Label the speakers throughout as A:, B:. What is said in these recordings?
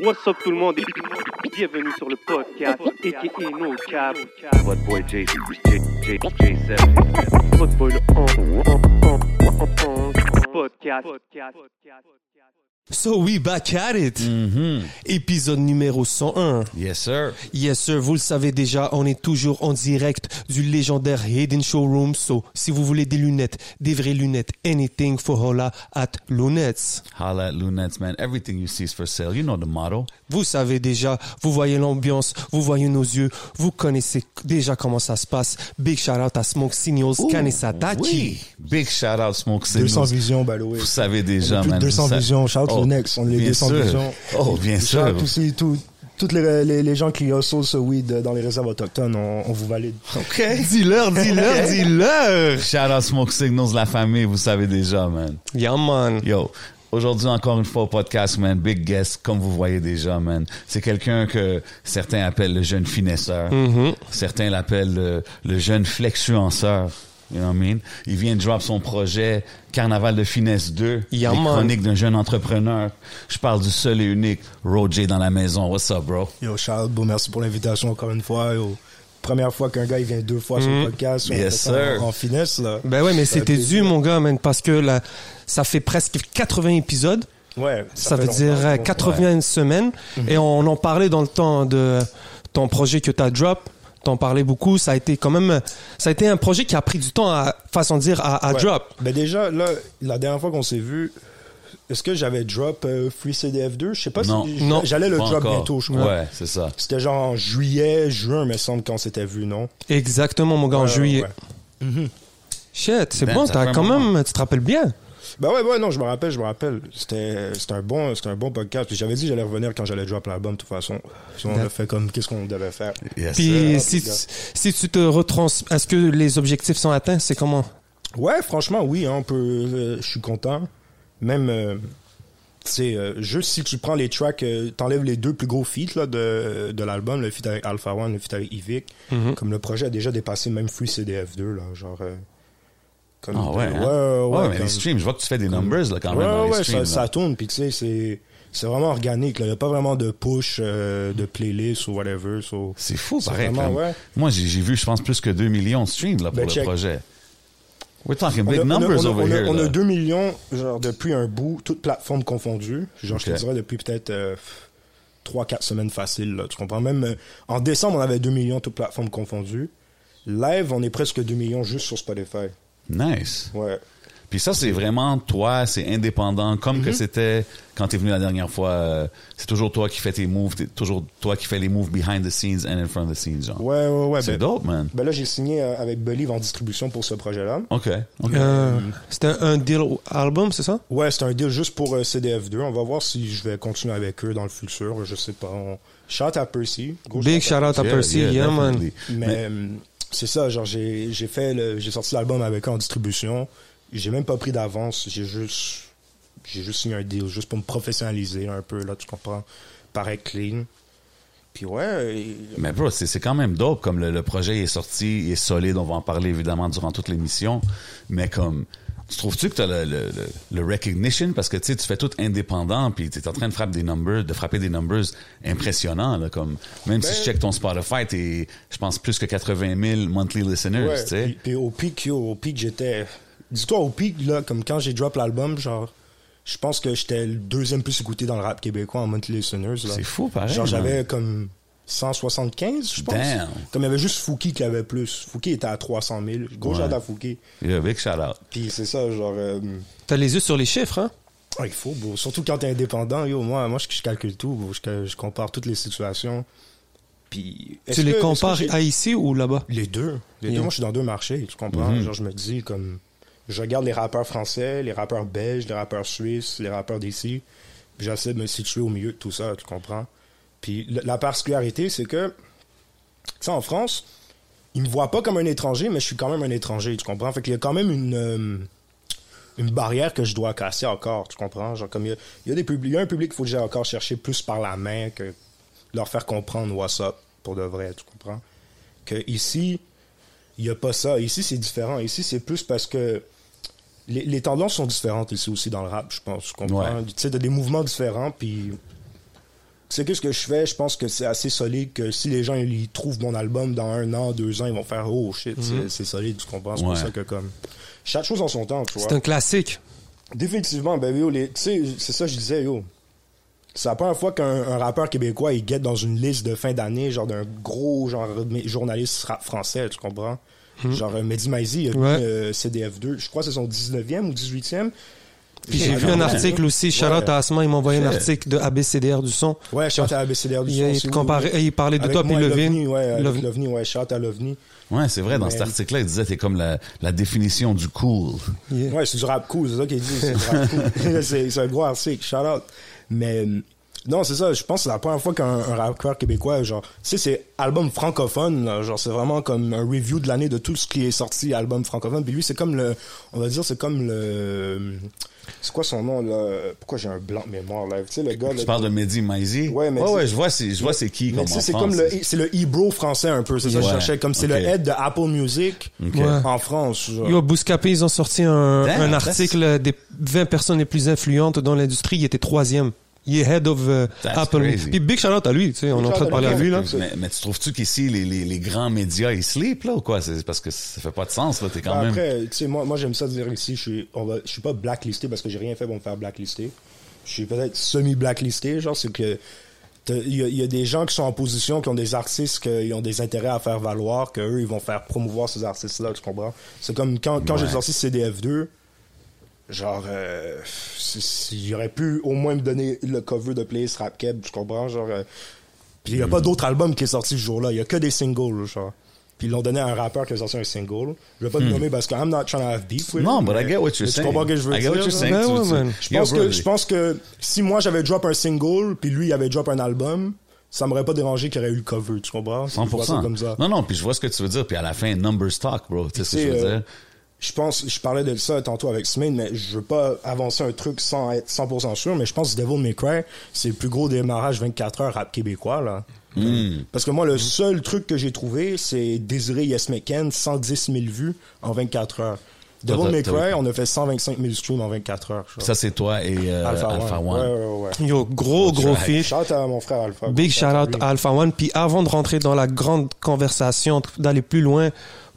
A: What's up tout le monde et bienvenue sur le podcast et No Cap.
B: What boy J J J J7.
A: Votre boy le podcast.
C: So we back at it. Épisode numéro 101.
D: Mm-hmm. Yes, sir.
C: Yes sir, vous le savez déjà, on est toujours en direct du légendaire Hidden Showroom. So, si vous voulez des lunettes, des vraies lunettes, anything for holla at Lunettes.
D: Holla at Lunettes, man. Everything you see is for sale. You know the motto.
C: Vous savez déjà, vous voyez l'ambiance, vous voyez nos yeux, vous connaissez déjà comment ça se passe. Big shout out à Smoke Signals, Kanesataki.
D: Oui. Big shout out, Smoke Signals.
E: 200 visions, by the way.
D: Vous savez déjà,
E: On a plus de
D: man.
E: 200
D: Vous sa-
E: visions. Shout out
D: Oh,
E: to Next. On est les
D: bien
E: 200
D: sûr.
E: visions.
D: Oh, bien
E: Shout out
D: sûr.
E: tous ces- tous- toutes les, les- les gens qui osent ce weed dans les réserves autochtones, on, on vous valide.
D: OK. Dis-leur, dis-leur, dis-leur. Shout out, Smoke Signals, la famille. Vous savez déjà, man.
C: Yeah man.
D: Yo. Aujourd'hui, encore une fois au podcast, man, big guest, comme vous voyez déjà, man. C'est quelqu'un que certains appellent le jeune finesseur.
C: Mm-hmm.
D: Certains l'appellent le, le jeune flexuenceur. You know what I mean? Il vient de drop son projet Carnaval de finesse 2.
C: Yeah,
D: les
C: man.
D: chroniques d'un jeune entrepreneur. Je parle du seul et unique Roger dans la maison. What's up, bro?
E: Yo, Charles, bon, merci pour l'invitation encore une fois. Yo. Première fois qu'un gars il vient deux fois sur le podcast, on
D: Yes,
E: fait ça
D: sir.
E: en, en finesse. Là.
C: Mm-hmm. Ben ouais, mais
E: Ça fait
C: c'était dû
E: plaisir.
C: mon gars, man, parce que là, ça fait presque 80 épisodes.
E: Ouais,
C: Ça,
E: fait
C: veut dire
E: longtemps,
C: euh,
E: bon.
C: 80 semaines. Et on en parlait dans le temps de ton projet que tu as drop. T'en parlais beaucoup. Ça a été quand même, ça a été un projet qui a pris du temps à, façon de dire, à, à
E: Ouais.
C: drop.
E: Ben déjà, là, la dernière fois qu'on s'est vu, est-ce que j'avais drop euh, Free CDF2 Je sais pas
D: Non.
E: si
C: Non.
E: j'allais le
D: Pas
E: drop
D: encore.
E: bientôt, je crois.
D: Ouais, c'est ça.
E: C'était genre en juillet, juin, me semble, quand on s'était vu, non
C: Exactement, mon gars, en
E: Ouais,
C: juillet.
E: ouais.
C: Shit, c'est
D: Mm-hmm. Ben,
C: bon.
D: ça
C: T'as
D: fait un
C: quand
D: moment.
C: même, tu te rappelles bien.
E: Ben ouais, ouais, non, je me rappelle, je me rappelle. C'était c'était un, bon, c'était un bon podcast. Puis j'avais dit que j'allais revenir quand j'allais drop l'album, de toute façon. Puis on a fait comme, qu'est-ce qu'on devait faire
D: Yes, sir.
C: Puis
E: ça,
C: si,
E: les gars.
C: si tu te retrans, est-ce que les objectifs sont atteints C'est comment
E: Ouais, franchement, oui, hein, on peut. euh, je suis content. Même, euh, tu sais, euh, juste si tu prends les tracks, euh, t'enlèves les deux plus gros feats là, de, de l'album, le feat avec Alpha One, le feat avec Evic.
D: Mm-hmm.
E: Comme le projet a déjà dépassé même Free CDF2, là, genre. euh, comme,
D: Ah ouais, hein?
E: ouais, ouais,
D: mais les
E: comme-
D: streams, je vois que tu fais des numbers, là, quand
E: ouais,
D: même, dans
E: ouais,
D: les
E: ça-
D: streams,
E: ça,
D: là.
E: tourne, puis tu sais, c'est. C'est vraiment organique, il n'y a pas vraiment de push, euh, de playlist ou whatever. so-
D: C'est fou,
E: C'est
D: pareil.
E: vraiment,
D: comme-
E: ouais.
D: Moi, j'ai j'ai vu, je pense, plus que 2 millions de streams là, pour
E: Ben,
D: le
E: check.
D: projet. We're talking
E: On
D: big
E: a- on a-
D: numbers
E: on a-
D: over
E: on a-
D: here.
E: On a,
D: là.
E: 2 millions, genre, depuis un bout, toutes plateformes confondues. Genre, je
D: Ok.
E: te dirais depuis peut-être 3-4 semaines faciles, là. Tu comprends? Même euh, en décembre, on avait 2 millions, toutes plateformes confondues. Live, on est presque 2 millions juste sur Spotify.
D: Nice.
E: Ouais.
D: Puis ça, c'est vraiment toi, c'est indépendant, comme
E: Mhm.
D: que c'était quand t'es venu la dernière fois. euh, c'est toujours toi qui fais tes moves, t'es toujours toi qui fais les moves behind the scenes and in front of the scenes, genre.
E: Ouais, ouais, ouais.
D: c'est
E: ben,
D: dope, man.
E: ben là, j'ai signé euh, avec Believe en distribution pour ce projet-là.
D: OK. OK.
C: Euh, C'était un, un deal album, c'est ça
E: Ouais, c'est un deal juste pour euh, CDF2. On va voir si je vais continuer avec eux dans le futur. Je sais pas. On... Shout à Percy. Gros
C: Big
E: shout
C: shout
E: à
C: out à
D: Yeah,
C: Percy,
D: yeah,
C: yeah, man.
D: definitely.
E: Mais, euh, c'est ça, genre j'ai j'ai fait le- j'ai sorti l'album avec eux en distribution. J'ai même pas pris d'avance, j'ai juste j'ai juste signé un deal juste pour me professionnaliser un peu là, tu comprends Paraît clean. Puis ouais, et-
D: Mais bro, c'est c'est quand même dope comme le, le projet est sorti, il est solide, on va en parler évidemment durant toute l'émission, mais comme tu trouves-tu que tu as le, le, le- le recognition parce que tu sais tu fais tout indépendant puis tu es en train de frapper des numbers, de frapper des numbers impressionnants là, comme même
E: Ben-
D: si je check ton Spotify, t'es je pense plus que 80 000 monthly listeners,
E: ouais.
D: tu sais.
E: Puis, puis au pic, yo, au pic j'étais dis-toi au pic là comme quand j'ai drop l'album, genre je pense que j'étais le deuxième plus écouté dans le rap québécois en monthly listeners là.
D: C'est fou, pareil,
E: Genre
D: man.
E: j'avais comme 175, je pense.
D: Damn.
E: Comme il y avait juste Fouki qui avait plus. Fouki était à 300 000. Gros
D: Ouais.
E: shout à Fouki.
D: Yeah, big shout out.
E: Puis c'est ça, genre. euh,
C: T'as les yeux sur les chiffres, hein
E: ah, il faut, bro. Surtout quand t'es indépendant, yo, moi, moi je, je calcule tout, bro. Je, je compare toutes les situations. Puis. est-ce
C: Tu les
E: que- est-ce que
C: compares
E: j'ai-
C: à ici ou là-bas
E: Les deux. Les
C: Yeah.
E: deux. Moi, je suis dans deux marchés, tu comprends? Genre, je me dis, comme. Je regarde les rappeurs français, les rappeurs belges, les rappeurs suisses, les rappeurs d'ici. Puis j'essaie de me situer au milieu de tout ça, tu comprends? Puis la- la particularité, c'est que. Tu sais, en France, ils me voient pas comme un étranger, mais je suis quand même un étranger, tu comprends? Fait qu'il y a quand même une. euh, une barrière que je dois casser encore, tu comprends? Genre, comme il y a, il y a des publics, il y a un public qu'il faut que j'aille encore chercher plus par la main que leur faire comprendre what's up pour de vrai, tu comprends? Que ici, il n'y a pas ça. Ici, c'est différent. Ici, c'est plus parce que les, les tendances sont différentes ici aussi dans le rap, je pense, tu comprends?
D: Ouais.
E: Tu sais, t'as des mouvements différents, puis c'est que ce que je fais, je pense que c'est assez solide que si les gens ils trouvent mon album dans un an, deux ans, ils vont faire oh shit, c'est- c'est solide, tu comprends? C'est
D: Mm-hmm. Ouais.
E: pour ça que comme. Chaque chose en son temps, tu vois.
C: C'est un classique.
E: Définitivement, ben yo, les- tu sais, c'est ça que je disais, yo. C'est la première fois qu'un un rappeur québécois il guette dans une liste de fin d'année, genre d'un gros genre mé- journaliste rap français, tu comprends? Genre euh, Mehdi Maizi, il a mis,
C: Hmm. Ouais.
E: euh, CDF2, je crois que c'est son 19e ou 18e.
C: Puis j'ai vu un article aussi, Charlotte
E: Ouais.
C: Asma, ils m'ont envoyé un article de ABCDR du son.
E: Ouais, shout à ABCDR du
C: Il,
E: son,
C: il
E: si vous
C: comparait-
E: voulez.
C: il parlait de
E: Avec
C: toi puis
E: moi et
C: Levin.
E: l'OVNI, ouais, avec
C: Levin.
E: l'OVNI, ouais, shout à l'OVNI.
D: Ouais, c'est vrai, dans
E: Mais-
D: cet article-là, il disait t'es comme la, la définition du cool.
C: Yeah.
E: Ouais, c'est du rap cool, c'est ça qu'il dit, c'est du rap cool. c'est c'est un gros article, shout out. Mais euh, non, c'est ça, je pense que c'est la première fois qu'un un rappeur québécois, genre, tu sais, c'est album francophone, là, genre, c'est vraiment comme un review de l'année de tout ce qui est sorti, album francophone. Puis lui, c'est comme le, on va dire, c'est comme le, c'est quoi son nom, là? Pourquoi j'ai un blanc de mémoire, là? Tu sais, le gars,
D: Tu
E: là,
D: parles de Mehdi Maizi?
E: Ouais, Mehdi.
D: ouais, ouais, je vois c'est, je vois c'est qui
E: Mais
D: comme
E: tu sais, c'est
D: enfant,
E: comme le, c'est le e-bro français un peu, c'est ça que je
D: Ouais.
E: cherchais. Comme c'est
D: Ok.
E: le head de Apple Music
D: Ouais.
E: en France. genre.
C: Yo, Bouscapé, ils ont sorti un,
D: Damn,
C: un
D: that's-
C: article des 20 personnes les plus influentes dans l'industrie. Il était troisième. Il est head of euh,
D: That's
C: Apple.
D: crazy.
C: Puis Big Charlotte à lui, tu sais, on est en train de parler à lui, là.
D: Mais, mais tu trouves-tu qu'ici, les, les, les grands médias, ils sleep, là, ou quoi? C'est parce que ça fait pas de sens, là, t'es quand
E: Ben
D: même...
E: Après, tu sais, moi, moi j'aime ça dire ici, je suis, on va, je suis pas blacklisté parce que j'ai rien fait pour me faire blacklister. Je suis peut-être semi-blacklisté, genre, c'est que t'as- il y, a- il y a des gens qui sont en position, qui ont des artistes, qui ont des intérêts à faire valoir, que eux ils vont faire promouvoir ces artistes-là, tu comprends? C'est comme quand, quand j'ai
D: Ouais.
E: sorti CDF2, genre, euh, c'est- c'est- il aurait pu au moins me donner le cover de Place Rap Keb, tu comprends? Genre, euh, puis il n'y a
D: Mm.
E: pas d'autre album qui est sorti ce jour-là. Il n'y a que des singles, genre. Puis ils l'ont donné à un rappeur qui a sorti un single. Je vais pas le nommer parce que I'm not trying to have beef with
D: Mm. Non,
E: him,
D: but I
E: mais-
D: get what
E: mais
D: you're saying.
E: Tu comprends ce que je veux
D: I get
E: dire?
D: what you're
E: là?
D: saying.
C: Ben
D: Tu-
C: ouais,
D: tu-
C: man.
E: Je pense,
D: Yo, bro,
E: que, je pense que si moi j'avais drop un single, puis lui il avait drop un album, ça m'aurait pas dérangé qu'il aurait eu le cover, tu comprends? Je vois ça
D: 100%.
E: comme ça.
D: Non, non, puis je vois ce que tu veux dire. Puis à la fin, numbers talk, bro. Tu sais ce que je veux
E: C'est, euh,
D: dire?
E: Je pense, je parlais de ça tantôt avec Smain, mais je veux pas avancer un truc sans être 100% sûr, mais je pense que Devil May Cry, c'est le plus gros démarrage 24 heures rap québécois, là.
D: Hmm.
E: Parce que moi, le seul truc que j'ai trouvé, c'est Désiré Yes McCann, 110 000 vues en 24 heures.
D: T'as-
E: Devil May
D: t'as-
E: Cry, on a fait 125 000 streams en 24 heures. je
D: Ça, c'est toi et euh,
E: crois.
D: Alpha, One.
E: Ouais, ouais, ouais.
C: Yo, gros, gros
D: Track.
C: feat.
E: Shout à mon frère Alpha.
C: Big
E: Shout
C: shout
E: à
C: out
E: lui.
C: à Alpha One. Puis avant de rentrer dans la grande conversation, d'aller plus loin,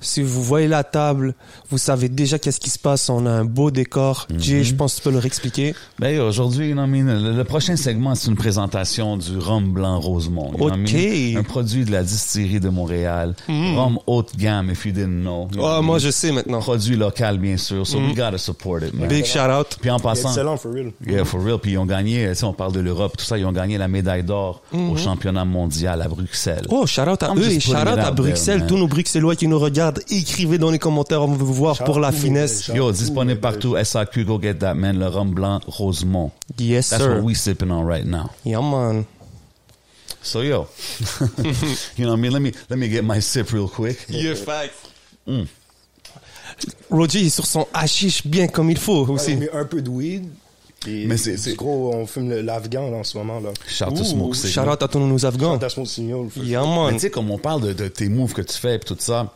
C: si vous voyez la table, vous savez déjà qu'est-ce qui se passe. On a un beau décor.
D: Mhm.
C: Jay, je pense que tu peux leur expliquer.
D: Ben, aujourd'hui, non, mais le, le prochain segment, c'est une présentation du rhum blanc Rosemont. You know what I
C: Ok. Mm.
D: mean? Un produit de la distillerie de Montréal. Rhum haute gamme, if you didn't know. You know what
C: Ah,
D: I
C: moi,
D: mean?
C: je sais maintenant.
D: Produit local, bien sûr. So we gotta support it, man.
C: Big shout out.
D: Puis en passant,
E: Excellent, for real.
D: Yeah, for real. Puis ils ont gagné, tu sais, on parle de l'Europe, tout ça, ils ont gagné la médaille d'or au championnat mondial à Bruxelles.
C: Mhm. Oh, shout out à
D: I'm
C: eux
D: just
C: et shout
D: putting
C: out
D: it
C: à
D: out
C: Bruxelles.
D: there, man.
C: Tous nos Bruxellois qui nous regardent, écrivez dans les commentaires. On veut vous voir
E: Shout
C: pour la
E: out to
C: finesse.
E: Bruxelles.
D: Yo, disponible partout, SAQ, go get that, man. Le rhum blanc Rosemont.
C: Yes,
D: That's
C: sir.
D: what we sipping on right now.
C: Yeah, man.
D: So, yo, you know what I mean? Let me, let me get my sip real quick.
C: Roger est sur son hashish bien comme il faut aussi.
E: Mais un peu de weed. Et
D: Mais c'est- c'est-
E: gros, on fume le- l'afghan là, en ce moment là.
D: Shout to
C: Ouh,
D: Smoke
C: Shout
D: Signal.
C: out à tous nos Afghans.
E: That's mon signal. fait-
C: Yeah,
D: Mais
C: man.
D: tu sais, comme on parle de, de tes moves que tu fais et tout ça,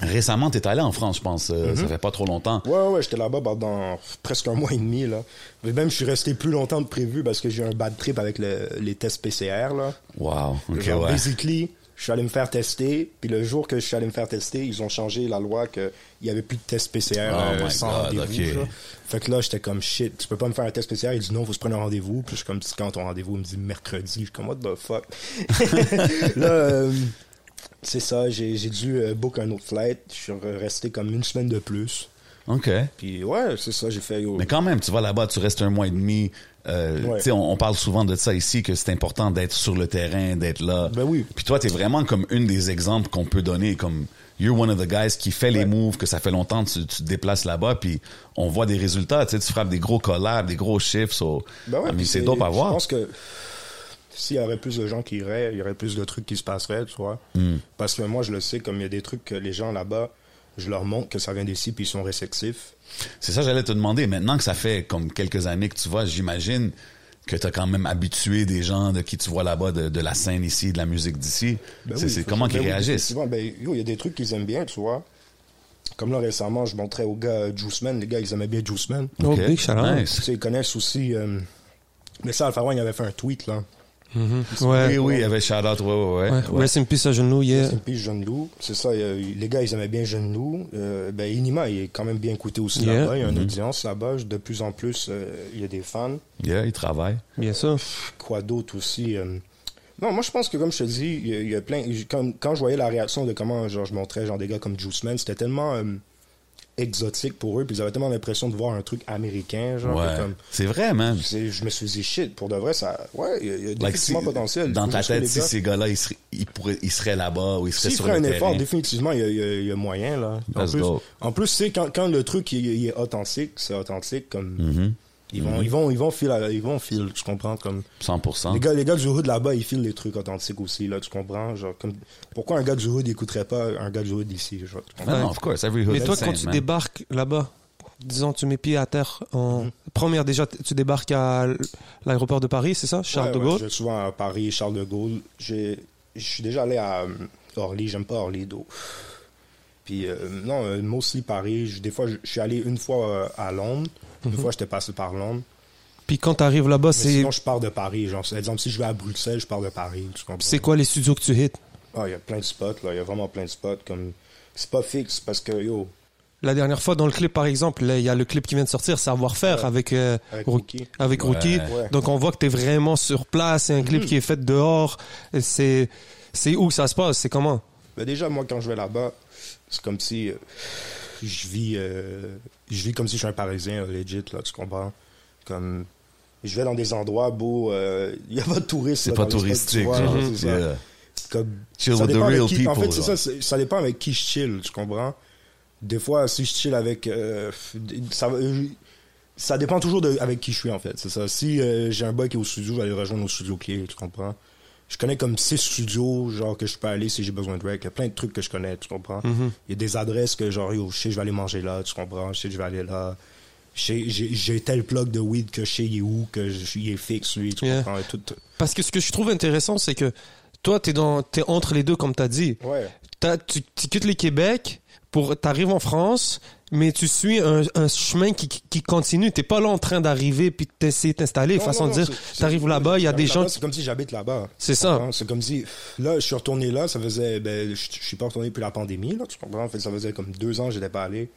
D: récemment, t'es allé en France, je pense. euh,
C: Mhm.
D: Ça fait pas trop longtemps.
E: Ouais, ouais, ouais, j'étais là-bas pendant presque un mois et demi, là. Mais même, je suis resté plus longtemps que prévu parce que j'ai eu un bad trip avec le- les tests PCR, là.
D: Wow, ok,
E: Genre,
D: ouais.
E: basically, je suis allé me faire tester, puis le jour que je suis allé me faire tester, ils ont changé la loi qu'il n'y avait plus de tests PCR
D: Oh
E: euh,
D: my
E: sans
D: God,
E: rendez-vous.
D: ok.
E: là. Fait que là, j'étais comme shit, tu peux pas me faire un test PCR. Il dit non, faut se prendre un rendez-vous. Puis je suis comme, c'est quand ton rendez-vous? Il me dit mercredi. Je suis comme, what the fuck? là, euh, c'est ça, j'ai j'ai dû euh, book un autre flight. Je suis resté comme une semaine de plus.
D: Ok.
E: Puis ouais, c'est ça, j'ai fait. yo,
D: Mais quand même, tu vas là-bas, tu restes un mois et demi. euh,
E: Ouais.
D: tu sais, on, on parle souvent de ça ici, que c'est important d'être sur le terrain, d'être là.
E: Ben oui.
D: Puis toi, t'es vraiment comme une des exemples qu'on peut donner, comme you're one of the guys qui fait les
E: Ouais.
D: moves, que ça fait longtemps que tu, tu te déplaces là-bas, puis on voit des résultats. Tu sais, tu frappes des gros collabs, des gros chiffres. so-
E: Ben ouais,
D: I mean,
E: puis
D: Ah, c'est dope à
E: Je
D: voir.
E: pense que s'il y aurait plus de gens qui iraient, il y aurait plus de trucs qui se passeraient, tu vois.
D: Hmm.
E: Parce que moi, je le sais, comme il y a des trucs que les gens là-bas, je leur montre que ça vient d'ici, puis ils sont réceptifs.
D: C'est ça, que j'allais te demander. Maintenant que ça fait comme quelques années que tu vas, j'imagine que t'as quand même habitué des gens de qui tu vois là-bas, de, de la scène ici, de la musique d'ici.
E: Ben
D: c'est
E: oui,
D: c'est
E: faut-
D: comment
E: ben
D: qu'ils
E: oui,
D: réagissent.
E: effectivement, ben, yo, il y a des trucs qu'ils aiment bien, tu vois. Comme là, récemment, je montrais aux gars euh, Juice Man, les gars, ils aimaient bien Juice Man.
C: Oh,
D: Ok.
C: big shout out.
E: Tu
D: Nice.
E: sais, ils connaissent aussi... euh, mais ça, Alpha One, il avait fait un tweet, là.
C: Mhm. Ouais.
D: Oui, oui, il y avait shout out, ouais, ouais, ouais.
C: Ouais. Rest in peace à genoux, yeah.
E: C'est puis Jeune Loup, c'est ça. il y a eu- les gars, ils aimaient bien Jeune Loup. Euh, ben, Inima, il est quand même bien écouté aussi
C: Yeah.
E: là-bas. Il
D: Mm-hmm.
E: y a une audience là-bas. De plus en plus, euh, il y a des fans.
D: Yeah, il travaille.
C: Bien sûr.
E: Quoi d'autre aussi euh, Non, moi, je pense que, comme je te dis, il y a, il y a plein. Quand, quand je voyais la réaction de comment genre, je montrais genre, des gars comme Juice Man, c'était tellement euh, exotique pour eux. Puis ils avaient tellement l'impression de voir un truc américain. Genre,
D: Ouais.
E: que comme,
D: C'est vrai, man.
E: c'est- je me suis dit, shit, pour de vrai, ça. Ouais, il y a, il y a
D: Like, si-
E: définitivement potentiel.
D: Dans
E: Où
D: ta
E: est-ce que les
D: tête, si
E: gars-
D: ces gars-là, ils seraient, ils pourraient- ils seraient là-bas ou ils seraient
E: S'il
D: sur
E: ferait
D: le
E: un effort,
D: terrain.
E: définitivement, il y a, il y a- il y a moyen, là. En
D: Let's
E: plus,
D: go.
E: en plus, c'est quand, quand le truc il, il est authentique, c'est authentique, comme.
D: Mm-hmm.
E: Ils vont, ils vont, ils vont filer, à- ils vont filer, tu comprends, comme.
D: 100%.
E: Les gars, les gars du hood là-bas, ils filent des trucs authentiques aussi, là, tu comprends, genre, comme. Pourquoi un gars du hood n'écouterait pas un gars du hood ici, genre, tu comprends?
D: Non, non, of course, every hood
C: Mais
D: is
C: toi,
D: the
C: quand
D: same,
C: tu
D: man.
C: débarques là-bas, disons, tu mets pied à terre
E: Mhm.
C: en. Première, déjà, t- tu débarques à l- l'aéroport de Paris, c'est ça Charles
E: Ouais,
C: de
E: ouais,
C: Gaulle
E: Je vais souvent à Paris, Charles de Gaulle. J'ai- Je suis déjà allé à euh, Orly, j'aime pas Orly d'eau. Puis euh, non, euh, mostly Paris. Je- Des fois, je je suis allé une fois euh, à Londres. Une
D: Mm-hmm.
E: fois, j'étais passé par Londres.
C: Puis quand tu arrives là-bas,
E: Mais
C: c'est
E: sinon, je pars de Paris. Genre, c'est- exemple, si je vais à Bruxelles, je pars de Paris. Tu comprends?
C: c'est quoi les studios que tu hits
E: Ah, Il y a plein de spots, là. Il y a vraiment plein de spots. Comme... C'est pas fixe parce que, yo,
C: La dernière fois, dans le clip, par exemple, là, il y a le clip qui vient de sortir, Savoir-faire, avec, euh,
E: Avec
C: Roo-
E: Rookie.
C: avec
D: Ouais.
C: Rookie.
E: Ouais. Mhm.
C: Donc, on voit que tu es vraiment sur place. C'est un clip qui est fait dehors. Et C'est c'est où que ça se passe C'est comment
E: Ben, déjà, moi, quand je vais là-bas, c'est comme si euh, je vis euh, je vis comme si je suis un Parisien, euh, legit, là, tu comprends? Comme, je vais dans des endroits beaux, euh, il y a pas de touristes.
D: C'est
E: là,
D: pas
E: dans l'espace,
D: touristique,
E: tu vois,
D: genre.
E: là, c'est ça.
D: Yeah.
E: Comme,
D: Chill
E: ça
D: with the
E: dépend avec
D: real
E: qui- En
D: people,
E: fait, c'est
D: genre.
E: ça, c'est- ça dépend avec qui je chill, tu comprends? Des fois, si je chill avec... euh, ça, va- euh, ça dépend toujours de avec qui je suis, en fait, c'est ça. Si euh, j'ai un boy qui est au studio, je vais aller le rejoindre au studio qui est, tu comprends? Je connais comme six studios, genre, que je peux aller si j'ai besoin de rec. Il y a plein de trucs que je connais, tu comprends? Il
D: Mm-hmm.
E: y a des adresses que, genre, yo, je sais, je vais aller manger là, tu comprends? Je sais, je vais aller là. Je sais, J'ai j'ai tel plug de weed que je sais, il est où, que je, il est fixe, lui, tu
C: Yeah.
E: comprends? Et tout.
C: Parce que ce que je trouve intéressant, c'est que toi, tu es, entre les deux, comme tu as dit.
E: Ouais.
C: T'as- tu, tu quittes le Québec, pour t'arrives en France, mais tu suis un, un chemin qui, qui continue. T'es pas là en train d'arriver puis de t'essayer de t'installer.
E: Non,
C: Façon
E: non,
C: de
E: non,
C: dire,
E: c'est-
C: t'arrives
E: c'est-
C: là-bas, il y a
E: j'arrive
C: des
E: là-bas,
C: gens.
E: C'est comme si j'habite là-bas.
C: C'est ça.
E: Hein, C'est comme si. Là, je suis retourné là, ça faisait. Ben, je, je suis pas retourné depuis la pandémie, là, tu comprends? En fait, ça faisait comme deux ans que j'étais pas allé.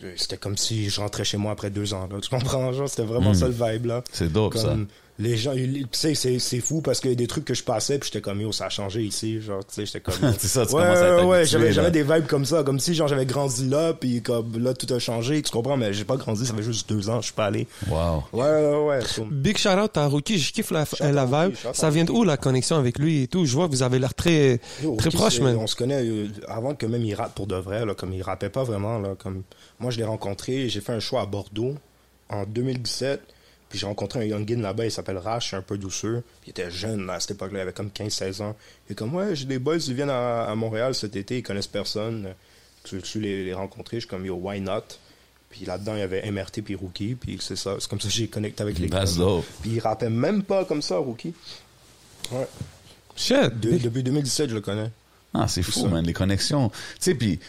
E: Je- C'était comme si je rentrais chez moi après deux ans, là, tu comprends? Genre, c'était vraiment ça le vibe, là.
D: Hmm. C'est dope, ça.
E: Comme, Les gens, ils- ils- tu sais, c'est c'est fou parce qu'il y a des trucs que je passais, puis j'étais comme, yo, ça a changé ici, genre, tu sais, j'étais comme.
D: C'est ça, tu
E: ouais,
D: commences à
E: ouais,
D: t'habituer,
E: ouais, j'avais
D: là.
E: j'avais des vibes comme ça, comme si, genre, j'avais grandi là, puis comme, là, tout a changé, tu comprends? Mais j'ai pas grandi, ça fait juste deux ans, je suis pas allé.
D: Wow.
E: Ouais, ouais, ouais. so-
C: Big shout out à Rookie, je kiffe la,
E: out
C: la
E: à Rookie,
C: vibe.
E: shout out
C: Ça
E: à
C: vient de où la connexion avec lui et tout? Je vois, vous avez l'air très,
E: Yo,
C: très
E: Rocky,
C: proche,
E: c'est-
C: man.
E: On se connaît euh, avant que même il rappe pour de vrai, là, comme il rappait pas vraiment. Là, comme... Moi, je l'ai rencontré, j'ai fait un show à Bordeaux en 2017. Puis j'ai rencontré un youngin là-bas, il s'appelle Rash, un peu douceur. Il était jeune là, à cette époque-là, il avait comme 15-16 ans. Il est comme, ouais, j'ai des boys qui viennent à, à Montréal cet été, ils connaissent personne. Tu veux-tu les, les rencontrer? Je suis comme, yo, why not? Puis là-dedans, il y avait MRT puis Rookie. Puis c'est ça, c'est comme ça que j'ai connecté avec les gars.
D: That's dope.
E: Puis il rappait même pas comme ça, Rookie. Ouais.
C: Shit.
E: De- depuis 2017, je le connais.
D: Ah, c'est fou,
E: ça.
D: man. Les connexions. Tu sais, puis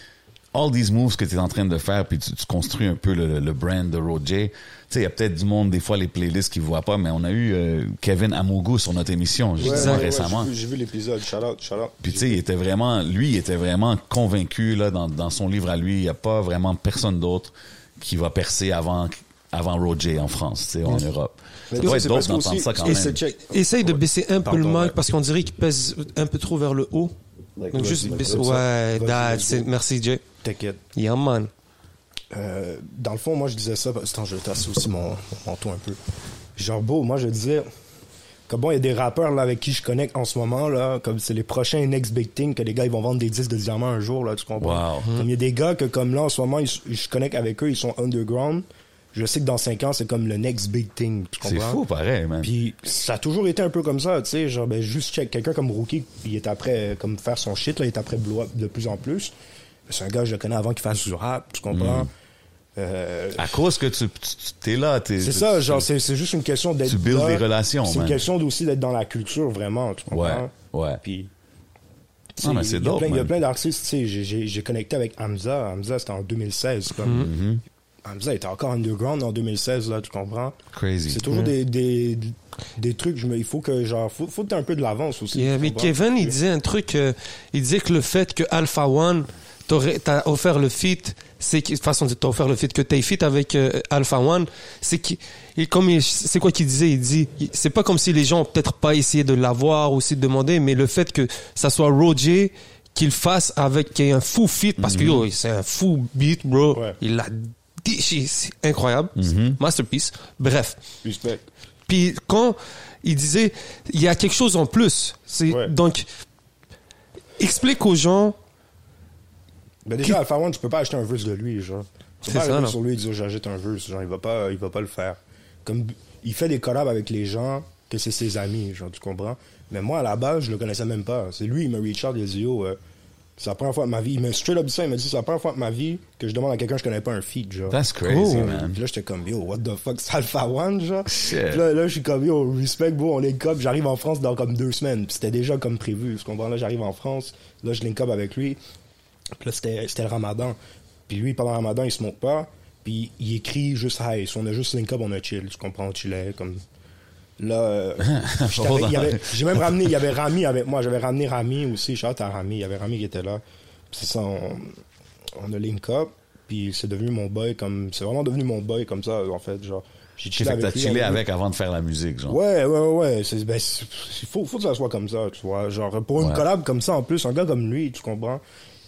D: all these moves que tu es en train de faire, puis tu, tu construis un peu le, le- le brand de Road J. Tu sais, il y a peut-être du monde, des fois, les playlists qui ne voient pas, mais on a eu euh, Kevin Amougou sur notre émission,
E: Ouais,
D: justement,
E: ouais, ouais,
D: récemment.
E: j'ai vu- J'ai vu, l'épisode, shout out, shout out.
D: Puis tu sais, il était vraiment, lui, il était vraiment convaincu là dans, dans son livre à lui. Il n'y a pas vraiment personne d'autre qui va percer avant avant Roger en France, tu sais, en Europe. Ça
E: tu sais,
D: doit être
E: c'est
D: dope
E: parce que
D: d'entendre
E: aussi-
D: ça quand
E: et
D: même.
E: c'est check.
C: Essaye de baisser un peu
E: Pardon,
C: le mic
E: ouais.
C: parce qu'on dirait qu'il pèse un peu trop vers le haut.
E: Like,
C: Donc
E: vas-y,
C: juste
E: vas-y,
C: baisser.
E: comme ça.
C: Ouais,
E: Vas-y,
C: that's
E: vas-y.
C: it. Merci, Jay.
E: T'inquiète.
C: Yeah, man.
E: Euh, dans le fond, moi, je disais ça. parce- Attends, je tasse aussi mon, mon manteau un peu. Genre, beau, moi, je disais. Comme bon, il y a des rappeurs là, avec qui je connecte en ce moment, là, comme c'est les prochains Next Big Thing, que les gars ils vont vendre des disques de diamants un jour, là, tu comprends?
D: Wow.
E: Comme il y a des gars que, comme là, en ce moment, ils- je connecte avec eux, ils sont underground. Je sais que dans 5 ans, c'est comme le Next Big Thing, tu
D: C'est
E: comprends?
D: fou, pareil, man.
E: Puis ça a toujours été un peu comme ça, tu sais, genre ben juste check quelqu'un comme Rookie, il est après euh, comme faire son shit là, il est après blow up de plus en plus. Mais C'est un gars que je le connais avant qu'il fasse du rap, tu
D: Mm.
E: comprends Euh,
D: à cause que tu, tu- tu- t'es là, t'es.
E: c'est
D: tu-
E: ça,
D: tu-
E: genre c'est c'est juste une question d'être
D: Tu builds
E: là.
D: des relations,
E: C'est
D: man.
E: une question aussi d'être dans la culture vraiment, tu comprends
D: Ouais, ouais.
E: Puis tu
D: Ah,
E: sais,
D: mais c'est
E: il y a
D: dope,
E: plein- Il y a
D: man.
E: plein d'artistes, tu sais, j'ai- j'ai j'ai connecté avec Hamza, Hamza c'était en 2016 comme Hamza était encore underground en 2016, là, tu comprends?
D: Mm-hmm. Crazy. Mm.
E: C'est toujours des, des, des trucs, je me- il faut que, genre, faut, faut que t'aies un peu de l'avance aussi.
C: Yeah,
E: tu
C: mais
E: comprends?
C: Kevin, il disait un truc. euh, il disait que le fait que Alpha One t'aurait- t'a offert le feat, c'est que, de toute façon, t'as offert le feat, que t'as feat avec euh, Alpha One, c'est qu'il, il- comme il- c'est quoi qu'il disait? Il dit, il- c'est pas comme si les gens ont peut-être pas essayé de l'avoir ou s'y demander, mais le fait que ça soit Roger qu'il fasse avec, qu'il y ait un fou feat, parce que yo, c'est un fou beat, bro.
E: Mhm. Ouais. Mhm.
C: Il l'a déchiré. C'est incroyable. Masterpiece. Bref.
E: Respect.
C: Puis quand il disait, il y a quelque chose en plus. C'est
E: Ouais.
C: donc explique aux gens.
E: Ben déjà, Alpha One, tu peux pas acheter un verse de lui, genre. Tu peux
C: C'est
E: pas
C: ça,
E: arriver
C: non.
E: sur lui et dire j'achète un verse, genre, il va pas, il va pas le faire. Comme, il fait des collabs avec les gens que c'est ses amis, genre, tu comprends? Mais moi, à la base, je le connaissais même pas. C'est lui, il me reach out, il a dit, yo, euh, c'est la première fois de ma vie. Il m'a straight up dit ça, il m'a dit, c'est la première fois de ma vie que je demande à quelqu'un que je connais pas un feat, genre.
D: That's crazy,
E: Cool.
D: man.
E: Puis là, j'étais comme, yo, what the fuck, c'est Alpha One, genre. Puis
D: Shit.
E: là, là, je suis comme, yo, respect, bro, on link up. J'arrive en France dans comme deux semaines. Puis c'était déjà comme prévu. Tu comprends? Là, j'arrive en France. Là, je link up avec lui. Puis là, c'était c'était le ramadan. Puis lui, pendant le ramadan, il se monte pas. Puis il écrit juste hi. Si on a juste link up, on a chill. Tu comprends? On chillait. Comme. Là, euh, j'étais avec- il y avait- j'ai même ramené, il y avait Rami avec moi. J'avais ramené Rami aussi. Shout out à Rami. Il y avait Rami qui était là. Puis c'est ça, on, on a link up. Puis c'est devenu mon boy comme. C'est vraiment devenu mon boy comme ça, en fait. Genre, j'ai
D: Fait
E: chillé
D: que t'as
E: avec lui.
D: chillé
E: on-
D: avec avant de faire la musique, genre.
E: Ouais, ouais, ouais. ouais. C'est- ben, c'est- Il faut, faut que ça soit comme ça, tu vois. Genre, pour une
D: Ouais.
E: collab comme ça, en plus, un gars comme lui, tu comprends.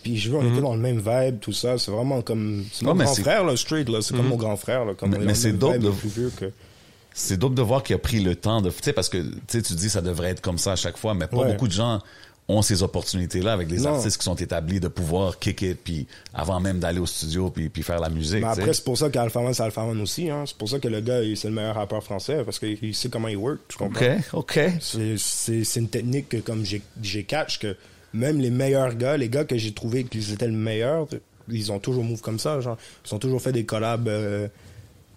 E: Puis je veux, on était dans le même vibe, tout ça. C'est vraiment comme. C'est mon
D: Mhm. Ouais, mais
E: grand
D: c'est- Mhm.
E: frère, là, straight, là. C'est comme mon grand frère, là. Comme
D: Mais-
E: on est
D: mais
E: dans le
D: c'est
E: même
D: dope
E: vibe,
D: de-
E: plus vieux que.
D: C'est dope de voir qu'il a pris le temps de. Tu sais, parce que tu sais, tu dis ça devrait être comme ça à chaque fois, mais pas
E: Ouais.
D: beaucoup de gens ont ces opportunités-là avec les
E: Non.
D: artistes qui sont établis de pouvoir kick it, puis avant même d'aller au studio, puis, puis faire la musique.
E: Mais
D: tu sais.
E: après, c'est pour ça qu'Alpha One, c'est Alpha One aussi, hein. C'est pour ça que le gars, il- c'est le meilleur rappeur français, parce qu'il sait comment il work, tu comprends.
D: OK, OK.
E: C'est- C'est c'est une technique que, comme j'ai- j'ai catch, que même les meilleurs gars, les gars que j'ai trouvé qu'ils étaient le meilleur, ils ont toujours move comme ça, genre. Ils ont toujours fait des collabs. euh,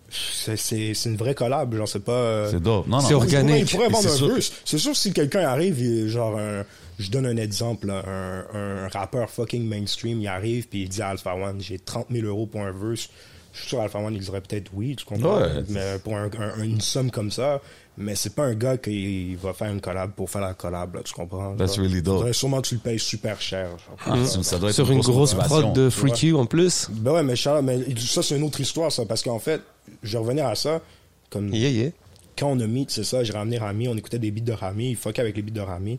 E: c'est- c'est c'est une vraie collab, genre, c'est pas. euh,
D: C'est dope. Non, non.
C: C'est
E: il pourrait-
C: organique.
E: Il pourrait
D: Mais
E: vendre
D: c'est
E: un
D: sûr
E: verse. C'est sûr, si quelqu'un arrive, il- genre, un- je donne un exemple, là, un, un rappeur fucking mainstream, il arrive, puis il dit à Alpha One, j'ai 30 000 euros pour un verse. Je suis sûr, Alpha One, il dirait peut-être oui, tu comprends?
D: Ouais.
E: Mais pour un- un- une somme comme ça, mais c'est pas un gars qui va faire une collab pour faire la collab, là, tu comprends?
D: That's
E: genre.
D: really dope.
E: Faudrait Sûrement, tu le payes super cher. genre.
D: Ah, ça, ça doit être
C: sur une grosse
D: motivation.
C: prod de Freaky en plus.
E: Ben ouais, mais, Charles, mais ça, c'est une autre histoire, ça, parce qu'en fait, je vais revenir à ça, comme
C: Yeah, yeah.
E: quand on a mis, c'est ça, j'ai ramené Rami, on écoutait des beats de Rami, il fuckait avec les beats de Rami.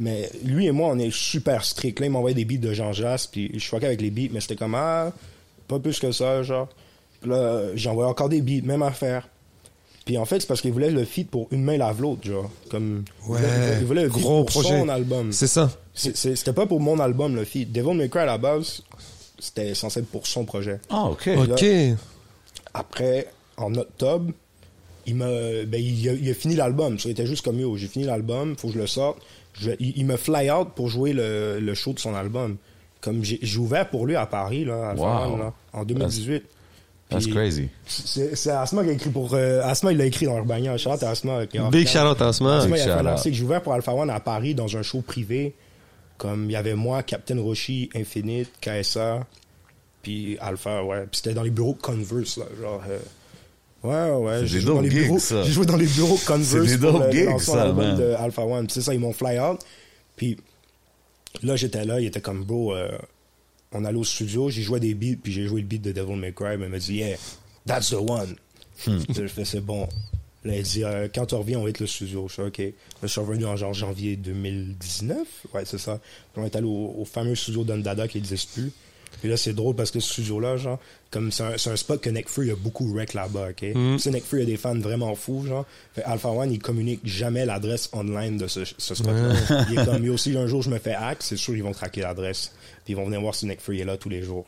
E: Mais lui et moi, on est super strict. Là, il m'envoyait des beats de Jean Jass, puis je fuckais avec les beats, mais c'était comme, ah, pas plus que ça, genre. Puis là, j'envoyais encore des beats, même affaire. Puis en fait, c'est parce qu'il voulait le feat pour une main lave l'autre, genre. Comme, il voulait- il voulait, il voulait le feat
C: gros
E: pour
C: projet.
E: son album.
C: C'est ça.
E: C'est- c'est- C'était pas pour mon album, le feat. Devil May Cry, à la base, c'était censé être pour son projet.
D: Ah, OK.
C: Ok.
E: Après, en octobre, il m'a, ben, il, a, il a fini l'album. Ça, Il était juste comme yo, j'ai fini l'album, faut que je le sorte. Je- il, il me fly out pour jouer le, le show de son album. Comme j'ai, j'ai ouvert pour lui à Paris là, à
D: Wow.
E: Farnham, là, en 2018.
D: That's
E: Puis-
D: crazy.
E: C'est, c'est Asma qui a écrit pour euh, Asma, il l'a écrit dans Urbania. Shout out à Asma. qui est
C: Big
E: en-
C: shout out à Osman.
E: Asma, il a fait
D: shout-out.
E: l'annoncé que j'ai ouvert pour Alpha One à Paris dans un show privé. Comme il y avait moi, Captain Roshi, Infinite, KSA, puis Alpha, ouais. Puis c'était dans les bureaux Converse, là, genre. euh, Ouais, ouais,
D: C'est
E: j'ai
D: des
E: joué, dans
D: dope
E: les
D: gigs,
E: bureaux,
D: ça.
E: j'ai joué dans les bureaux
D: C'est
E: Converse
D: des
E: pour
D: dope
E: le- le
D: gigs,
E: lancement de
D: ça,
E: l'album
D: man.
E: de Alpha One. Puis c'est ça, ils m'ont fly out. Puis là, j'étais là, il était comme, bro, euh, on allait au studio, j'ai joué des beats, puis j'ai joué le beat de Devil May Cry, mais il m'a dit, yeah, that's the one. Je fais, c'est bon. Là, il dit, Euh, quand tu reviens, on va être le studio. Je fais, OK. Là, je suis revenu en genre janvier 2019. Ouais, c'est ça. Puis on est allé au, au fameux studio d'Undada qui n'existe plus. Puis là, c'est drôle parce que ce studio-là, genre, comme c'est un, c'est un spot que Necfeu, il y a beaucoup rec là-bas, OK? C'est Necfeu, il y a des fans vraiment fous, genre. Fait Alpha One, il communique jamais l'adresse online de ce, ce spot-là. Il est comme, yo, si un jour je me fais hack, c'est sûr, ils vont traquer l'adresse. Puis ils vont venir voir si Necfeu est là tous les jours.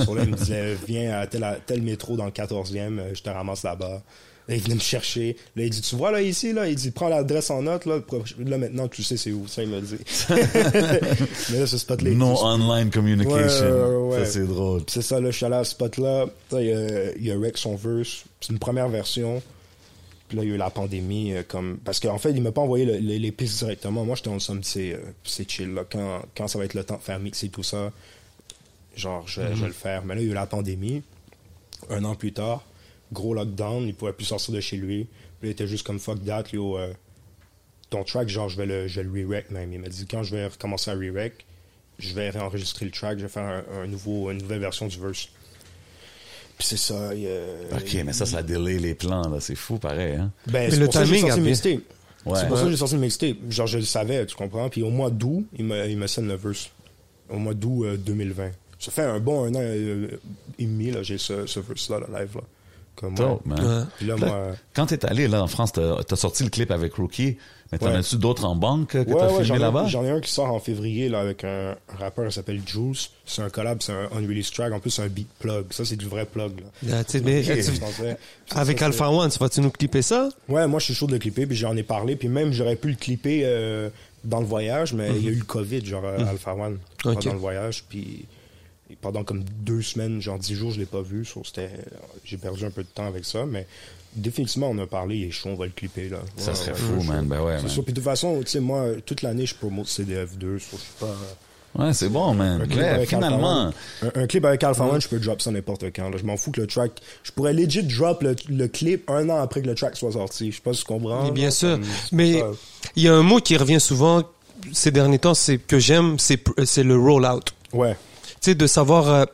E: Sur là, il me disait, viens à tel, à tel métro dans le 14e, euh, je te ramasse là-bas. Là, il venait me chercher. Là, il dit, tu vois, là, ici, là, il dit, prends l'adresse en note, là, le pro- là, maintenant, tu sais c'est où. Ça, il m'a dit. Mais là, ce spot-là, il
D: No
E: existe
D: online communication.
E: Ouais, ouais, ouais.
D: Ça, c'est drôle.
E: puis c'est ça, là, je suis allé à ce spot-là. Là, il y a, il y a Rex son verse. C'est une première version. Puis là, il y a eu la pandémie. euh, comme... Parce qu'en fait, il m'a pas envoyé le- le- les pistes directement. Moi, j'étais en somme, c'est euh, c'est chill. Là. Quand, quand ça va être le temps de faire mixer tout ça, genre, je, je vais le faire. Mais là, il y a eu la pandémie. Un an plus tard, gros lockdown, il pouvait plus sortir de chez lui. Puis il était juste comme fuck that, yo, euh, ton track, genre, je vais le, je vais le re-rec même. Il m'a dit, quand je vais recommencer à re-rec, je vais réenregistrer le track, je vais faire un, un nouveau, une nouvelle version du verse. Puis c'est ça. il, euh,
D: OK, mais ça, ça délai les plans, là. C'est fou, pareil, hein?
E: ben,
C: Mais
E: c'est
C: le
E: pour ça que j'ai
C: timing
E: sorti
C: a
E: le
C: bien-
E: mixtape.
D: Ouais.
E: C'est pour ça que j'ai sorti le mixtape. Genre, je le savais, tu comprends. Puis au mois d'août, il me, il me sonne le verse. Au mois d'août euh, 2020. Ça fait un bon un an euh, et demi, là, j'ai ce, ce verse-là, le live, là. Comme, ouais.
D: Dope, man.
C: Ouais.
E: Puis là,
D: hein? Là,
E: moi... euh,
D: Quand t'es allé, là, en France, t'as as sorti le clip avec Rookie, mais t'en
E: Ouais.
D: as-tu d'autres en banque euh, que
E: ouais,
D: t'as
E: ouais, j'en
D: filmé
E: ai-
D: là-bas?
E: J'en ai un qui sort en février là, avec un rappeur qui s'appelle Jules. C'est un collab, c'est un unreleased track. En plus, c'est un beat plug. Ça, c'est du vrai plug. Là.
C: Là, tu sais, mais,
E: Ok,
C: tu-
E: je pensais-
C: avec
E: ça, c'est-
C: Alpha One, tu vas-tu nous clipper ça?
E: Ouais, moi, je suis chaud de le clipper, puis j'en ai parlé. Puis même, j'aurais pu le clipper euh, dans le voyage, mais il y a eu le COVID, genre euh, Alpha One, pendant
C: Mhm. Ok.
E: le voyage. Puis et pendant comme deux semaines, genre dix jours, je l'ai pas vu. so c'était- J'ai perdu un peu de temps avec ça, mais définitivement, on a parlé. Il est chaud, on va le clipper. Là.
D: Ça
E: Ouais,
D: serait
E: ouais,
D: fou,
E: je-
D: man. Ben ouais,
E: C'est
D: man.
E: sûr. Puis de toute façon, tu sais, moi, toute l'année, je promote CDF2, so je suis pas...
D: Ouais, c'est bon, man.
E: clip
D: Ouais,
E: avec
D: finalement.
E: Alpha One. Un, un clip avec Alpha One, je peux drop ça n'importe quand. là. Je m'en fous que le track. Je pourrais legit drop le, le clip un an après que le track soit sorti. Je sais pas si tu comprends.
C: Mais bien
E: là,
C: sûr.
E: comme- c'est
C: Mais
E: pas-
C: il y a un mot qui revient souvent ces derniers temps, c'est que j'aime, c'est pr- c'est le roll-out.
E: Ouais.
C: Tu sais, de savoir euh,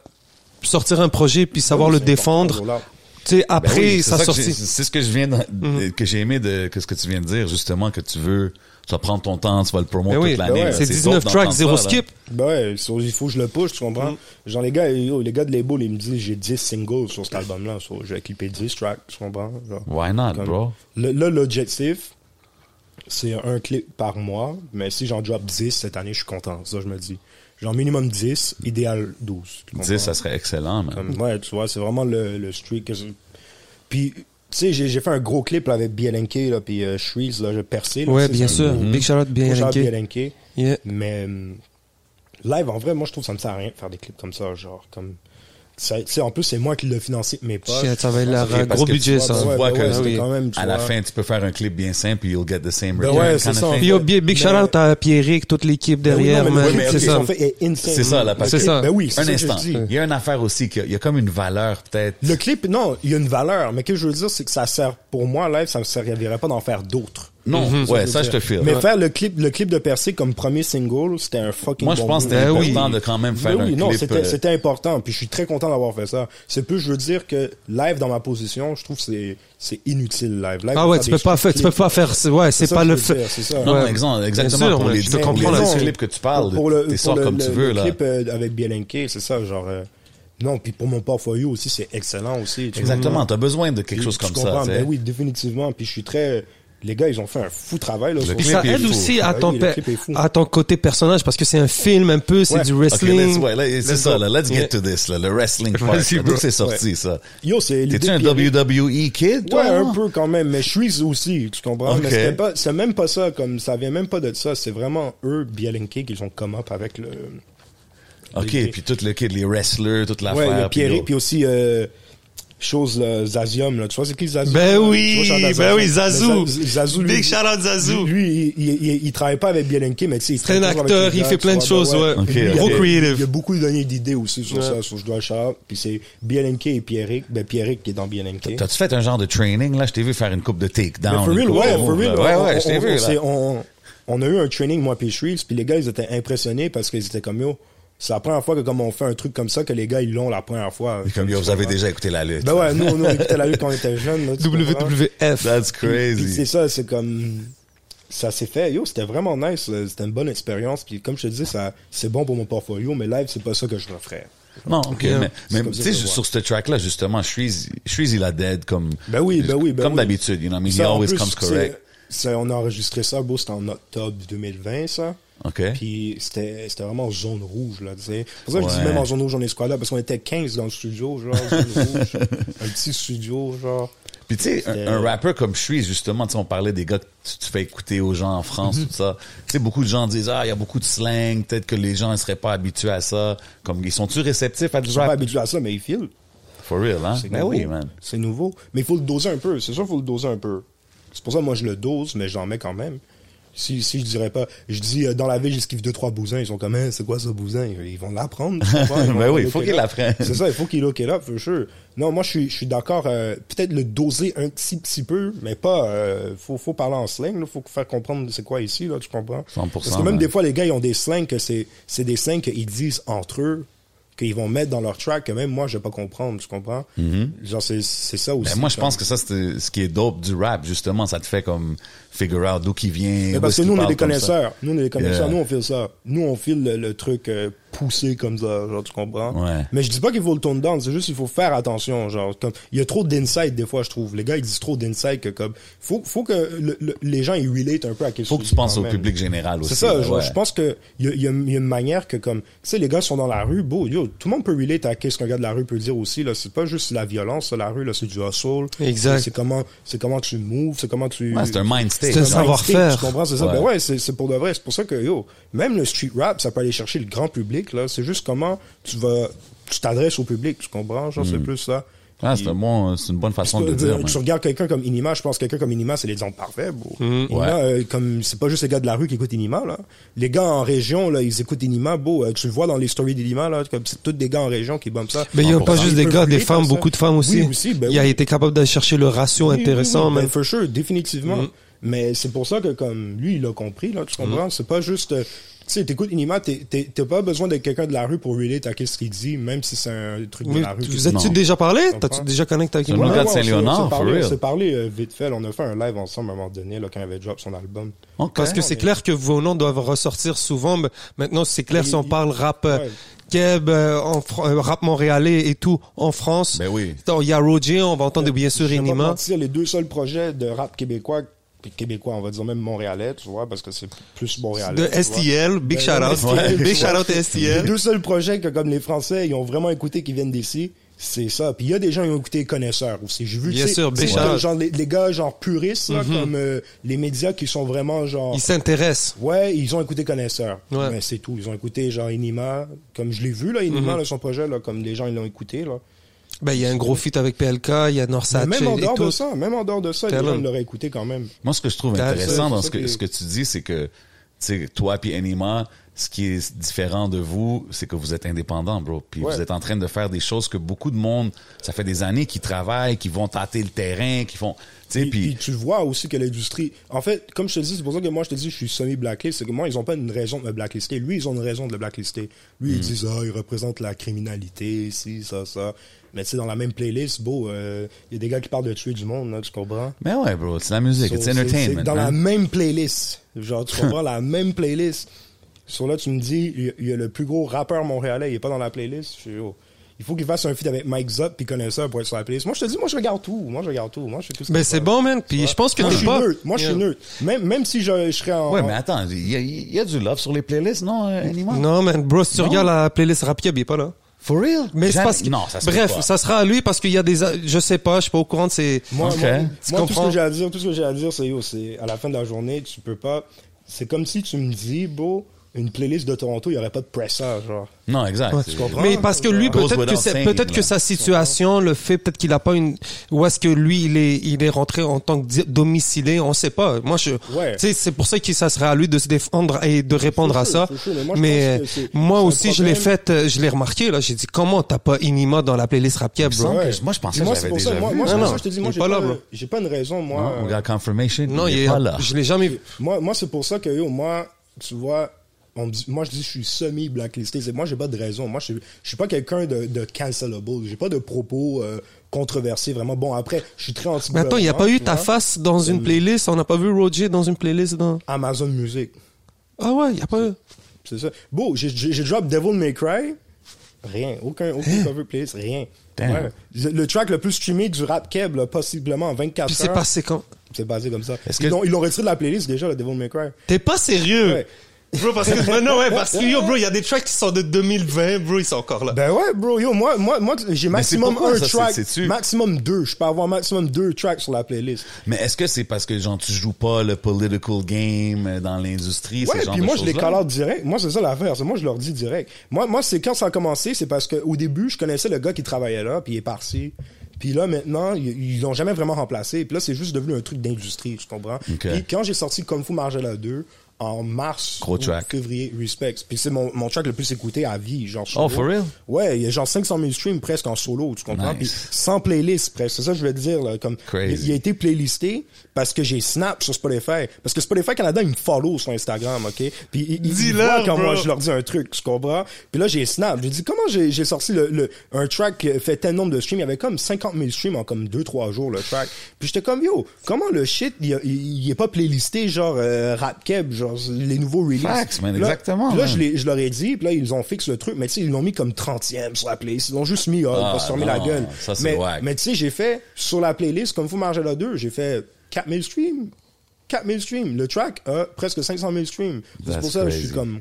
C: sortir un projet puis savoir
E: Ouais,
C: le
E: c'est
C: défendre.
E: important.
C: Tu sais,
D: Ben
C: après
D: oui, c'est
C: sa
D: ça que j'ai-
C: sortie.
D: C'est ce que je viens de-
E: Mm-hmm.
D: que j'ai aimé de que ce que tu viens de dire justement que tu veux tu vas prendre ton temps, tu vas le promouvoir
C: Ben oui,
D: toute l'année.
E: ben ouais.
D: là.
C: c'est
D: dope
C: 19
D: d'entendre
C: tracks, zéro
D: ça, là.
C: skip.
E: Ben ouais, so, il faut que je le push, tu
C: Mm.
E: comprends? Genre, les gars, yo, les gars de label, ils me disent, j'ai 10 singles sur cet album-là, so, je vais clipper 10 tracks, tu comprends? Genre,
D: Why not,
E: comme-
D: Ah, bro?
E: Le- là, l'objectif, c'est un clip par mois, mais si j'en drop 10 cette année, je suis content, ça, je me dis. Genre, minimum 10, idéal 12. tu
D: 10, ça
E: comprends?
D: serait excellent, man.
E: Comme, ouais, tu vois, c'est vraiment le, le streak. que je- Puis, tu sais, j'ai j'ai fait un gros clip là, avec BLNK, là, puis euh, Shreeze, là, je percé. là,
C: Ouais,
E: tu sais,
C: bien
E: ça,
C: sûr. Big shout out, bien
E: Gros shout out
C: linké.
E: BLNK.
C: Yeah.
E: Mais euh, live, en vrai, moi, je trouve que ça ne sert à rien de faire des clips comme ça. Genre, comme. ça- Tu sais, en plus, c'est moi qui l'ai financé de mes poches.
C: Shit, ça va être la-
E: la
D: Ok,
C: un
D: parce
C: gros
D: que
C: budget,
D: tu vois,
C: ça. Ah
D: Tu
E: Ouais,
D: vois
E: ben
D: que
E: ouais, c'était quand même, tu
D: à la
E: vois.
D: fin, tu peux faire un clip bien simple et you'll get the same
E: Ben
D: return.
E: ouais,
D: kind
E: c'est
D: of
E: ça, en
D: thing.
E: fait.
C: Puis yo, big big
E: Mais-
C: shout out à Pierrick, toute l'équipe derrière,
E: oui, non, mais
C: man.
E: le clip
C: C'est
E: qu'ils
C: ça.
E: ont fait est insane.
D: C'est ça, la
E: Ben
D: parce
C: C'est
D: que-
C: ça.
E: Ben oui, c'est
D: Un
E: ça que je
D: instant.
E: dis.
D: Il y a une affaire aussi qu'il y a- il y a comme une valeur peut-être.
E: Le clip, non, il y a une valeur, mais ce que je veux dire, c'est que ça sert, pour moi, live, ça ne me servirait pas d'en faire d'autres.
D: Non, ouais, ça
E: veux
D: je te
E: dire.
D: file.
E: Mhm. Mais faire le clip, le clip de Percé comme premier single, c'était un fucking
D: Moi, je
E: bon
D: pense que
E: move.
D: c'était
C: Ben oui.
D: important de quand même faire
E: Ben oui,
D: un
E: non,
D: clip.
E: c'était,
D: euh,
E: c'était important. Puis je suis très content d'avoir fait ça. C'est plus, je veux dire que live dans ma position, je trouve que c'est, c'est inutile live. Live,
C: Ah
E: on
C: ouais,
E: fait
C: tu
E: des
C: peux pas faire, tu peux
E: clips.
C: pas faire, c'est- ouais, c'est
E: ça
C: pas
E: que
C: le
E: je veux
C: fait.
E: dire, c'est ça.
D: Non,
C: Ouais.
D: mais exemple- exactement,
C: Bien sûr,
D: pour
C: ouais,
D: les-
C: je te
D: pour
E: Mais
C: comprends
D: les-
C: là-dessus.
E: Ben non,
D: clips que tu parles, t'es sort comme tu veux,
E: le
D: là.
E: clip euh, avec Bielenke, c'est ça, genre. euh, non, puis pour mon portfolio aussi, c'est excellent aussi. tu
D: Exactement, t'as besoin de quelque
E: vois.
D: chose comme
E: Tu
D: ça.
E: comprends?
D: tu sais.
E: Ben oui, définitivement. Puis je suis très. Les gars, ils ont fait un fou travail là. sur
C: Puis
D: clip
C: ça
D: est
C: aide
D: fou.
C: aussi à
E: Ben
C: ton,
E: oui, le
C: pe-
E: clip est fou.
C: à ton côté personnage parce que c'est un film un peu, c'est
E: Ouais.
C: du
D: Ok, let's-
C: wrestling.
D: ouais, là, c'est
C: Let's
D: ça,
C: go.
D: là, let's
C: Yeah.
D: get to this, là, le wrestling part.
C: Vas-y,
D: là,
C: bro.
D: D'où c'est sorti, ça?
E: Yo, c'est l'idée
D: T'es-tu un
E: de Bielenke.
D: WWE kid? toi?
E: Ouais, un peu quand même, mais Shreeze aussi, tu comprends?
D: Ok.
E: Mais c'était pas, c'est même pas ça, comme ça vient même pas de ça, c'est vraiment eux, Bielinke, qu'ils ont come up avec le.
D: OK, puis tout le kid, les wrestlers, toute l'affaire.
E: ouais, le
D: puis
E: Pierrick,
D: yo.
E: puis aussi, euh, chose, le Zazium, là. Tu vois, c'est qui Zazium?
C: Ben
E: Tu vois,
C: oui,
E: shout out à
C: ben oui,
E: Le
C: Zazou.
E: Zaz- Zazou, lui.
C: Big shout out Zazou.
E: Lui, il, il, il- il travaille pas avec Bielinke, mais tu sais, il
C: C'est un
E: travaille toujours
C: acteur,
E: avec les
C: il
E: gars,
C: fait
E: tu
C: plein de
E: vois,
C: choses,
E: ben
C: ouais.
D: Ok,
E: Lui, il a-
D: Gros
C: creative.
E: Il a beaucoup donné d'idées aussi sur ça, sur je dois le shout out. Puis c'est Bielinke et Pierrick, ben Pierrick qui est dans Bielinke.
D: T'as-tu fait un genre de training, là? Je t'ai vu faire une coupe de takedown.
E: Mais for
D: une
E: real,
D: coupe
E: ouais,
D: de
E: for
D: move, là.
E: real. on-
D: Ouais, ouais, je t'ai
E: on-
D: vu,
E: on
D: là.
E: s'est- on, on a eu un training, moi, puis Shreels, puis les gars, ils étaient impressionnés parce qu'ils étaient comme, yo, c'est la première fois que comme on fait un truc comme ça, que les gars, ils l'ont la première fois.
D: Puis Comme, yo, vous avez déjà écouté la lutte.
E: Ben ouais, nous, on a écouté la lutte quand on était jeunes. là, tu
D: E.
E: comprends?
C: WWF.
D: That's
E: Puis c'est
D: crazy.
E: ça, c'est comme. Ça s'est fait, yo, c'était vraiment nice, là, c'était une bonne expérience, puis comme je te dis, ça, c'est bon pour mon portfolio, mais live, c'est pas ça que je referais.
D: Non, OK,
C: Yeah.
D: mais,
E: C'est
D: mais
E: comme
D: tu
E: ça
D: sais,
E: que je vois.
D: sur ce track-là, justement, Shreeze, Shreeze, il a dead comme...
E: Ben oui, ben oui, ben
D: Comme
E: oui.
D: d'habitude, you know, I mean, he
E: Ça, en
D: always
E: plus,
D: comes
E: c'est-
D: correct.
E: c'est- on a enregistré ça, bro, c'était en octobre 2020, ça.
D: OK.
E: Puis c'était c'était vraiment zone rouge, là, tu sais. Pour ça, que je dis
D: Ouais.
E: même en zone rouge, on est squad parce qu'on était 15 dans le studio, genre, zone rouge. Un petit studio, genre.
D: Puis tu sais, un, un rapper comme je suis, justement, tu sais, on parlait des gars que tu, tu fais écouter aux gens en France, tout ça. Tu sais, beaucoup de gens disent, ah, il y a beaucoup de slang, peut-être que les gens ne seraient pas habitués à ça. Comme, ils sont-tu réceptifs à du
E: Je suis pas
D: rap?
E: habitué à ça, mais il file.
D: For real, hein?
E: C'est
D: Ben
E: nouveau.
D: oui, man.
E: C'est nouveau. Mais il faut le doser un peu. C'est sûr qu'il faut le doser un peu. C'est pour ça, moi, je le dose, mais j'en mets quand même. Si, si je dirais pas, je dis euh, dans la ville, j'esquive deux trois bousins, ils sont comme Hein, c'est quoi ce bousin Ils vont l'apprendre. tu comprends? Ils vont
D: Ben oui, il faut
E: look it
D: qu'ils
E: up.
D: l'apprennent.
E: C'est ça, il faut qu'ils look it up, for sure. Non, moi je suis, je suis d'accord, euh, peut-être le doser un petit petit peu, mais pas euh, faut faut parler en slang, il faut faire comprendre c'est quoi ici là, tu comprends
D: 100%,
E: Parce que même
D: ouais.
E: des fois les gars ils ont des slangs que c'est c'est des slangs qu'ils disent entre eux qu'ils vont mettre dans leur track que même moi je vais pas comprendre, tu comprends Genre c'est c'est ça aussi.
D: Mm-hmm. Ben, moi, je
E: comme-
D: pense que ça, c'est ce qui est dope du rap, justement. Ça te fait comme figure out d'où qui vient.
E: Mais
D: où
E: parce
D: est-ce
E: que
D: qu'il
E: nous, on est
D: parle
E: des
D: comme ça.
E: connaisseurs. Nous, on est des connaisseurs.
D: Yeah.
E: Nous, on file ça. Nous, on file le, le truc euh, poussé comme ça. Genre, tu comprends?
D: Ouais.
E: Mais je dis pas qu'il faut le tone down. C'est juste qu'il faut faire attention. Genre, comme, il y a trop d'insight, des fois, je trouve. Les gars, ils disent trop d'insight que comme, faut, faut que le- le- les gens, ils relatent un peu à quelque
D: Faut
E: chose.
D: que tu penses au public général aussi.
E: C'est ça,
D: là,
E: genre,
D: ouais.
E: je pense que il y, a- il y a il y a une manière que comme, tu sais, les gars sont dans la rue, beau, yo, tout le monde peut relate à qu'est-ce qu'un gars de la rue peut dire aussi, là, c'est pas juste la violence, la rue, là, c'est du hustle.
C: Exact.
E: C'est comment, c'est comment tu moves, c'est comment tu...
D: Ouais, c'est un mind state.
C: C'est un
D: là.
C: savoir-
E: Instinct,
C: savoir-faire.
E: Tu comprends, c'est ça.
D: Ouais.
E: Ben ouais, c'est c'est pour de vrai. C'est pour ça que, yo, même le street rap, ça peut aller chercher le grand public, là. C'est juste comment tu vas, tu t'adresses au public, tu comprends? Genre, c'est plus ça.
D: Ah, c'est un bon- c'est une bonne façon de le
E: Parce que,
D: dire.
E: euh,
D: man.
E: tu regardes quelqu'un comme Inima, je pense que quelqu'un comme Inima, c'est l'exemple parfait. bro.
C: Mm.
E: Inima,
D: Ouais.
E: euh, comme c'est pas juste les gars de la rue qui écoutent Inima là. Les gars en région là, ils écoutent Inima, beau. Euh, tu le vois dans les stories d'Inima là, comme c'est tous des gars en région qui bombent ça.
C: Mais il n'y a pas
E: 100%.
C: juste des
E: Ils
C: gars,
E: peuvent
C: des
E: relater
C: femmes,
E: à ça.
C: beaucoup de femmes aussi.
E: Oui, aussi, ben
C: il a
E: oui.
C: été capable de chercher le ratio
E: Oui, oui,
C: intéressant.
E: oui, ben,
C: mais Mm.
E: for sure, définitivement. Mais c'est pour ça que comme lui, il a compris là, tu comprends. C'est pas juste, euh, tu sais, t'écoutes Inima, t'es- t'es- t'as pas besoin d'être quelqu'un de la rue pour relate à qu'est-ce qu'il dit, même si c'est un truc de
C: Oui,
E: la rue. qui
C: vous êtes-tu
D: Non.
C: déjà parlé?
E: Comprends.
C: T'as-tu déjà connecté avec
D: C'est
C: une
D: le
E: Ouais,
D: gars de
E: ouais, on s'est-
D: Saint-Léonard,
E: on s'est
D: for
E: parlé-
D: real.
E: On s'est parlé euh, vite fait. là. On a fait un live ensemble à un moment donné là, quand il avait drop son album.
D: Ok.
C: Parce que c'est clair que vos noms doivent ressortir souvent. mais Maintenant, c'est clair si on
E: Il-
C: parle rap euh,
E: Ouais.
C: keb, euh, en Fr- euh, rap montréalais et tout en France.
D: Ben oui.
C: Attends, Il y a Roger, on va entendre bien sûr
E: Je vais pas
C: Inima.
E: mentir, les deux seuls projets de rap québécois, puis québécois, on va dire même montréalais, tu vois, parce que c'est plus montréalais.
C: De
E: tu vois.
C: STL, big
E: Ben,
C: shout out.
E: STL, tu
C: Big shout
E: vois.
C: out à
E: Les
C: STL.
E: deux seuls projets que comme les Français, ils ont vraiment écouté qui viennent d'ici, c'est ça. Puis il y a des gens qui ont écouté connaisseurs aussi. J'ai vu tu
C: Bien
E: sais,
C: sûr,
E: tu sais,
C: Béchard. Mm-hmm.
E: comme genre les, les gars genre puristes là, comme euh, les médias qui sont vraiment genre
C: Ils s'intéressent.
E: Ouais, ils ont écouté Connaisseur.
C: Ouais.
E: Mais c'est tout. Ils ont écouté genre Inima, comme je l'ai vu là,
C: Mhm.
E: Inima, là, son projet, là, comme les gens ils l'ont écouté là.
C: Ben, il y a un gros feat avec PLK, il y a
E: Mais
C: Norsace
E: même en
C: et
E: dehors de
C: tout.
E: ça, même en dehors de ça, les
C: Tell
E: gens
C: them.
E: ils l'auraient écouté quand même.
D: Moi, ce que je trouve
C: T'as-
D: intéressant
E: c'est-
D: dans
E: c'est
D: ce que,
E: ça qui-
D: ce que tu dis, c'est que, tu sais, toi puis Anima, ce qui est différent de vous, c'est que vous êtes indépendant, bro. Puis
E: Ouais.
D: vous êtes en train de faire des choses que beaucoup de monde, ça fait des années qu'ils travaillent, qu'ils vont tâter le terrain, qu'ils font, tu sais,
E: Puis,
D: puis
E: tu vois aussi que l'industrie. En fait, comme je te dis, c'est pour ça que moi je te dis, je suis semi-blacklist. C'est que moi, ils n'ont pas une raison de me blacklister. Lui, ils ont une raison de le blacklister. Lui,
C: Mhm.
E: ils disent, ah, il représente la criminalité, si, ça, ça. Mais tu sais, dans la même playlist, beau, euh, il y a des gars qui parlent de tuer du monde, là, tu comprends?
D: mais ouais, bro, c'est la musique,
E: So,
D: it's
E: c'est-
D: entertainment.
E: c'est Dans la
D: hein.
E: même playlist. Genre, tu comprends, la même playlist. Sur là, tu me dis, il y a- il y, a le plus gros rappeur montréalais, il est pas dans la playlist. Je suis, oh, Il faut qu'il fasse un feat avec Mike Zop puis connaisse ça pour être sur la playlist. Moi, je te dis, moi, je regarde tout. Moi, je regarde tout. Moi, je fais tout ce
C: Ben,
E: qu'il
C: c'est
E: faut.
C: bon, man. Puis
E: Ouais.
C: je pense que
E: Moi, je
C: t'es
E: suis
C: pas.
E: neutre. Moi, je suis
C: Yeah.
E: neutre. Même, même si je, je serais en.
D: Ouais,
E: en-
D: mais attends, il y, a- il y a du love sur les playlists, non, euh, Anima?
C: Non, man. Bro, si tu
D: Non.
C: regardes la playlist rap keb, il est pas là.
D: For real?
C: Mais c'est
D: Jamais-
C: parce que,
D: Non, ça se peut
C: bref,
D: pas.
C: ça sera à lui parce qu'il y a des, a- je sais pas, je suis pas au courant de ces,
E: Moi,
D: Ok.
E: moi,
C: Tu
E: moi, tout ce
C: comprends?
E: que j'ai à dire, tout ce que j'ai à dire, c'est yo, c'est à la fin de la journée, tu peux pas. C'est comme si tu me dis, beau, une playlist de Toronto, il y aurait pas de presseur, genre.
D: Non, exact.
C: Ouais.
D: C'est-
E: comprends?
C: mais parce que lui,
D: Goes
C: peut-être que
D: without
C: c'est,
D: saying,
C: peut-être
D: là.
C: que sa situation le fait, peut-être qu'il a pas une, ou est-ce que lui, il est, il est rentré en tant que di- domicilé, on sait pas. Moi, je,
E: Ouais.
C: tu sais, c'est pour ça que ça serait à lui de se défendre et de répondre à
E: C'est
C: ça.
E: sûr, c'est sûr, mais moi, je
C: Mais euh,
E: pense que c'est-
C: moi
E: c'est un
C: aussi, je l'ai
E: problème.
C: fait, euh, je l'ai remarqué, là. J'ai dit, comment t'as pas Inima dans la playlist rap hein? keb, bro?
D: semble
E: Ouais.
D: que- moi, je pensais
E: Puis
D: que
E: moi,
D: j'avais
E: c'est pour
D: déjà
E: ça, moi,
D: vu.
E: moi, c'est
C: Ah
E: pour
C: non,
E: ça que je te dis,
C: il
E: moi,
C: est
E: j'ai
C: pas hein. là,
E: pas,
C: bro.
E: j'ai pas une raison, moi.
D: Non, on
E: euh,
D: regarde Confirmation.
C: Non, il est-
D: pas là.
C: je l'ai jamais vu.
E: Moi, moi c'est pour ça que, yo, moi, tu vois, on me dit- moi, je dis, je suis semi-blacklisté. C'est- Moi, j'ai pas de raison. Moi, je, je suis pas quelqu'un de, de cancelable. J'ai pas de propos euh, controversés, vraiment. Bon, après, je suis très anti
C: Mais attends, il n'y a pas eu ta
E: femme
C: face dans une playlist, on n'a pas vu Roger dans une playlist dans...
E: Amazon Music.
C: Ah ouais, il n'y a pas eu.
E: C'est ça. Bon, j'ai- j'ai j'ai drop Devil May Cry. Rien. Aucun,
C: Hein?
E: aucun cover playlist. Rien.
D: Damn.
E: Ouais. Le le track le plus streamé du rap keb, là, possiblement en 24
C: Puis c'est
E: heures.
C: passé quand?
E: C'est basé comme ça.
D: Est-ce que-
E: Ils
D: Euh,
E: l'ont ils l'ont retiré de la playlist déjà, le Devil May Cry.
C: T'es pas sérieux?
E: Ouais.
C: Bro, parce que, ben non, ouais, parce que, yo, bro, il y a des tracks qui sont de 2020, bro, ils sont encore là.
E: Ben ouais, bro, yo, moi, moi, moi j'ai maximum
D: c'est pourquoi,
E: un
D: ça, c'est-
E: track.
D: c'est-tu?
E: maximum deux. Je peux avoir maximum deux tracks sur la playlist.
D: Mais est-ce que c'est parce que genre tu joues pas le political game euh, dans l'industrie,
E: Ouais,
D: ce genre
E: puis
D: de
E: moi, je les
D: choses-là?
E: colore direct. Moi, c'est ça l'affaire. C'est moi, je leur dis direct. Moi, moi c'est quand ça a commencé, c'est parce que au début, je connaissais le gars qui travaillait là, puis il est parti. Puis là, maintenant, ils ils l'ont jamais vraiment remplacé. Puis là, c'est juste devenu un truc d'industrie, tu comprends? Puis quand j'ai sorti Kung Fu Margiela 2, en mars,
D: Gros
E: ou
D: track.
E: février, Respects. Puis c'est mon, mon track le plus écouté à vie, genre
D: Oh,
E: solo.
D: for real?
E: Ouais, il y a genre 500 000 streams presque en solo, tu comprends?
D: Nice.
E: Puis sans playlist presque, c'est ça que je veux te dire, là, comme,
D: Crazy.
E: il- il a été playlisté parce que j'ai snap sur Spotify. Parce que Spotify Canada, il me follow sur Instagram, ok? Puis il, il, il
D: Dis-leur,
E: voit quand
D: bro.
E: moi je leur dis un truc, tu comprends? Puis là, j'ai snap. J'ai dit, comment j'ai j'ai sorti le, le- un track qui fait tel nombre de streams? Il y avait comme 50 000 streams en comme 2-3 jours, le track. Puis j'étais comme, yo, comment le shit, il, a- il, il est pas playlisté, genre, euh, rap keb, genre, les nouveaux releases?
D: Facts, man,
E: Puis là-
D: exactement,
E: puis Là,
D: man.
E: je l'ai- je leur ai dit, puis là, ils ont fixé le truc, mais tu sais, ils l'ont mis comme 30e sur la playlist. Ils l'ont juste mis, oh,
D: Ah,
E: pour se fermer la
D: non,
E: gueule.
D: ça, c'est
E: mais,
D: wack.
E: mais tu sais, j'ai fait sur la playlist, comme vous margez la 2, j'ai fait 4000 streams. 4000 streams. Le track a presque 500 000 streams. C'est
D: That's
E: pour ça que je suis
D: crazy.
E: comme.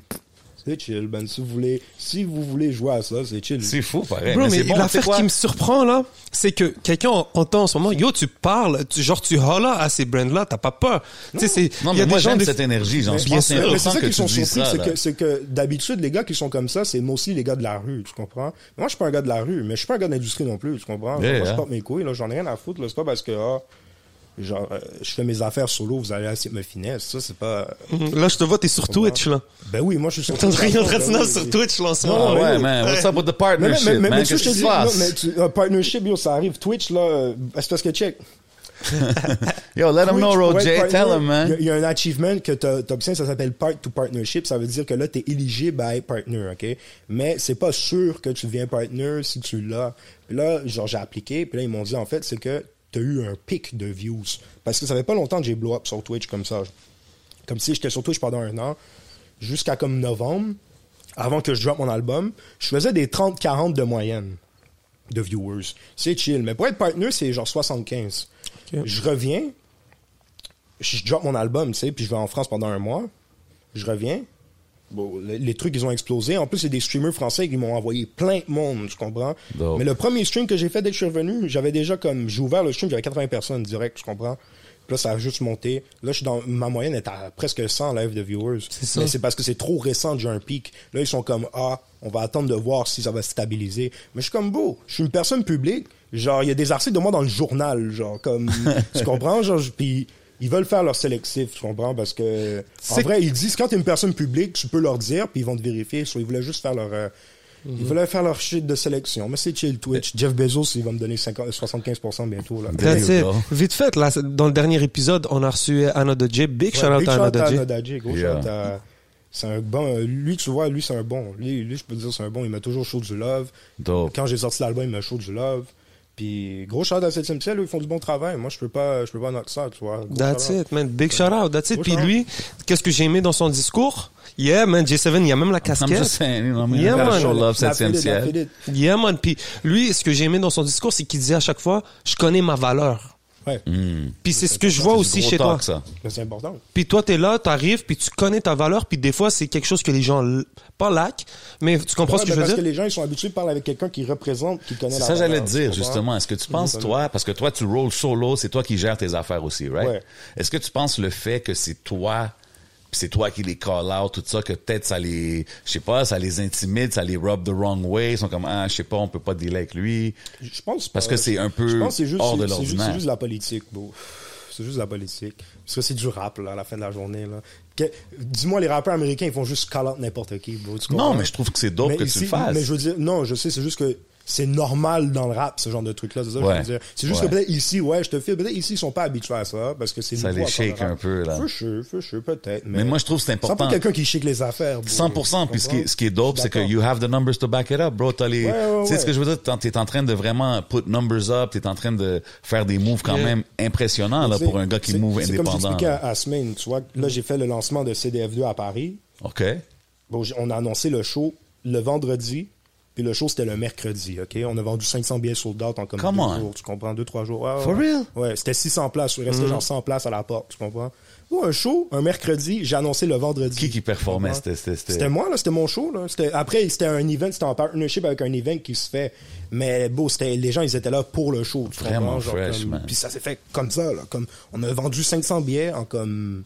E: C'est chill, ben. Si vous voulez, si vous voulez jouer à ça, c'est chill.
D: C'est fou, pareil.
C: Bro, mais,
D: c'est bon, tu
C: l'affaire
D: sais quoi?
C: qui me surprend là, c'est que quelqu'un en- entend en ce moment, yo, tu parles, tu- genre tu holla à ces brands là, t'as pas peur. Tu sais, c'est,
D: Non,
C: il y
D: mais
C: a
D: moi,
C: des gens
D: j'aime
C: des-
D: cette énergie. Genre, je
C: Bien
D: pense que c'est
C: sûr.
E: Mais c'est
D: important
E: ça
D: que
E: qu'ils
D: tu
E: sont
D: dis
E: surpris,
D: ça.
E: c'est
D: là.
E: que, c'est que d'habitude, les gars qui sont comme ça, c'est moi aussi les gars de la rue, tu comprends? Moi, je suis pas un gars de la rue, mais je suis pas un gars d'industrie non plus, tu comprends?
D: Yeah,
E: Genre, moi,
D: hein.
E: je porte mes couilles, là, j'en ai rien à foutre, là. C'est pas parce que, ah, genre, euh, je fais mes affaires solo, vous allez essayer de me finesse. Ça, c'est pas.
C: Là, je te vois, t'es sur Twitch là.
E: Ben oui, moi, je suis sur
C: T'es en train
E: Ben
C: de
E: oui.
C: sur Twitch là en ce
D: Ah
C: moment.
D: ouais, man. What's up with the
E: Mais, mais, mais,
D: partnership,
E: mais,
D: man?
E: tu sais,
D: Qu'est-ce
E: je te
D: qui se
E: dis, non, mais
D: passe?
E: tu- un partnership, yo, ça arrive. Twitch, là, euh, c'est parce que check.
D: Yo, let them
E: Twitch,
D: know,
E: pour être
D: Rojay.
E: partner,
D: Tell them, man.
E: Il y, a- il y a un achievement que t'as- t'obtiens, ça s'appelle Part to Partnership. Ça veut dire que là, t'es éligible à être partner, OK? Mais c'est pas sûr que tu deviens partner si tu l'as. Puis là, genre, j'ai appliqué, puis là, ils m'ont dit, en fait, c'est que t'as eu un pic de views. Parce que ça fait pas longtemps que j'ai blow up sur Twitch comme ça. Comme si j'étais sur Twitch pendant un an, jusqu'à comme novembre, avant que je drop mon album, je faisais des 30-40 de moyenne de viewers. C'est chill. Mais pour être partner, c'est genre 75.
C: Ok.
E: Je reviens, je drop mon album, tu sais, puis je vais en France pendant un mois. Je reviens. Bon, les, les trucs, ils ont explosé. En plus, c'est des streamers français qui m'ont envoyé plein de monde, tu comprends?
D: Dope.
E: Mais le premier stream que j'ai fait dès que je suis revenu, j'avais déjà comme. J'ai ouvert le stream, j'avais 80 personnes direct, tu comprends? Puis là, ça a juste monté. Là, je suis dans. Ma moyenne est à presque 100 live de viewers.
C: ça.
E: Mais c'est parce que c'est trop récent que j'ai un pic. Là, ils sont comme, ah, on va attendre de voir si ça va se stabiliser. Mais je suis comme, beau, je suis une personne publique. Genre, il y a des articles de moi dans le journal, genre, comme, tu comprends? Genre, je- puis ils veulent faire leur sélectif, tu comprends? Parce que, en
C: C'est-
E: vrai, ils disent, quand t'es une personne publique, tu peux leur dire, puis ils vont te vérifier. Soit ils voulaient juste faire leur... euh,
C: Mm-hmm.
E: Ils voulaient faire leur shit de sélection. Mais c'est chill, Twitch. Jeff Bezos, il va me donner 50 75% bientôt, là.
D: There
C: Euh, That's
D: you
C: it.
D: go.
C: Vite fait, là, c'est- dans le dernier épisode, on a reçu Anna de J. Big shout
E: Big
C: out à Anna de
E: shout-out à
C: J.
E: Nodajé, gros
D: Yeah.
E: shout à- C'est un bon. euh, Lui, tu vois, lui, c'est un bon. Lui, lui, je peux te dire, c'est un bon. Il m'a toujours chaud du love.
D: Dope.
E: Quand j'ai sorti l'album, il m'a chaud du love. Puis, gros shout à 7 e ciel, eux, ils font du bon travail. Moi, je peux pas, je peux pas knock ça, tu vois. Gros
C: That's
E: shout-out.
C: it, man. Big shout out. That's it.
E: Gros
C: Puis
E: shout-out.
C: lui, qu'est-ce que j'ai aimé dans son discours? Yeah, man. J7, il y a même la
D: I'm just
C: casquette.
D: saying, you know what I mean?
C: Yeah,
D: Gotta
C: man.
D: show love,
E: La
D: 7e
E: fille, la
D: ciel.
E: fille.
C: Yeah, man. Puis lui, ce que j'ai aimé dans son discours, c'est qu'il disait à chaque fois, je connais ma valeur.
E: Ouais.
D: Mm.
C: Puis c'est ce que je vois
D: C'est
C: aussi
D: du gros
C: chez toi.
D: talk, ça.
E: Mais c'est important.
C: Puis toi, t'es là, t'arrives, puis tu connais ta valeur, puis des fois, c'est quelque chose que les gens, l- pas lac, mais tu comprends
E: Ouais,
C: ce que
E: mais
C: je veux
E: parce
C: dire?
E: que les gens, ils sont habitués de parler avec quelqu'un qui représente, qui connaît
D: C'est
E: la
D: ça que j'allais
E: valeur,
D: te
E: tu
D: dire,
E: comprends?
D: justement. Est-ce que tu penses, toi, parce que toi, tu rolls solo, c'est toi qui gères tes affaires aussi, right?
E: Ouais.
D: Est-ce que tu penses le fait que c'est toi, pis c'est toi qui les call out, tout ça, que peut-être ça les, je sais pas, ça les intimide, ça les rub the wrong way, ils sont comme, ah, je sais pas, on peut pas dealer avec lui.
E: Je pense pas.
D: Parce que c'est un peu
E: Je pense que c'est juste,
D: hors
E: c'est-
D: de
E: c'est juste-
D: l'ordinaire.
E: C'est juste de la politique, bro. C'est juste de la politique. Parce que c'est du rap, là, à la fin de la journée, là. Que- Dis-moi, les rappeurs américains, ils font juste call out n'importe qui, bro. Tu comprends?
D: Non, mais je trouve que c'est dope
E: Mais
D: que tu
E: ici-
D: le fasses.
E: Mais je veux dire, non, je sais, c'est juste que c'est normal dans le rap, ce genre de truc-là. C'est ça que
D: Ouais.
E: je veux dire. C'est juste
D: Ouais.
E: que peut-être ici, ouais, je te file. Peut-être ici, ils sont pas habitués à ça, parce que c'est
D: Ça
E: nouveau
D: les
E: à faire le
D: shake
E: rap.
D: un peu, là.
E: For sure, for sure, peut-être. Mais,
D: Mais moi, je trouve que c'est
E: C'est un peu
D: important.
E: quelqu'un qui shake les affaires, bro.
D: 100%. Puis ce qui, est- ce qui est dope,
E: Je suis
D: c'est que
E: d'accord.
D: you have the numbers to back it up, bro. T'as les,
E: Ouais, ouais,
D: tu sais
E: ouais.
D: ce que je veux dire? T'en- T'es en train de vraiment put numbers up. T'es en train de faire des moves quand
C: Yeah.
D: même impressionnants, là,
E: C'est-
D: Ah, ben, pour un gars qui
E: c'est-
D: move
E: C'est comme
D: indépendant.
E: j'expliquais à, à Semaine, tu vois, là, j'ai fait le lancement de CDF2 à Paris.
D: OK.
E: Bon, j- on a annoncé le show le vendredi, puis le show, c'était le mercredi, OK? On a vendu 500 billets sold out en comme
D: Come
E: deux
D: on.
E: jours, tu comprends? Deux, trois jours. Ouais, ouais,
D: For
E: ouais.
D: real? Mm-hmm.
E: Ouais, c'était 600 places. Il restait genre 100 places à la porte, tu comprends? Ou un show, un mercredi, j'ai annoncé le vendredi.
D: Qui qui performait?
E: Ouais.
D: C'était, c'était, c'était-
E: C'était moi, là, c'était mon show. Là. C'était- Après, c'était un event, c'était en partnership avec un event qui se fait. Mais beau, c'était les gens, ils étaient là pour le show. tu
D: Vraiment
E: comprends, genre,
D: fresh,
E: comme-
D: man.
E: Puis ça s'est fait comme ça. Là, comme, on a vendu 500 billets en comme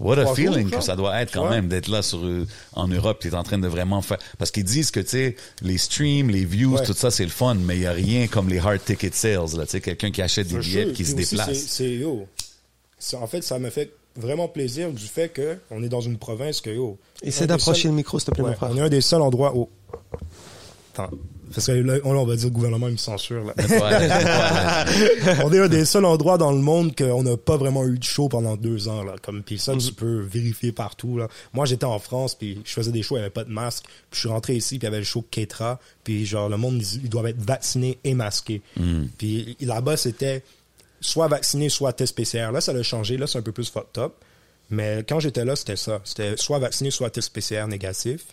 D: What a
E: Trois jours,
D: feeling
E: genre.
D: que ça doit être quand
E: Ouais.
D: même d'être là sur euh, en Europe, t'es en train de vraiment faire parce qu'ils disent que tu sais les streams, les views,
E: Ouais.
D: tout ça c'est le fun, mais il y a rien comme les hard ticket sales là, tu sais quelqu'un qui achète des
E: For
D: billets
E: sure.
D: qui se
E: Puis aussi,
D: déplace.
E: c'est- C'est yo. C'est- En fait, ça me fait vraiment plaisir du fait que on est dans une province que yo.
C: Essaie
E: on est
C: d'approcher
E: seul-
C: le micro, s'il te plaît, mon
E: Ouais,
C: frère.
E: on est un des seuls endroits où. Attends. Parce que là, on là, on va dire le gouvernement il me censure là. on est un des seuls endroits dans le monde qu'on n'a pas vraiment eu de show pendant deux ans là. Comme puis ça,
D: Mm.
E: tu peux vérifier partout là. Moi, j'étais en France puis je faisais des shows, il n'y avait pas de masque. Puis je suis rentré ici puis il y avait le show Ketra. Puis genre le monde ils, ils doivent être vaccinés et masqués.
D: Mm.
E: Puis là-bas c'était soit vacciné soit test PCR. Là, ça l'a changé. Là, c'est un peu plus fucked up. Mais quand j'étais là, c'était ça. C'était soit vacciné soit test PCR négatif.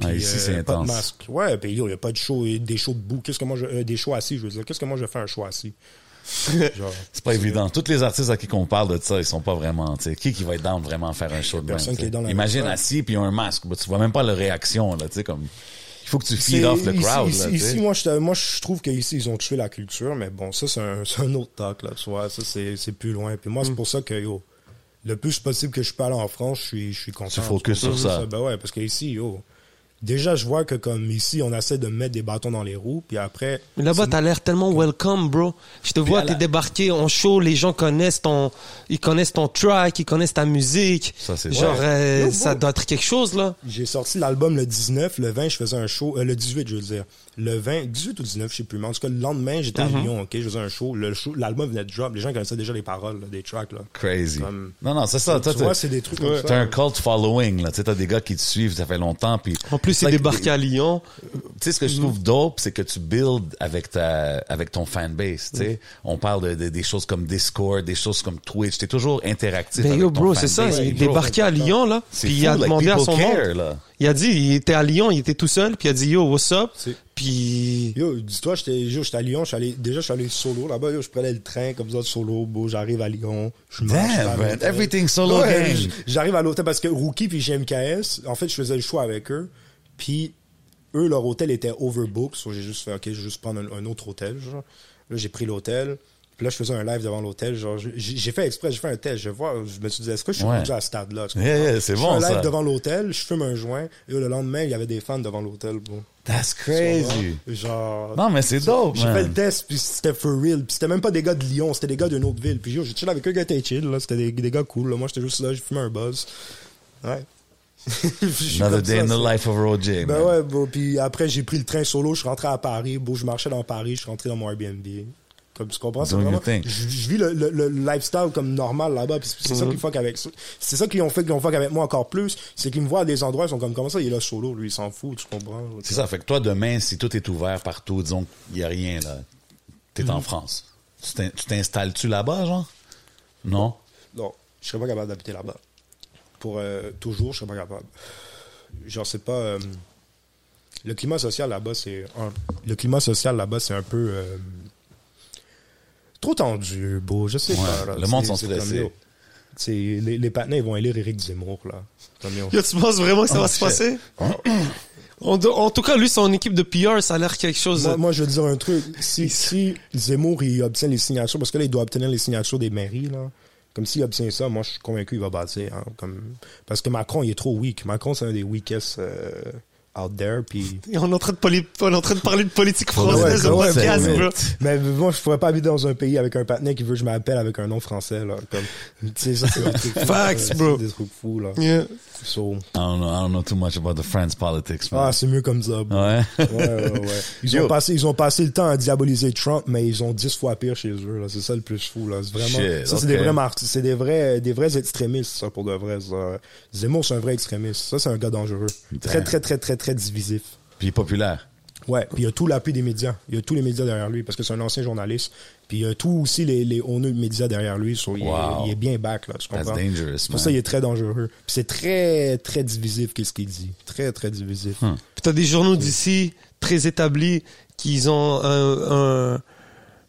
E: euh,
D: Ah, ici, c'est
E: pas de
D: intense.
E: masque. Ouais, puis il n'y a pas de show, des shows debout. Qu'est-ce que moi, je, euh, des shows assis, je veux dire. Qu'est-ce que moi, je fais un show assis? Genre,
D: C'est pas évident. Tous les artistes à qui qu'on parle de ça, ils sont pas vraiment, tu sais, qui qui va être dans vraiment faire un show de même,
E: Personne
D: tu
E: qui
D: sais.
E: est down avec
D: Imagine
E: ça.
D: assis puis ils ont un masque, bah, tu vois même pas leur réaction là, tu sais comme il faut que tu feed
E: c'est-
D: off le
E: ici-
D: crowd
E: Ici,
D: là, tu
E: ici,
D: sais.
E: moi, je, moi, je trouve qu'ici, ils ont tué la culture, mais bon, ça, c'est un, c'est un autre talk, là, tu vois. Ça, c'est c'est plus loin. Puis
D: Hmm.
E: moi, c'est pour ça que, yo, le plus possible que je peux aller en France, je suis, je suis content.
D: Tu focuses
E: C'est pour
D: sur ça.
E: Ben ouais, parce qu'ici, yo, déjà, je vois que comme ici, on essaie de mettre des bâtons dans les roues, puis après...
C: Mais là-bas, t'as l'air tellement welcome, bro. Je te vois,
D: à
C: t'es
D: la-
C: débarqué en show, les gens connaissent ton, ils connaissent ton track, ils connaissent ta musique.
D: Ça, c'est
C: Genre,
D: vrai.
C: euh,
E: Yo,
C: ça
E: bro.
C: doit être quelque chose, là.
E: J'ai sorti l'album le 19, le 20, je faisais un show, euh, le 18, je veux dire. Le 20, 18 ou 19, je sais plus, mais en tout cas, le lendemain, j'étais
D: Mhm.
E: à Lyon, ok, je faisais un show, le show, l'album venait de drop, les gens connaissaient déjà les paroles, là, des tracks, là.
D: Crazy.
E: Comme-
D: Non non, c'est ça, toi,
E: tu
D: t'es-
E: vois, c'est des trucs comme ça.
D: T'as un cult following là, tu sais, t'as des gars qui te suivent, ça fait longtemps puis
C: En plus, Mm-hmm. il
D: Like,
C: débarqué à Lyon.
D: tu sais ce que je trouve dope c'est que tu build avec ta avec ton fanbase tu sais
C: Mm.
D: on parle de, de- des choses comme Discord des choses comme Twitch t'es toujours interactif
C: Mais
D: avec
C: Ben, yo,
D: ton
C: bro, c'est ça.
D: fanbase.
C: Il est
E: bro.
C: débarqué à Lyon, là.
D: C'est
C: Puis il
D: fou,
C: a
D: like,
C: demandé à
D: people
C: son
D: care,
C: monde.
D: là.
C: Il a dit, il était à Lyon, il était tout seul, puis il a dit, yo, what's up?
E: C'est-
C: Puis,
E: Yo, dis-toi, j'étais yo, j'étais à Lyon, je suis allé- déjà je suis allé solo là-bas, yo, je prenais le train comme ça solo, beau, j'arrive à Lyon, je mange,
D: Damn,
E: je vais à
D: man,
E: l'hôtel.
D: everything solo gang.
E: j- J'arrive à l'hôtel parce que Rookie puis GMKS, en fait, je faisais le choix avec eux, puis eux leur hôtel était overbooked, so j'ai juste fait OK, je vais juste prendre un, un autre hôtel, genre. Là, j'ai pris l'hôtel. Puis là, je faisais un live devant l'hôtel. Genre, j'ai- j'ai fait exprès, j'ai fait un test. Je vois, je me suis dit, est-ce que je suis
D: Ouais.
E: rendu à ce stade-là? Tu
D: Yeah,
E: comprends?
D: yeah, c'est
E: Je
D: bon,
E: fais un live
D: ça.
E: devant l'hôtel, je fume un joint. Et le lendemain, il y avait des fans devant l'hôtel. Bon.
D: That's crazy.
E: Genre.
D: Non, mais c'est dope,
E: J'ai
D: man.
E: fait le test, puis c'était for real. Puis c'était même pas des gars de Lyon, c'était des gars d'une autre ville. Puis yo, j'ai chill avec eux, gars, étaient chill, là. C'était des, des gars cool, là. Moi, j'étais juste là, j'ai fumé un buzz. Ouais. Je suis
D: Another
E: comme
D: day
E: ça,
D: in the
E: ça.
D: life of Road J.
E: Ben
D: man.
E: ouais, bon, puis après, j'ai pris le train solo, je suis rentré à Paris. Bon, je marchais dans Paris, je suis rentré dans mon Airbnb. Comme tu comprends, c'est
D: Doing
E: vraiment.
D: your thing.
E: Je, je vis le, le- le lifestyle comme normal là-bas, puis c'est ça
D: Mhm.
E: qui fuck avec ça. C'est ça qu'ils ont fait qu'ils ont fuck avec moi encore plus. C'est qu'ils me voient à des endroits, ils sont comme, comment ça, il est là solo, lui, il s'en fout, tu comprends?
D: C'est ça, fait que toi, demain, si tout est ouvert partout, disons qu'il n'y a rien, là, t'es
E: Mm.
D: en France. Tu t'in- tu t'installes-tu là-bas, genre? Non?
E: Non, je serais pas capable d'habiter là-bas. Pour euh, toujours, je serais pas capable. Genre, c'est pas. euh, le climat social là-bas, c'est. un- Le climat social là-bas, c'est un peu. euh, trop tendu, beau, je sais
D: Ouais,
E: pas. là.
D: le monde
E: C'est-
D: sont
E: c'est comme,
D: stressés.
E: yo, c'est- les, les patins, ils vont élire Éric Zemmour, là. Comme, yo.
C: Yo, tu penses vraiment que ça
D: Oh,
C: va se
D: shit.
C: passer? Oh. En, en tout cas, lui, son équipe de PR, ça a l'air quelque chose.
E: Moi, moi, je veux dire un truc. Si, si Zemmour, il obtient les signatures, parce que là, il doit obtenir les signatures des mairies, là. Comme s'il obtient ça, moi, je suis convaincu qu'il va bâtir. hein, comme... Parce que Macron, il est trop weak. Macron, c'est un des weakest euh, out there. Puis...
C: Et on est en train de, poli- on est en train de parler de politique
D: Ouais,
C: française
D: ouais,
C: au
D: ouais,
C: podcast,
D: ouais.
C: bro.
E: Mais moi, je pourrais pas habiter dans un pays avec un partenaire qui veut que je m'appelle avec un nom français. Là. Comme... Tu sais, ça, c'est des trucs fous,
C: Facts,
E: là.
C: bro.
E: C'est des trucs fous, là.
C: Yeah.
E: So,
D: I don't know, I don't know too much about the France politics,
E: Ah,
D: man.
E: c'est mieux comme ça. bro.
D: ouais?
E: Ouais, ouais, ouais. Ils,
D: Yo.
E: ont passé, ils ont passé le temps à diaboliser Trump, mais ils ont dix fois pire chez eux. là. C'est ça le plus fou. Là. C'est Vraiment,
D: Shit,
E: ça, c'est
D: ok.
E: des vrais martyrs. C'est des vrais, des vrais extrémistes, ça, pour de vrai. ça. Zemmour, c'est un vrai extrémiste. Ça, c'est un gars dangereux. Très, très, très, très, très divisif.
D: Puis populaire.
E: Ouais, puis il y a tout l'appui des médias. Il y a tous les médias derrière lui, parce que c'est un ancien journaliste. Puis il y a tout aussi les, les honneurs de médias derrière lui. so il, est-
D: Wow.
E: il est bien back, là, tu
D: That's
E: comprends?
D: dangerous,
E: C'est
D: man.
E: pour ça qu'il est très dangereux. Puis c'est très, très divisif, qu'est-ce qu'il dit. Très, très divisif.
D: Hmm.
C: Puis t'as des journaux d'ici très établis qui ont un, un,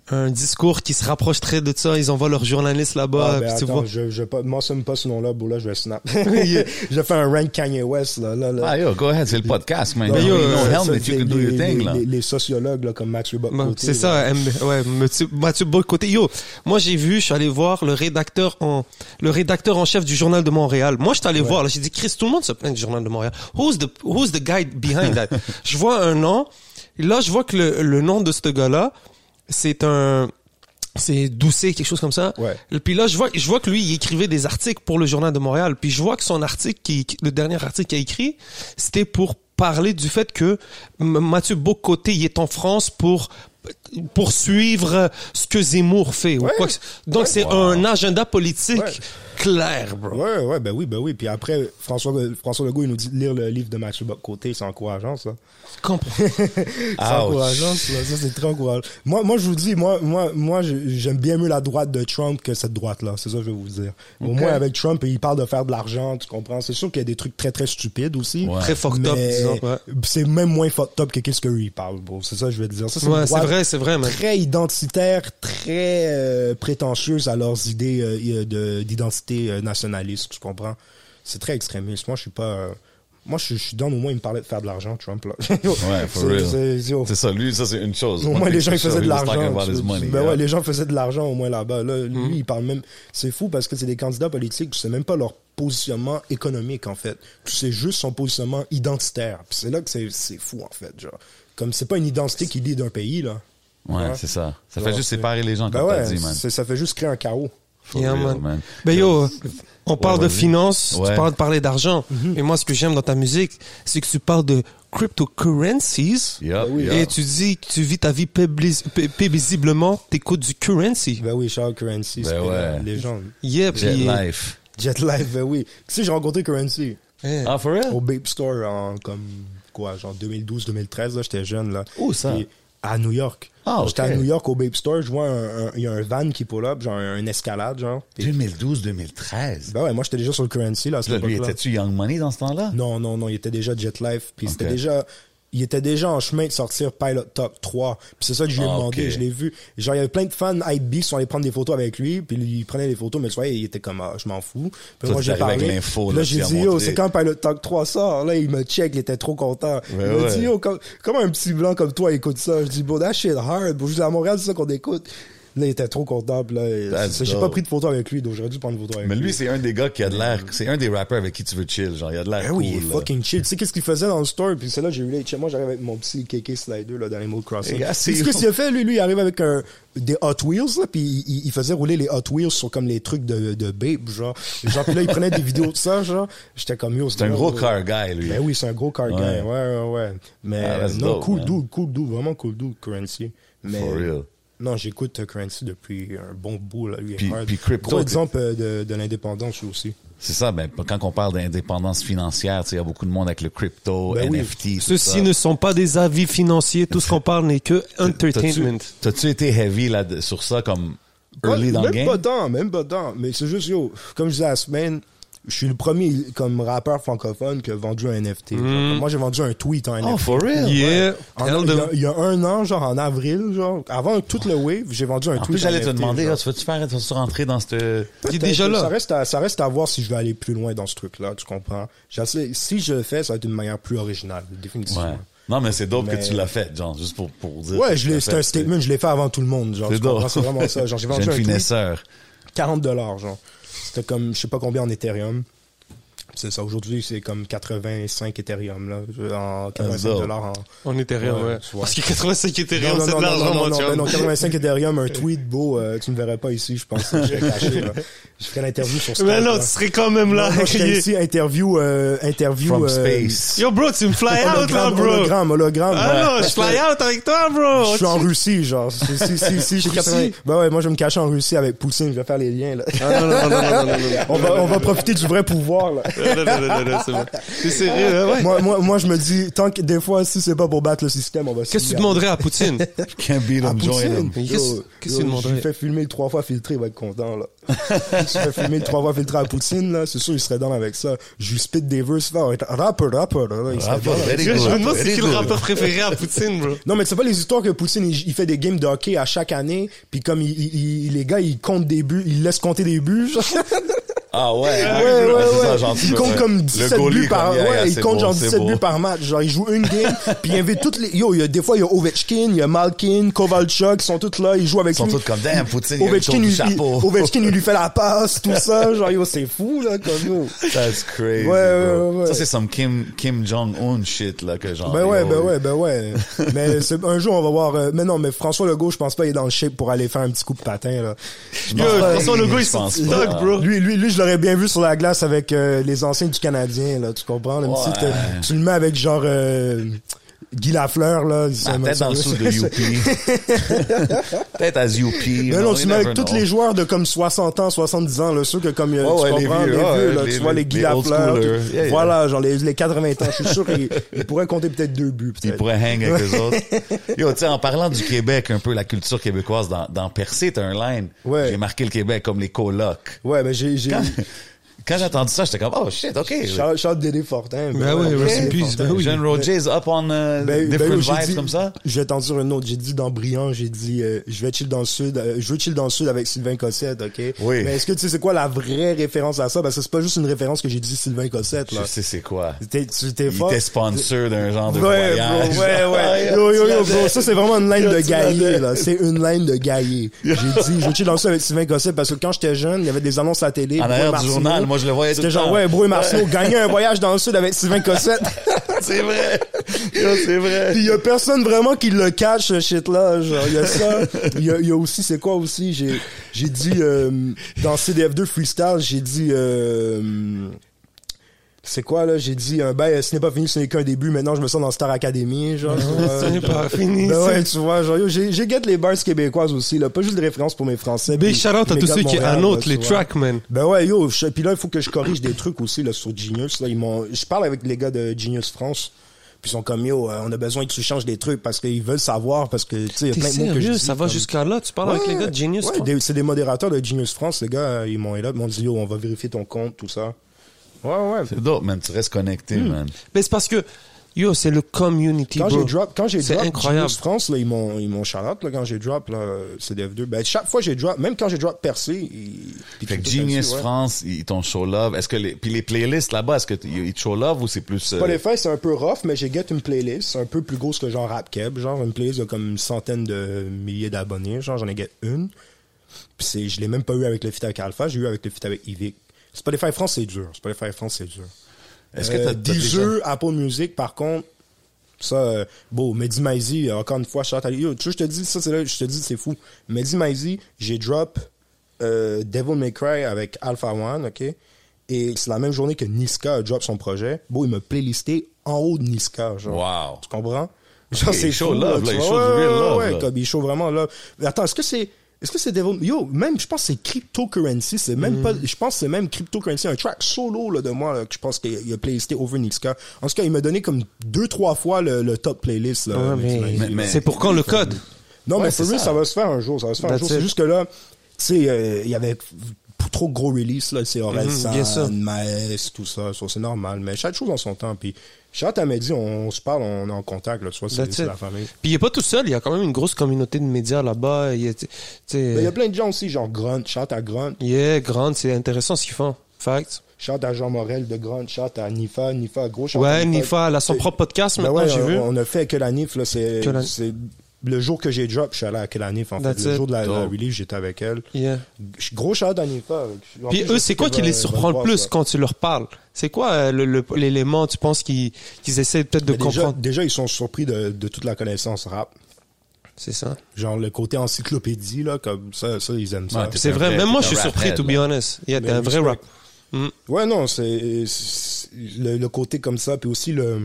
C: un discours qui se rapproche très de ça. Ils envoient leurs journalistes là-bas.
E: Ah, ben
C: puis tu
E: attends,
C: vois.
E: je, je pas- mentionne pas ce nom-là, bon, là, je vais snap. je fais un rank Kanye West, là, là, là.
D: Ah, yo, go ahead, c'est le podcast, man.
E: Non,
C: Ben,
D: you
C: yo,
D: know
E: c'est-
D: hell,
E: c'est-
D: but you can do
E: les-
D: your thing,
E: les-
D: là.
E: les- Les sociologues, là, comme Mathieu
C: Bon,
E: Bocoté.
C: c'est ça, M- ouais, Mathieu, Mathieu Bocoté. Yo, moi j'ai vu, je suis allé voir le rédacteur en, le rédacteur en chef du Journal de Montréal. Moi je suis allé voir, là, j'ai dit, Chris, tout le monde se plaint du Journal de Montréal. Who's the, who's the guy behind that? je vois un nom, et là je vois que le, le nom de ce gars-là, c'est un, c'est Doucet, quelque chose comme ça.
E: Ouais.
C: Et Puis là, je vois, je vois que lui, il écrivait des articles pour le Journal de Montréal. Puis je vois que son article, qui, le dernier article qu'il a écrit, c'était pour parler du fait que M- Mathieu Bocoté il est en France pour poursuivre ce que Zemmour fait. ou
E: Ouais.
C: quoi que ce- Donc c'est un agenda politique
E: Ouais.
C: clair, bro.
E: Ouais, ouais, ben oui, ben oui. Puis après, François, François Legault, il nous dit de lire le livre de Mathieu Bocoté, c'est encourageant, ça.
C: Comprends-
E: C'est
D: Ouch.
E: encourageant, ça. Ça, c'est très encourageant. Moi, moi, je vous dis, moi, moi, moi, je- j'aime bien mieux la droite de Trump que cette droite-là. C'est ça que je vais vous dire. Au moins, avec Trump, il parle de faire de l'argent, tu comprends. C'est sûr qu'il y a des trucs très, très stupides aussi.
D: Ouais.
C: Très fucked up,
E: Mais
C: disons. Ouais,
E: C'est même moins fucked up que qu'est-ce que lui il parle, bro. C'est ça que je veux dire. Ça, c'est
C: Ouais,
E: une
C: c'est
E: droite
C: vrai, c'est vrai, man.
E: très identitaire, très euh, prétentieuse à leurs idées euh, de- d'identité euh, nationaliste, tu comprends? C'est très extrémiste. Moi, je suis pas... euh, moi, je, je suis dans au moins, il me parlait de faire de l'argent, Trump, là.
D: Ouais, for
E: C'est-
D: real.
E: c'est- yo.
D: C'est ça, lui, ça, c'est une chose.
E: Au moins, les gens, ils faisaient de
D: He was talking
E: l'argent.
D: about
E: tu-
D: his
E: tu-
D: money,
E: ben
D: yeah. Mm.
E: ouais, les gens faisaient de l'argent, au moins, là-bas. Là, lui, il parle même... C'est fou, parce que c'est des candidats politiques, tu sais même pas leur positionnement économique, en fait. Tu sais juste son positionnement identitaire. Puis c'est là que c'est- c'est fou, en fait, genre. Comme c'est pas une identité qui lie d'un pays, là.
D: Ouais, c'est ça. Ça fait
E: Genre,
D: juste
E: c'est-
D: séparer les gens,
E: Ben
D: comme t'as
E: ouais,
D: dit, man.
E: c'est- ça fait juste créer un chaos.
D: For
C: Yeah,
D: real,
C: man.
D: man.
C: Ben yo, on parle de
D: vas-y.
C: finances,
D: Ouais.
C: tu parles de parler d'argent.
E: Mm-hmm.
C: Mais moi, ce que j'aime dans ta musique, c'est que tu parles de cryptocurrencies.
D: Yup,
E: Ben oui.
D: yup.
C: Et tu dis que tu vis ta vie paiblis- pa- paisiblement, t'écoutes du currency.
E: Ben oui, Charles Currency,
D: Ben
E: c'est
D: ouais.
E: la légende.
C: Yeah,
D: Jet
C: puis-
D: life.
E: Jet Life, ben oui. Tu sais, j'ai rencontré Currency
C: Eh.
D: Ah, for real?
E: au Bape Store en comme quoi, genre 2012-2013, là, j'étais jeune là.
D: Où ça?
E: Puis à New York.
D: Ah,
E: J'étais
D: ok.
E: à New York au Bape Store, je vois un, un- il y a un van qui pull up, genre un escalade, genre. Puis-
D: 2012-2013.
E: ben ouais, moi j'étais déjà sur le Currency là, à cette
D: Là, lui,
E: époque-là.
D: étais-tu Young Money dans ce temps-là?
E: Non, non, non, il était déjà Jet Life, puis c'était
D: Ok.
E: déjà... Il était déjà en chemin de sortir Pilot Top 3. Puis c'est ça que je lui ai
D: Ah,
E: demandé,
D: ok.
E: je l'ai vu. Genre, il y avait plein de fans hypebeast qui sont allés prendre des photos avec lui, puis il prenait des photos, mais tu vois, il était comme, ah, je m'en fous. Puis
D: Toi,
E: moi,
D: t'es
E: j'ai
D: arrivé
E: parlé.
D: avec l'info,
E: Puis
D: là,
E: là,
D: tu
E: j'ai
D: as
E: dit,
D: montré.
E: yo, c'est quand Pilot Talk 3 sort? Là, il me check, il était trop content. il m'a
D: ouais.
E: dit, yo, com- comment un petit blanc comme toi écoute ça? Je dis, bro, that shit hard. Bro, je dis, à Montréal, c'est ça qu'on écoute. Là, il était trop content, puis là,
D: That's
E: c'est- j'ai pas
D: dope.
E: pris de photo avec lui, donc j'aurais dû prendre une photo avec
D: Mais
E: lui.
D: lui, c'est un des gars qui a de l'air. C'est un des rappers avec qui tu veux chill. Genre, il a de l'air
E: Mm. Ben
D: cool.
E: oui, il est
D: là.
E: fucking chill. Tu sais qu'est-ce qu'il faisait dans le store? Puis c'est là j'ai eu les Moi, j'arrive avec mon petit KK Slider là, dans Animal Crossing.
D: Les gars, Eh, c'est-
E: C'est ce qu'il a fait, lui. Lui, il arrive avec un, des Hot Wheels, là, puis il- il, il faisait rouler les Hot Wheels sur comme les trucs de, de Babe, genre. Genre, puis là, il prenait des vidéos de ça, genre. J'étais comme yo.
D: C'est un
E: là,
D: gros
E: ouais.
D: car guy, lui.
E: Ben oui, c'est un gros car
D: Ouais.
E: guy. Ouais, ouais, ouais. Mais
D: Ah, that's
E: non,
D: dope,
E: cool
D: man.
E: dude, cool dude. Vraiment cool dude, Currency. Mais,
D: For real.
E: Non, j'écoute euh, Currency depuis un bon bout, là. Lui, est
D: Puis-
E: hard.
D: puis Crypto,
E: Gros
D: t'es-
E: exemple euh, de, de l'indépendance, lui aussi.
D: C'est ça, ben, quand on parle d'indépendance financière, tu sais, il y a beaucoup de monde avec le crypto,
E: Ben oui.
D: NFT. tout
C: Ceci
D: ça.
C: ne sont pas des avis financiers, tout ce qu'on parle n'est que entertainment.
D: T'as-tu- T'as-tu été heavy là, de- sur ça comme early
E: Ouais,
D: dans le
E: même
D: game?
E: pas dedans, même pas dedans. Mais c'est juste, yo, comme je disais la semaine, je suis le premier comme rappeur francophone qui a vendu un NFT. Genre, Moi, j'ai vendu un tweet en
D: Hmm. Oh,
E: NFT.
D: for real?
C: Yeah,
E: En-
C: hell
E: Ah, il, y
C: de-
E: a, il y a un an, genre en avril, genre, avant tout le wave, j'ai vendu un
D: En
E: tweet.
D: plus, j'allais
E: en
D: te
E: NFT,
D: demander,
E: genre.
D: là, tu vas-tu faire, tu vas-tu rentrer dans cette...
C: il est
E: Peut-être,
C: déjà
E: Ça
C: là.
E: reste, à, ça reste à voir si je vais aller plus loin dans ce truc-là, tu comprends? J'essaie- si je le fais, ça va être d'une manière plus originale, définitivement.
D: Ouais. Non, mais c'est dope
E: Mais-
D: que tu l'as fait, genre, juste pour, pour dire.
E: Ouais,
D: que
E: je
D: tu
E: l'ai-
D: l'as
E: c'est
D: fait,
E: un
D: tu sais.
E: statement, je l'ai fait avant tout le monde, genre,
D: C'est
E: tu comprends?
D: dope.
E: C'est vraiment ça. Genre, j'ai vendu
D: Jeune
E: un tweet
D: finesseur.
E: 40 dollars, genre. C'était comme, je sais pas combien en Ethereum. C'est ça, aujourd'hui, c'est comme 85 Ethereum, là. Je- En 85
D: dope.
E: dollars en...
C: On était rien,
E: Ouais,
C: ouais.
E: tu vois.
C: Parce que 85 était rien,
E: Non, non,
C: Ah, c'est
E: non,
C: de l'argent,
E: non, non,
C: moi,
E: non,
C: tu
E: ben non,
C: vois.
E: 85 Ethereum, un tweet beau, euh, tu me verrais pas ici, je pense. Je serais caché, là. Je ferais l'interview sur Skype.
C: Mais non,
E: là.
C: tu serais quand même là.
E: Non, non, je serais
C: Yeah.
E: ici, interview, euh, interview...
D: From
E: euh,
D: space.
C: Yo, bro, tu me fly out, là,
E: Hologramme,
C: bro.
E: hologramme, hologramme. ouais.
C: Ah non, je fly out avec toi, bro.
E: Je suis en Russie, genre. Si, si, si, si, j'ai 80 Ben ouais, moi, je vais me cacher en Russie avec Poutine, je vais faire les liens, là.
C: Ah, non, non, non, non, non, non, non.
E: On va, on va profiter du vrai pouvoir, là.
C: non, non, non, non, c'est bon. C'est sérieux, hein, ouais.
E: Moi, moi, moi, je me dis, tant que des fois, si c'est pas pour battre le système, on va se
C: Qu'est-ce que tu
E: lier.
C: demanderais à Poutine?
D: Can't beat
E: à
D: him, join
E: Poutine.
D: him.
C: Mais
E: Yo,
C: qu'est-ce-
E: yo,
C: qu'est-ce qu'il
E: Je
C: demanderait?
E: lui fais filmer trois fois filtré, il va être content, là. je lui fais filmer trois fois filtré à Poutine, là. C'est sûr, il serait dans avec ça. Je lui spit des verses, là. Rapper, rapper, là. Il serait
D: Rapper,
E: down.
D: Ah, very
C: Je
D: good,
C: me demande
D: very
C: c'est qui le
D: good.
C: rappeur préféré à Poutine, bro.
E: Non, mais c'est pas les histoires que Poutine, il, il fait des games de hockey à chaque année, puis comme il, il- il- les gars, ils comptent des buts, ils laissent compter des buts. genre.
D: Ah ouais,
E: ouais, ouais,
D: c'est ça,
E: ouais.
D: genre, tu
E: Il
D: peux-
E: compte comme
D: Le
E: 17
D: goalie,
E: buts par,
D: comme, yeah, yeah,
E: ouais, il
D: c'est
E: compte
D: beau,
E: genre
D: c'est
E: 17
D: beau.
E: buts par match. Genre, il joue une game, puis il invite toutes les, yo, il y a, des fois, il y a Ovechkin, il y a Malkin, Kovalchuk, ils sont tous là, ils jouent avec
D: Ils sont
E: lui.
D: tous comme, damn, Poutine, il y a le tour
E: Ovechkin,
D: du
E: il, il-
D: chapeau.
E: Ovechkin, il lui fait la passe, tout ça. Genre, yo, c'est fou, là, comme yo.
D: That's crazy.
E: Ouais, ouais,
D: bro.
E: ouais, ouais.
D: Ça, c'est some Kim, Kim Jong-un shit, là, que genre.
E: Ben ouais,
D: Oh, yo,
E: ben ouais, ben ouais. Mais c'est- un jour, on va voir. euh, mais non, mais François Legault, je pense pas, il est dans le shape pour aller faire un petit coup de patin, là.
D: je
C: Yo,
D: pense pas-
C: François Legault, il
D: je pense
C: se
D: pas.
C: TikTok, bro.
E: Lui, lui, lui, je l'aurais bien vu sur la glace avec euh, les anciens du Canadien, là. Tu comprends? Le
D: Ouais.
E: petit, euh, tu le mets avec genre euh, Guy Lafleur, là.
D: Ma tête dans le sous de UP. Tête à UP.
E: Ben Non, non, tu
D: you
E: mets avec
D: never
E: tous
D: know.
E: les joueurs de comme 60 ans, 70 ans, là, ceux que comme euh,
D: Ouais, ouais,
E: tu
D: les
E: comprends, les
D: vieux,
E: vieux,
D: ouais,
E: là,
D: les-
E: tu vois les Guy
D: les old
E: Lafleur,
D: schoolers.
E: tout-
D: Yeah, yeah.
E: voilà, genre les, les 80 ans, je suis sûr qu'ils ils pourraient compter peut-être deux buts,
D: Ils
E: peut-être.
D: pourraient hang avec eux autres. Yo, tu sais, en parlant du Québec, un peu la culture québécoise, dans, dans Percé, t'as un line.
E: Ouais.
D: J'ai marqué le Québec comme les colocs.
E: Ouais, mais j'ai, j'ai,
D: Quand, quand j'ai entendu ça, j'étais comme, oh shit, ok.
E: Charles, Charles Dédé Fortin.
C: Ben ouais,
E: Dédé
C: rest in peace,
E: Fortin.
C: ben oui.
D: Jeune Rogers up on euh,
E: Ben, ben
D: different
E: oui, j'ai
D: vibes
E: dit-
D: comme ça.
E: Je vais t'en dire une autre. J'ai dit dans Brillant, j'ai dit euh, je vais chill dans le sud, euh, je veux chill dans le sud avec Sylvain Cossette, ok?
D: Oui.
E: Mais est-ce que tu sais c'est quoi la vraie référence à ça? Parce que c'est pas juste une référence que j'ai dit Sylvain Cossette, là.
D: Je sais c'est quoi.
E: T'es, tu t'es
D: Il
E: fort.
D: était sponsor d'un genre de
E: Ouais,
D: voyage. Ah,
E: bro, ouais, ouais. Yo, yo, yo, bro, ça, c'est vraiment une ligne de gaillé, là. C'est une ligne de gaillé. J'ai dit, je suis dans ça avec Sylvain Cossette parce que quand j'étais jeune, il y avait des annonces à la télé.
D: En
E: Bro et
D: arrière du
E: Martineau.
D: journal, moi, je le voyais tout
E: C'était
D: le
E: genre,
D: temps.
E: ouais, Bro et Martineau gagnaient un voyage dans le sud avec Sylvain Cossette.
D: C'est vrai. Yo, c'est vrai.
E: Puis il y a personne vraiment qui le catch, ce shit-là. Genre, il y a ça. Il y a, il y a aussi, c'est quoi aussi? J'ai, j'ai dit, euh, dans CDF2 Freestyle, j'ai dit, euh, c'est quoi, là? J'ai dit, euh, ben, ce n'est pas fini, ce n'est qu'un début. Maintenant, je me sens dans Star Academy, genre. tu vois.
C: C'est pas fini.
E: Ben
C: ça.
E: ouais, tu vois, genre, yo, j'ai, j'ai get les bars québécoises aussi, là. Pas juste de référence pour mes Français.
C: Big
E: puis
C: shout out à
E: mes
C: tous
E: gars
C: ceux
E: de
C: qui
E: Montréal,
C: annotent
E: là,
C: les
E: tu vois.
C: tracks, man.
E: Ben ouais, yo, je- puis là, il faut que je corrige des trucs aussi, là, sur Genius, là, ils m'ont, je parle avec les gars de Genius France, puis ils sont comme, yo, euh, on a besoin que tu changes des trucs, parce qu'ils veulent savoir, parce que, tu sais, il y a
C: T'es
E: plein de mots que je
C: sérieux?
E: dis,
C: Ça va
E: comme-
C: jusqu'à là? Tu parles avec les gars de Genius?
E: Ouais,
C: toi?
E: des- c'est des modérateurs de Genius France, les gars, euh, ils m'ont là, ils m'ont dit, yo, on va vérifier ton compte, tout ça. Ouais, ouais.
D: C'est dope, man. Tu restes connecté, man.
C: Mais c'est parce que, yo, c'est le community,
E: Quand
C: bro.
E: j'ai drop, quand j'ai
C: C'est
E: drop
C: incroyable.
E: Genius France, là, ils m'ont, ils m'ont charlotte, là, quand j'ai drop, là, euh, CDF2. Ben, chaque fois j'ai drop, même quand j'ai drop Percé, ils, ils
D: Fait que
E: tout
D: Genius
E: ainsi, ouais.
D: France, ils t'ont show love. Est-ce que les, puis les playlists là-bas, est-ce que t- ils te show love ou c'est plus euh,
E: Spotify, c'est un peu rough, mais j'ai get une playlist un peu plus grosse que genre Rap Keb. Genre une playlist de comme une centaine de milliers d'abonnés. Genre, j'en ai get une. Puis c'est, je l'ai même pas eu avec le feat avec Alpha, j'ai eu avec le feat avec Yvick. Spotify France, c'est dur. Spotify France, c'est dur.
D: Est-ce que t'as
E: Euh,
D: t'as
E: Deezer, Apple Music, par contre, ça, euh, bon, Mehdi Maizy, euh, encore une fois, shout out. Yo, tu sais, je te dis, ça, c'est là, je te dis, c'est fou. Mehdi Maizy, j'ai drop euh, Devil May Cry avec Alpha One, ok? Et c'est la même journée que Niska a drop son projet. Bon, il m'a playlisté en haut de Niska, genre.
D: Wow.
E: Tu comprends? Genre,
D: Ok, il
E: c'est
D: show
E: fou,
D: love,
E: tu
D: là, il
E: vois.
D: show du
E: Ouais,
D: real
E: ouais,
D: love,
E: ouais,
D: là.
E: comme il show vraiment love. Mais Attends, est-ce que c'est. Est-ce que c'est Devil... Yo, même, je pense que c'est cryptocurrency, c'est
C: Mm.
E: même pas, je pense que c'est même cryptocurrency, un track solo, là, de moi, là, que je pense qu'il a playlisté over Nixka. En tout cas, il m'a donné comme deux, trois fois le, le top playlist, là.
C: Ah Ouais,
E: avec
C: mais-
E: Maizy.
D: mais-
C: C'est pour quand le code?
E: Non,
D: Ouais,
E: mais
D: c'est
E: for real,
D: ça.
E: ça va se faire un jour, ça va se faire un
C: That's
E: jour.
C: it.
E: C'est juste que là, tu sais, euh, il y avait p- trop de gros release, là, c'est Orelsan,
C: Mhm, bien sûr.
E: Maes, tout ça, ça, c'est normal, mais chaque chose en son temps, puis, Chat à midi, on se parle, on est en contact, là, soit c'est
C: That's
E: c'est
C: it.
E: la famille.
C: Puis il est pas tout seul, il y a quand même une grosse communauté de médias là-bas. Il y a, tu sais,
E: Mais Ben, il y a plein de gens aussi, genre Grunt, chante à Grunt,
C: yeah, grande, c'est intéressant ce qu'ils font. Fact.
E: chante à Jean Morel de Grunt, chante à Nifa, Nifa, gros chante à
C: Ouais, Nifa, elle a son
E: C'est-
C: propre podcast
E: Ben
C: maintenant,
E: ouais,
C: j'ai
E: on,
C: vu.
E: on a fait que la Nif, là, c'est,
C: Que la-
E: c'est- le jour que j'ai drop, je suis allé à que la Nif, en fait.
C: That's
E: Le
C: it.
E: jour de la, la
D: Dope.
E: release, j'étais avec elle.
C: Yeah.
E: Je- Gros chante à Nifa. En
C: Puis
E: plus, je euh,
C: eux,
E: sais
C: c'est quoi
E: qu'elle
C: qui
E: va-
C: les
E: va
C: surprend le
E: voir,
C: plus
E: ça.
C: quand tu leur parles? C'est quoi euh, le- le- l'élément, tu penses, qu'ils qu'ils essaient peut-être de
E: Mais Ben, déjà,
C: comprendre?
E: déjà, ils sont surpris de, de toute la connaissance rap.
C: C'est ça.
E: Genre le côté encyclopédie, là, comme ça, ça ils aiment
D: Ouais,
E: ça.
D: t'es-
C: C'est
D: un
C: vrai,
D: vrai-
C: même moi
D: t'es
C: je suis
D: un rap
C: surpris,
D: head,
C: to be
D: là.
C: honest. Il y a
E: Mais
C: t'es un vrai
E: respect.
C: rap.
E: Ouais, non, c'est c'est- le, le côté comme ça, puis aussi le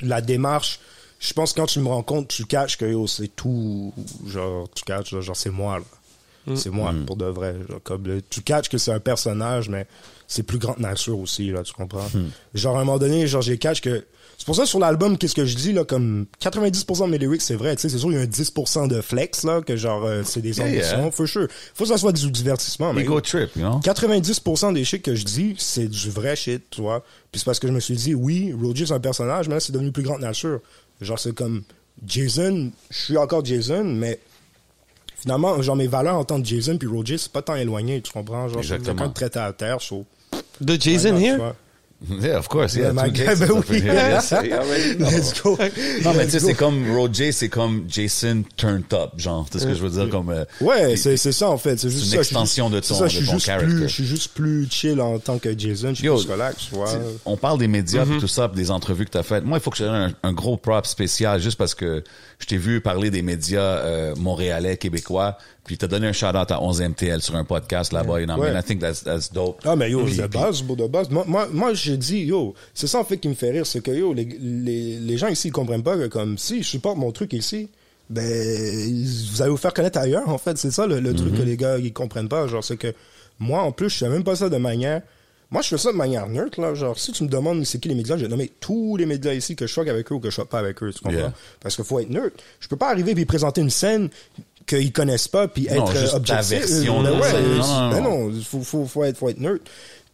E: la démarche. Je pense que quand tu me rencontres, tu caches que yo, c'est tout, genre tu caches, genre c'est moi. Là. C'est moi,
D: Mm.
E: pour de vrai. Genre, Comme le- tu catches que c'est un personnage, mais c'est plus grande nature aussi, là, tu comprends?
D: Mm.
E: Genre, à un moment donné, genre, j'ai catch que. C'est pour ça, sur l'album, qu'est-ce que je dis, là, comme 90% de mes lyrics, c'est vrai, tu sais, c'est sûr, il y a un 10% de flex, là, que genre, euh, c'est des
D: Yeah, yeah.
E: ambitions, for sure. Faut que ça soit du divertissement, mais.
D: Ego trip, you know?
E: 90% des shit que je dis, c'est du vrai shit, tu vois. Puis c'est parce que je me suis dit, oui, Roger, c'est un personnage, mais là, c'est devenu plus grande nature. Genre, c'est comme Jason, je suis encore Jason, mais finalement, genre, mes valeurs en tant que Jason puis Roger, c'est pas tant éloigné, tu comprends? Genre, c'est
D: Exactement.
E: quelqu'un de traité à terre, so,
C: De
E: why
C: Jason
E: not, tu
C: here?
E: vois.
D: Yeah, of course. Yeah,
E: Yeah, my
D: two
E: guy,
D: gays,
E: ben
D: ça
E: oui.
D: fait- Yes, I already know.
E: Let's go.
D: Non, mais tu sais,
E: Let's go.
D: c'est comme Roger, c'est comme Jason turned up, genre. C'est ce que je veux dire, comme. euh,
E: Ouais,
D: il-
E: c'est c'est ça en fait. C'est juste
D: une
E: ça, je suis
D: extension de
E: juste- c'est
D: ton-
E: ça,
D: de
E: je suis
D: ton
E: juste
D: character.
E: Plus, je suis juste plus chill en tant que Jason. Je suis
D: Yo,
E: plus relax, tu vois.
D: tu- On parle des médias,
E: Mhm.
D: pis tout ça, pis des entrevues que t'as faites. Moi, il faut que je te donne un, un gros prop spécial juste parce que je t'ai vu parler des médias euh, montréalais, québécois, puis t'as donné un shout-out à 11MTL sur un podcast là-bas. You know, what I mean?
E: Ouais.
D: I think that's, that's dope.
E: Ah, mais yo,
D: Puis-
E: de
D: puis-
E: base, bro, de base. Moi, moi, moi j'ai dit, yo, c'est ça en fait qui me fait rire, c'est que yo, les, les, les gens ici, ils comprennent pas que comme si je supporte mon truc ici, ben, ils- vous allez vous faire connaître ailleurs, en fait. C'est ça le, le truc que les gars, ils comprennent pas. Genre, c'est que moi, en plus, je fais même pas ça de manière. Moi, je fais ça de manière neutre, là. Genre, si tu me demandes c'est qui les médias, je vais nommer tous les médias ici, que je choque avec eux ou que je choque pas avec eux, tu comprends?
D: Yeah.
E: Parce qu'il faut être neutre. Je peux pas arriver puis présenter une scène qu'ils connaissent pas puis être
D: Non, juste
E: euh,
D: ta
E: objectif.
D: version de
E: Ben
D: la
E: ouais,
D: scène. Non, non,
E: ben
D: non.
E: non, il faut, faut, faut, être, faut être neutre.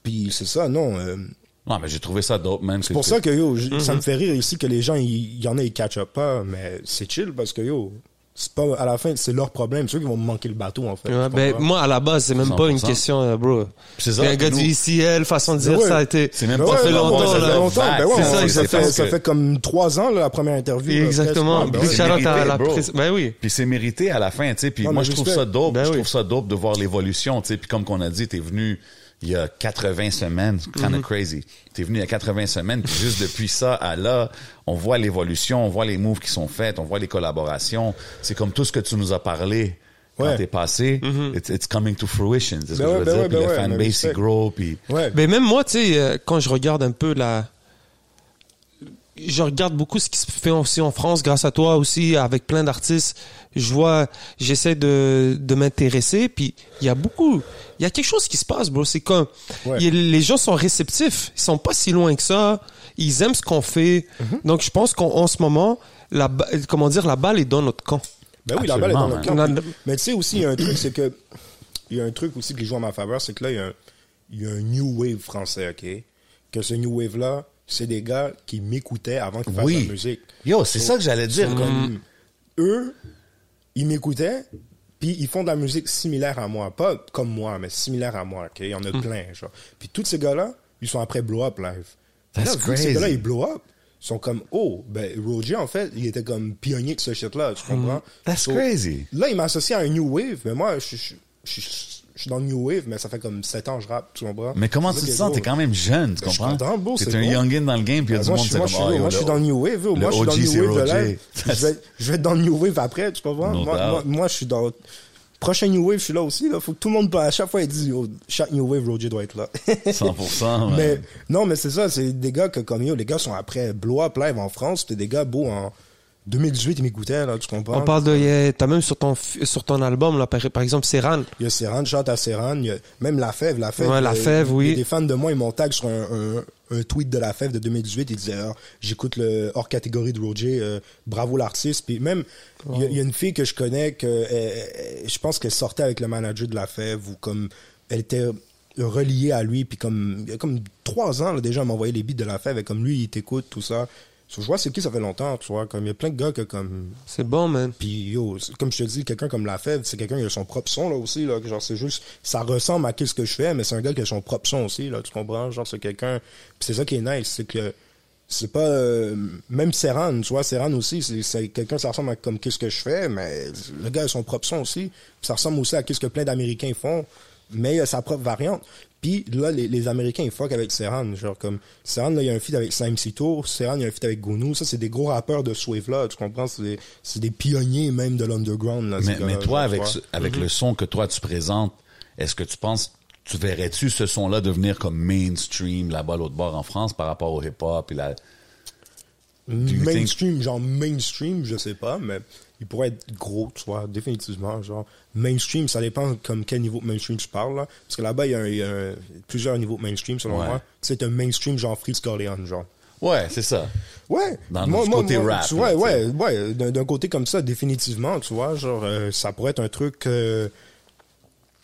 E: Puis c'est ça, non. euh,
D: Non, mais j'ai trouvé ça dope, man.
E: c'est pour ça que yo, j-
D: Mhm.
E: ça me fait rire ici que les gens, il y, en a, ils catch up pas, mais c'est chill parce que yo, c'est pas, à la fin, c'est leur problème. C'est eux qui vont me manquer le bateau, en fait.
C: Ouais,
E: tu
C: ben,
E: comprends?
C: moi, à la base, c'est même pas une
D: 100%.
C: question, euh, bro.
D: C'est ça,
C: Mais un gars
D: nous-
C: du ICL, façon de dire,
E: Ouais.
C: ça a été.
D: C'est même
E: Ben
D: pas-
E: ouais,
C: ça fait
E: ben
C: longtemps,
E: ouais, ça
C: là.
E: fait longtemps. Ben
D: Vague,
E: ouais,
C: c'est
E: ça,
C: ça,
E: ça
C: c'est
E: fait,
D: parce
E: ça
D: que-
E: fait comme trois ans, là, la première interview. là,
C: Exactement.
E: presque. Ouais, ben
C: Big
E: ouais.
C: shout out à la
D: Bah bro.
C: presse. Ben oui.
D: Puis c'est mérité à la fin, tu sais. Puis
E: Non,
D: moi,
E: mais
D: je trouve
E: respect.
D: ça dope.
C: Ben
D: je
C: oui.
D: trouve ça dope de voir l'évolution, tu sais. Puis comme qu'on a dit, t'es venu il y a 80 semaines, kind
C: Mhm.
D: of crazy. T'es venu il y a 80 semaines, puis juste depuis ça à là, on voit l'évolution, on voit les moves qui sont faits, on voit les collaborations. C'est comme tout ce que tu nous as parlé quand
E: Ouais.
D: t'es passé.
C: Mhm.
D: it's, it's coming to fruition, c'est ce
E: Ben
D: que je
E: ouais,
D: veux
E: ben
D: dire.
E: ouais,
D: puis
E: ben
D: le
E: ouais, mais
D: fanbase, il
E: respect.
D: grow, puis...
E: Ouais. ben
C: Mais Ben, même moi, tu sais, euh, quand je regarde un peu la. Je regarde beaucoup ce qui se fait aussi en France, grâce à toi aussi, avec plein d'artistes. Je vois, j'essaie de, de m'intéresser, puis il y a beaucoup, il y a quelque chose qui se passe, bro. C'est comme,
E: Ouais.
C: il y a- les gens sont réceptifs, ils sont pas si loin que ça, ils aiment ce qu'on fait. Donc je pense qu'en en ce moment, la, ba- comment dire, la balle est dans notre camp.
E: Ben oui, la balle est dans notre
D: Absolument,
E: camp.
C: man.
E: Puis- Mais tu sais aussi, il y a un truc, c'est que. Il y a un truc aussi qui joue en ma faveur, c'est que là, il y a un- il y, a un New Wave français, OK? Que ce New Wave-là, c'est des gars qui m'écoutaient avant qu'ils fassent
D: Oui.
E: la musique.
D: Yo, c'est ça que j'allais dire.
C: Mhm.
D: comme-
E: Comme, eux, ils m'écoutaient, puis ils font de la musique similaire à moi. Pas comme moi, mais similaire à moi, OK? Il y
D: Mm.
E: en a plein, genre. Puis tous ces gars-là, ils sont après Blow Up Live.
D: That's
E: Là, vu que
D: crazy.
E: Ces gars-là, ils blow up. Ils sont comme, oh, ben, Roger, en fait, il était comme pionnier de ce shit-là, tu comprends?
D: Mm. That's
E: So,
D: crazy.
E: Là, il m'a associé à un New Wave, mais moi, je je- je- je- je suis dans le New Wave, mais ça fait comme 7 ans que je rappe, tu comprends?
D: Mais comment
E: C'est
D: tu te
E: ça qui est
D: sens?
E: drôle.
D: T'es quand même jeune, tu
E: Ben, je suis
D: comprends?
E: content, bro,
D: T'es
E: c'est
D: un
E: bon.
D: youngin dans le game, puis il y a
E: Ben,
D: du
E: moi,
D: monde
E: je
D: qui Ah,
E: suis- moi, je suis- moi, je suis dans le New Wave. yo.
D: Le
E: Moi, je suis dans
D: OG,
E: le
D: c'est
E: New Wave de
D: Roger.
E: live. Je vais, je vais être dans le New Wave après, tu comprends?
D: No
E: moi,
D: doubt.
E: moi, moi, je suis dans... Prochain New Wave, je suis là aussi. Là. Faut que tout le monde, à chaque fois, il dit, yo, chaque New Wave, Roger doit être là.
D: 100%. ouais.
E: mais, non, mais c'est ça. C'est des gars que, comme yo, les gars sont après Blow Up Live en France. C'était des gars beaux en 2018, ils m'écoutaient, là, tu comprends?
C: On parle de, y a- t'as même sur ton, f- sur ton album, là, par, par exemple, Serran.
E: Il y a Serran, chante à Serran, il y a même La Fève, La Fève.
C: Ouais, La
E: euh,
C: Fève,
E: il y a
C: oui.
E: Des fans de moi, ils m'ont tag sur un, un- un tweet de La Fève de 2018, ils disaient Ah, j'écoute le hors catégorie de Roger, euh, bravo l'artiste. Puis même, il y a- il y, a une fille que je connais, que euh, euh, je pense qu'elle sortait avec le manager de La Fève, ou comme elle était reliée à lui, puis comme il y a comme trois ans là, déjà, elle m'envoyait les beats de La Fève, et comme lui, il t'écoute, tout ça. Je vois c'est qui, ça fait longtemps, tu vois, comme il y a plein de gars que comme
C: C'est bon, man.
E: puis yo, c'est- comme je te dis, quelqu'un comme La Fève, c'est quelqu'un qui a son propre son là aussi là, que genre c'est juste ça ressemble à qu'est-ce que je fais, mais c'est un gars qui a son propre son aussi là, tu comprends Genre c'est quelqu'un, puis c'est ça qui est nice, c'est que c'est pas euh, même Serran, tu vois, Serran aussi, c'est- c'est quelqu'un ça ressemble à comme qu'est-ce que je fais, mais le gars a son propre son aussi, puis ça ressemble aussi à qu'est-ce que plein d'Américains font, mais il a sa propre variante. Puis là, les, les Américains, ils fuck avec Serran. Genre, comme, Serran, là, il y a un feat avec Slime Cito, Serran, il y a un feat avec Gounou. Ça, c'est des gros rappeurs de Swave, là. Tu comprends? C'est des, c'est des pionniers même de l'underground, là. ces
D: Mais, mais
E: gars-là,
D: toi,
E: genre,
D: avec,
E: tu
D: ce-
E: vois.
D: avec le son que toi tu présentes, est-ce que tu penses, tu verrais-tu ce son-là devenir comme mainstream là-bas, l'autre bord en France, par rapport au hip-hop et la. you think-
E: mainstream, genre mainstream, je sais pas, mais il pourrait être gros, tu vois, définitivement. Genre, mainstream, ça dépend comme quel niveau de mainstream tu parles, là. Parce que là-bas, il y a, un- il y a un- plusieurs niveaux de mainstream, selon
D: Ouais.
E: moi. C'est un mainstream, genre Fritz Corleone, genre.
D: Ouais, c'est ça.
E: Ouais.
D: Dans le côté rap,
E: tu vois,
D: là,
E: ouais, ouais, d'un d'un côté comme ça, définitivement, tu vois, genre, euh, ça pourrait être un truc. euh,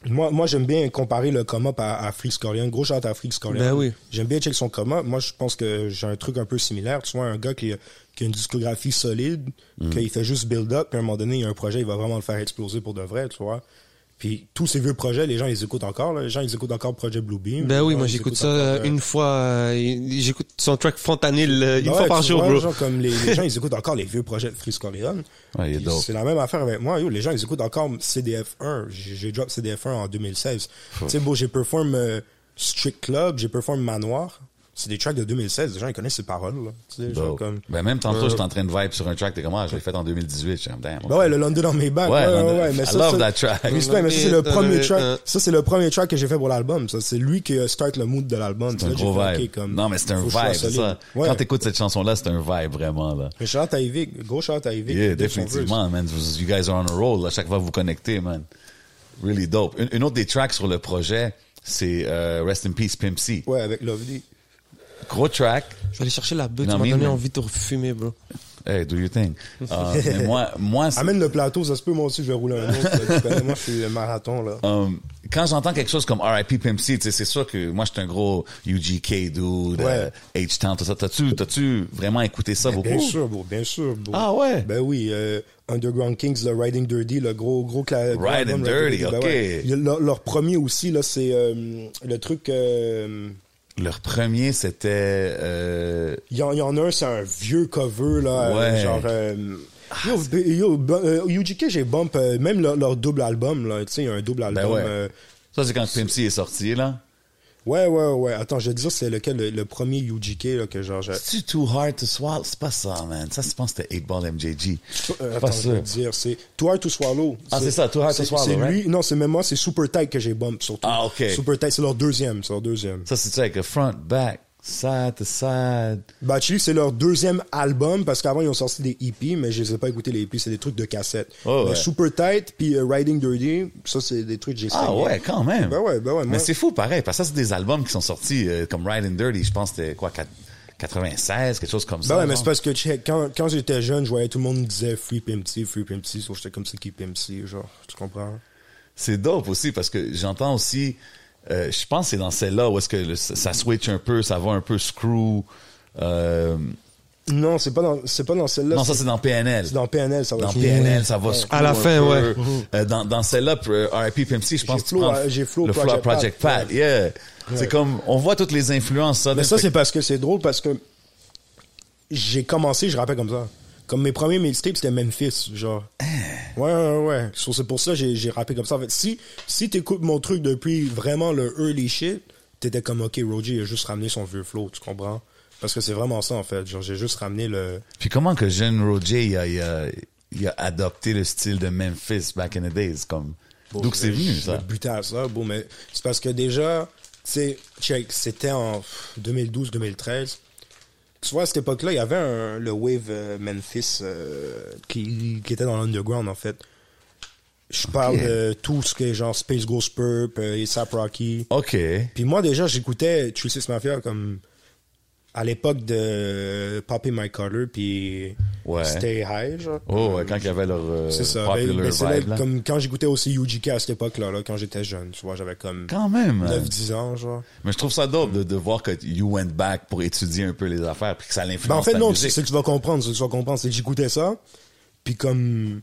E: moi, moi j'aime bien comparer le come up à, à Freaks Corleone. Gros chat à Freaks Corleone.
C: Ben oui.
E: J'aime bien check son come up. Moi, je pense que j'ai un truc un peu similaire. Tu vois, un gars qui, a- qui a une discographie solide,
D: Mm.
E: qu'il fait juste build up, puis à un moment donné, il y a un projet, il va vraiment le faire exploser pour de vrai, tu vois. Puis tous ces vieux projets, les gens, ils écoutent encore. là. Les gens, ils écoutent encore Projet Bluebeam.
C: Ben oui,
E: Les gens,
C: moi
E: ils
C: j'écoute
E: écoutent
C: ça
E: encore,
C: euh,
E: euh,
C: une fois. euh, J'écoute son track Fontanil euh, une
E: Bah Ben Ouais,
C: fois par
E: tu
C: jour,
E: vois,
C: bro.
E: genre, comme les, les gens, ils écoutent encore les vieux projets de Freeze Corleone.
D: Ouais, il est
E: Puis
D: dope.
E: C'est la même affaire avec moi. yo, les gens, ils écoutent encore CDF1. J'ai j'ai drop CDF1 en 2016. Tu sais, bon, j'ai perform euh, Strict Club, j'ai perform Manoir. C'est des tracks de 2016. Les gens, ils connaissent ces paroles. Là. Tu sais, genre
D: Dope.
E: comme...
D: Ben, même tantôt, j'étais en train de vibe sur un track, t'es comme, ah, je l'ai fait en 2018, j'étais comme, damn.
E: Ben ouais, le London on my back.
D: Ouais,
E: Ouais, ouais,
D: London-
E: ouais,
D: I
E: mais ça,
D: love
E: ça-
D: that track.
E: Respect, mais ça, c'est
C: London
E: le premier
C: on my
E: track.
C: back.
E: Ça, c'est le premier track que j'ai fait pour l'album. Ça, c'est lui qui euh, start le mood de l'album.
D: C'est un
E: Là, j'ai
D: gros
E: fait,
D: vibe.
E: ok, comme,
D: non, mais c'est un
E: faut que
D: vibe,
E: je sois
D: c'est
E: solide.
D: ça.
E: Ouais.
D: Quand t'écoutes cette chanson-là, c'est un vibe, vraiment, là.
E: Mais shout out à Yvick. Gros shout out à Yvick.
D: Yeah,
E: Dès qu'on veut.
D: définitivement, man. Vous- You guys are on a roll. À chaque fois, vous connectez, man. Really dope. Une, une autre des tracks sur le projet, c'est euh, Rest in Peace, Pimp C.
E: Ouais, avec Lovely.
D: Gros track.
C: Je vais aller chercher la beuh, tu
D: Non,
C: m'as
D: mais-
C: donné envie de refumer, bro.
E: Bah,
D: Hey, do your thing. Euh, mais moi, moi c'est-
E: Amène le plateau, ça se peut, moi aussi, je vais rouler un autre. là. Tu connais, moi, je suis le marathon, là.
D: euh, quand j'entends quelque chose comme R.I.P. Pimp C, tu sais, c'est sûr que moi, je suis un gros UGK dude,
E: Ouais.
D: euh, H-Town, tout ça. T'as-tu, t'as-tu vraiment écouté ça beaucoup?
E: Bien sûr, bro, bien sûr, bro.
D: Ah ouais?
E: Ben oui, euh, Underground Kings, le Riding Dirty, le gros, gros cla- gros
D: Riding
E: album,
D: Dirty,
E: ben
D: ok.
E: ouais. Il y a Leur, leur premier aussi, là, c'est euh, le truc... euh,
D: Leur premier, c'était... euh,
E: Il y, en- il y en a un, c'est un vieux cover, là. euh,
D: Ouais. Ah,
E: Genre. euh, yo, b- yo, b- euh, UGK, j'ai bump. euh, même leur, leur double album, là. Tu sais, il y a un double album.
D: Ben ouais.
E: euh,
D: Ça, c'est quand Pimp C est sorti, là.
E: ouais, ouais, ouais. Attends, je vais te dire, c'est lequel, le, le premier UGK, là, que genre. j'ai-
D: C'est-tu Too Hard to Swallow? C'est pas ça, man. Ça, je pense que c'était 8-Ball MJG.
E: Euh,
D: pas
E: attends, je
D: sûr.
E: vais te dire, c'est Too Hard to Swallow.
D: Ah, c'est ça, Too Hard to
E: c'est-
D: Swallow,
E: C'est
D: right?
E: lui, non, c'est même moi, c'est Super Tight que j'ai bump surtout.
D: Ah, ok.
E: Super Tight, c'est leur deuxième, c'est leur deuxième.
D: Ça, c'est avec front, back, side to side.
E: Bah, actually, c'est leur deuxième album parce qu'avant ils ont sorti des EP, mais je les ai pas écoutés les EP, c'est des trucs de cassette.
D: Oh,
E: Mais
D: ouais.
E: Super Tight puis euh, Riding Dirty, ça c'est des trucs que j'ai
D: Ah
E: saigné.
D: ouais, quand même.
E: Ben ouais, ben ouais,
D: Mais
E: moi-
D: c'est fou, pareil, parce que ça, c'est des albums qui sont sortis euh, comme Ride and Dirty, je pense que c'était quoi, quatre- 96, quelque chose comme ça.
E: Bah ouais, mais
D: genre.
E: c'est parce que check, quand, quand j'étais jeune, je voyais tout le monde me disait Free PMC, Free PMC, sauf que j'étais comme c'est qui PMC, genre, tu comprends?
D: C'est dope aussi, parce que j'entends aussi, euh, je pense que c'est dans celle-là où est-ce que le- ça switch un peu, ça va un peu screw. euh,
E: Non, c'est pas dans, c'est pas dans celle-là.
D: non, ça, c'est dans PNL.
E: c'est dans PNL, ça va.
D: Dans
E: J'ai-
D: PNL, ça va screw
C: À la
D: un
C: fin,
D: peu.
C: ouais.
D: Euh, dans, dans celle-là, pour, euh, RIP PMC, je pense que tu
E: Flow,
D: prends
E: euh, j'ai Flow
D: le Flow
E: Project
D: Project
E: Pat,
D: Pat.
E: ouais.
D: Yeah.
E: Ouais.
D: C'est comme, on voit toutes les influences.
E: Mais ça, c'est parce que c'est drôle parce que j'ai commencé, je rappelle comme ça. Comme mes premiers mixtapes, c'était Memphis, genre. Ouais, ouais, ouais. So, C'est pour ça que j'ai, j'ai rappé comme ça. En fait, si, si t'écoutes mon truc depuis vraiment le early shit, t'étais comme, OK, Roger, il a juste ramené son vieux flow, tu comprends? Parce que c'est vraiment ça, en fait. Genre, j'ai juste ramené le...
D: Puis comment que jeune Roger, il a, il a, il a adopté le style de Memphis back in the days, comme. D'où que c'est venu,
E: Je
D: ça?
E: me butais à ça, bon, mais c'est parce que déjà, tu sais, check, c'était en 2012-2013. Tu vois, à cette époque-là, il y avait un- le wave euh, Memphis euh, qui, qui était dans l'underground, en fait. Je parle de tout ce qui est genre Space Ghost Purp, euh, A$AP Rocky.
D: OK.
E: Puis moi, déjà, j'écoutais Three Six Mafia comme à l'époque de Poppy My Color, puis
D: Ouais.
E: Stay High, genre.
D: Oh, ouais, quand il y avait leur euh,
E: C'est ça. Ben,
D: popular
E: ben, c'est là,
D: vibe, là.
E: comme quand j'écoutais aussi UGK à cette époque-là, là, quand j'étais jeune, tu vois, j'avais comme
D: Quand même. hein.
E: 9-10 ans, genre.
D: Mais je trouve ça dope de, de voir que you went back pour étudier un peu les affaires puis que ça l'influence
E: Ben, en fait,
D: ta
E: non, c'est
D: musique.
E: ce que tu vas comprendre, c'est que tu vas comprendre, c'est que j'écoutais ça, puis comme...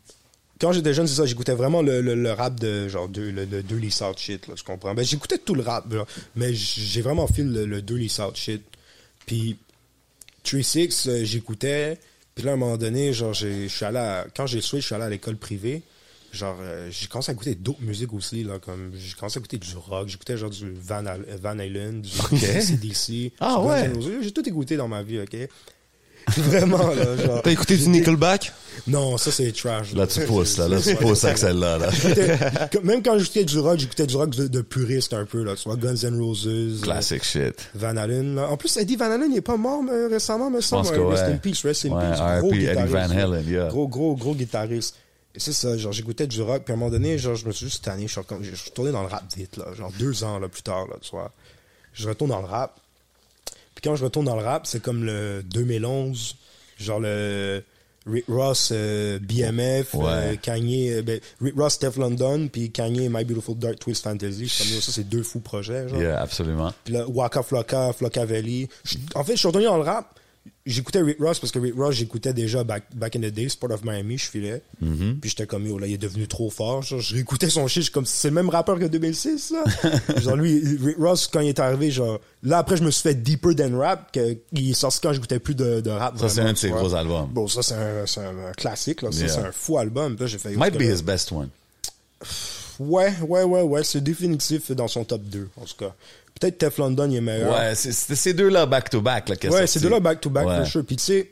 E: Quand j'étais jeune, c'est ça, j'écoutais vraiment le, le, le rap de, genre, de, le, le Dirty South shit, là, tu comprends. Ben, j'écoutais tout le rap, genre, mais j'ai vraiment fait le, le Dirty South shit. Puis, 3-6, euh, j'écoutais. Puis là, à un moment donné, genre, j'ai- je suis allé à- quand j'ai switch, je suis allé à l'école privée. Genre, euh, j'ai commencé à écouter d'autres musiques aussi, là, comme, j'ai commencé à écouter du rock, j'écoutais genre du Van, Al- Van Halen, du CDC,
D: Ah
E: du Guns
D: ouais.
E: N' Roses. j'ai tout écouté dans ma vie, ok? Vraiment, là. Genre,
C: T'as écouté du Nickelback?
E: non, ça, c'est trash.
D: Là, tu pousses, là, là, tu
E: Ouais.
D: pousses avec celle-là, là.
E: J'écoutais- que- Même quand j'écoutais du rock, j'écoutais du rock de, de puriste un peu, là. Tu vois, Guns N' Roses. euh,
D: Classic shit.
E: Van Halen. là. En plus, Eddie Van Halen, il est pas mort mais, récemment, mais ça,
D: pense que
E: Rest
D: ouais.
E: in Peace, Rest in
D: Ouais,
E: Peace.
D: R.I.P.
E: Gros
D: Eddie
E: guitariste.
D: Van Halen, yeah.
E: Gros, gros, gros guitariste. Et c'est ça, genre, j'écoutais du rock, puis à un moment donné, genre, je me suis juste tanné, je suis comme- je suis retourné dans le rap vite, là, genre deux ans, là, plus tard, là, tu vois. Je retourne dans le rap. Puis quand je retourne dans le rap, c'est comme le 2011, genre le Rick Ross, euh, BMF,
D: Ouais.
E: euh, Kanye, euh, ben, Rick Ross, Steph London, puis Kanye, My Beautiful Dark Twist Fantasy. Je suis comme, yo, ça, c'est deux fous projets, genre.
D: Yeah, absolument.
E: Puis là, Waka Flocka, Flocka Valley. Je- En fait, je suis retourné dans le rap. J'écoutais Rick Ross parce que Rick Ross, j'écoutais déjà back, back in the day, Sport of Miami, je filais.
D: Mm-hmm.
E: Puis j'étais comme, yo, là, il est devenu trop fort. Genre, je réécoutais son shit, je suis comme, c'est le même rappeur que 2006, là. genre, lui, Rick Ross, quand il est arrivé, genre, là, après, je me suis fait deeper than rap, que, il est sorti quand j'écoutais plus de, de rap.
D: Ça, c'est
E: vraiment,
D: un de ses
E: tu vois.
D: gros albums.
E: Bon, ça, c'est un, c'est un classique, là. Ça,
D: Yeah.
E: c'est un fou album. Puis là, j'ai fait, yo,
D: Might
E: ce
D: be
E: gars-là-
D: his best one.
E: Ouais, ouais, ouais, ouais. C'est définitif dans son top 2, en tout cas. Peut-être Tef London, il est meilleur.
D: Ouais, c'est c'est ces deux-là back-to-back, là, qu'est-ce
E: Ouais,
D: que
E: c'est de là back-to-back,
D: Ouais.
E: for sure. Puis tu sais,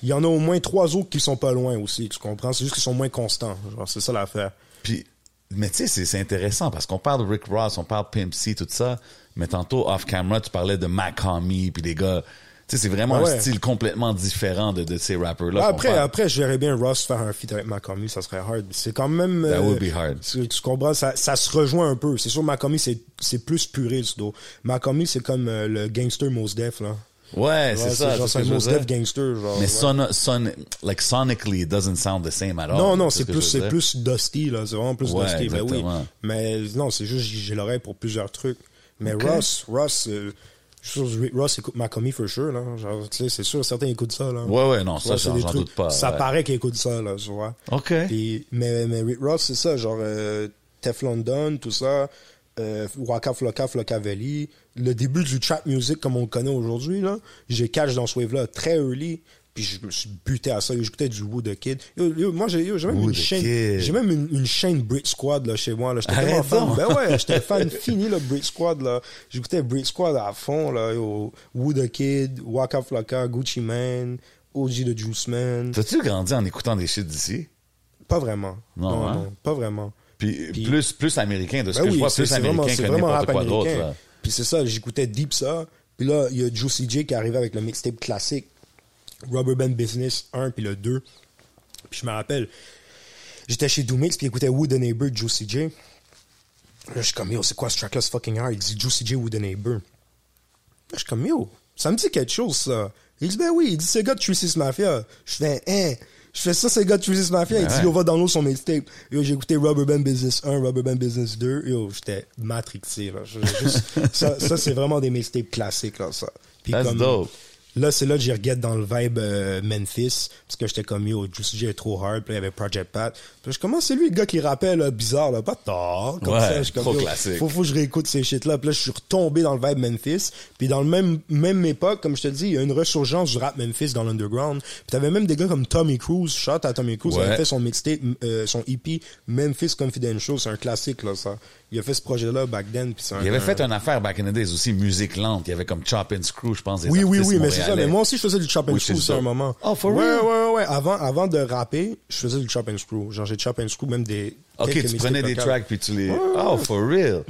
E: il y en a au moins trois autres qui sont pas loin aussi, tu comprends? C'est juste qu'ils sont moins constants. Genre, c'est ça l'affaire.
D: Puis, mais tu sais, c'est- c'est intéressant parce qu'on parle de Rick Ross, on parle Pimp C, tout ça. Mais tantôt, off-camera, tu parlais de Mac Homie, puis des gars. Tu sais, c'est vraiment
E: Ah
D: un
E: ouais.
D: style complètement différent de, de ces rappers-là. qu'on
E: après,
D: parle.
E: après, je verrais bien Ross faire un feat avec Macomi, ça serait hard. C'est quand même. euh,
D: That would be hard.
E: Tu, tu comprends? Ça, ça se rejoint un peu. C'est sûr, Macomi, c'est, c'est plus puriste, though. Macomi, c'est comme euh, le gangster Mos Def, là.
D: Ouais,
E: Ouais,
D: c'est ça.
E: Genre,
D: c'est ce
E: c'est un
D: que je veux
E: Mos Def
D: dire.
E: gangster, genre.
D: Mais
E: ouais.
D: son, son, like, sonically, it doesn't sound the same at all.
E: Non, non,
D: ce
E: c'est
D: que
E: plus,
D: je veux
E: c'est
D: dire.
E: plus dusty, là. C'est vraiment plus
D: Ouais,
E: dusty, ben oui.
D: exactement.
E: Mais non, c'est juste, j'ai j'ai l'oreille pour plusieurs trucs. Mais
D: Ok.
E: Ross, Ross, euh, je suis sûr que Ross écoute Macomi for sure, là. Genre, tu sais, c'est sûr, certains écoutent ça, là.
D: Ouais, ouais, non,
E: Tu
D: ça, j'en-
E: vois, c'est des
D: j'en
E: trucs-
D: doute pas,
E: Ça
D: ouais.
E: paraît qu'ils écoutent ça, là, tu vois.
D: OK.
E: Puis, mais, mais Rick Ross, c'est ça, genre euh, Tef London, tout ça, euh, Waka Flocka, Flocka Valley, le début du trap music comme on le connaît aujourd'hui, là, j'ai catch dans ce wave-là très early, puis je me suis buté à ça, j'écoutais du Woo the Kid. Yo, yo, moi, j'ai yo, j'ai même,
D: Woo
E: une
D: the
E: chaîne,
D: Kid.
E: j'ai même une, une chaîne Brit Squad là, chez moi, là, j'étais
D: Arrête
E: tellement fan.
D: donc.
E: Ben ouais, j'étais fan fini, là, Brit Squad, là. J'écoutais Brit Squad à fond, là, yo, Woo the Kid, Waka Flocka, Gucci Man, OG the Juice Man.
D: T'as-tu grandi en écoutant des shit d'ici?
E: Pas vraiment.
D: Non,
E: Non,
D: hein?
E: non, pas vraiment.
D: Puis,
E: Puis-
D: plus, plus américain, de ce
E: Ben
D: que je
E: oui,
D: vois,
E: c'est-
D: plus
E: c'est vraiment-
D: américain
E: c'est
D: que
E: vraiment
D: n'importe
E: rap
D: quoi d'autre.
E: américain.
D: là.
E: Puis c'est ça, j'écoutais Deep ça. Puis là, il y a Juicy J qui arrive avec le mixtape classique Rubber Band Business 1 puis le 2. Puis je me rappelle, j'étais chez Doomix puis j'écoutais Who the Neighbor de Juicy J. Là, je suis comme, yo, c'est quoi ce track-là, c'est fucking hard? Il dit Juicy J, Who the Neighbor. Là, je suis comme, yo, ça me dit quelque chose, ça. Il dit, ben oui, il dit, c'est le gars de Tracy's Mafia. Je fais, hein, je fais ça, c'est le gars de Tracy's Mafia. il
D: ouais.
E: dit, yo, va download son mixtape. Yo, j'ai écouté Rubber Band Business 1, Rubber Band Business 2. Yo, j'étais matrixé, là. Je- je- juste- ça, ça, c'est vraiment des mixtapes classiques, là, ça. Puis
D: That's dope.
E: Là, c'est là que j'y regarde dans le vibe euh, Memphis, parce que j'étais comme, yo, Juicy J est trop hard, puis là, il y avait Project Pat. Puis je commence, c'est lui le gars qui rappelle euh, bizarre, là, pas tard, comme
D: Ouais,
E: ça. Je suis comme,
D: trop
E: yo,
D: classique.
E: Faut, faut que je réécoute ces shit-là. Puis là, je suis retombé dans le vibe Memphis. Puis dans le même, même époque, comme je te dis, il y a une ressurgence du rap Memphis dans l'underground. Puis t'avais même des gars comme Tommy Cruise, shout à Tommy Cruise, il
D: Ouais.
E: avait fait son mixtape, euh, son EP, Memphis Confidential, c'est un classique, là, ça. Il a fait ce projet-là back then, puis c'est un-
D: Il avait
E: un-
D: fait une affaire back in the days aussi, musique lente. Il y avait comme Chop and Screw, je pense. des
E: Oui, oui,
D: artistes
E: oui, mais c'est ça.
D: montréalais.
E: Mais moi aussi, je faisais du chop and
D: Oui, c'est
E: screw
D: ça.
E: à un moment.
D: Oh, for
E: ouais,
D: real?
E: Ouais, ouais, ouais. Avant, avant de rapper, je faisais du chop and screw. Genre, j'ai chop and screw même des.
D: Ok,
E: quelques
D: tu
E: mixtapes
D: prenais des
E: locales.
D: tracks puis tu les. Oh, for real.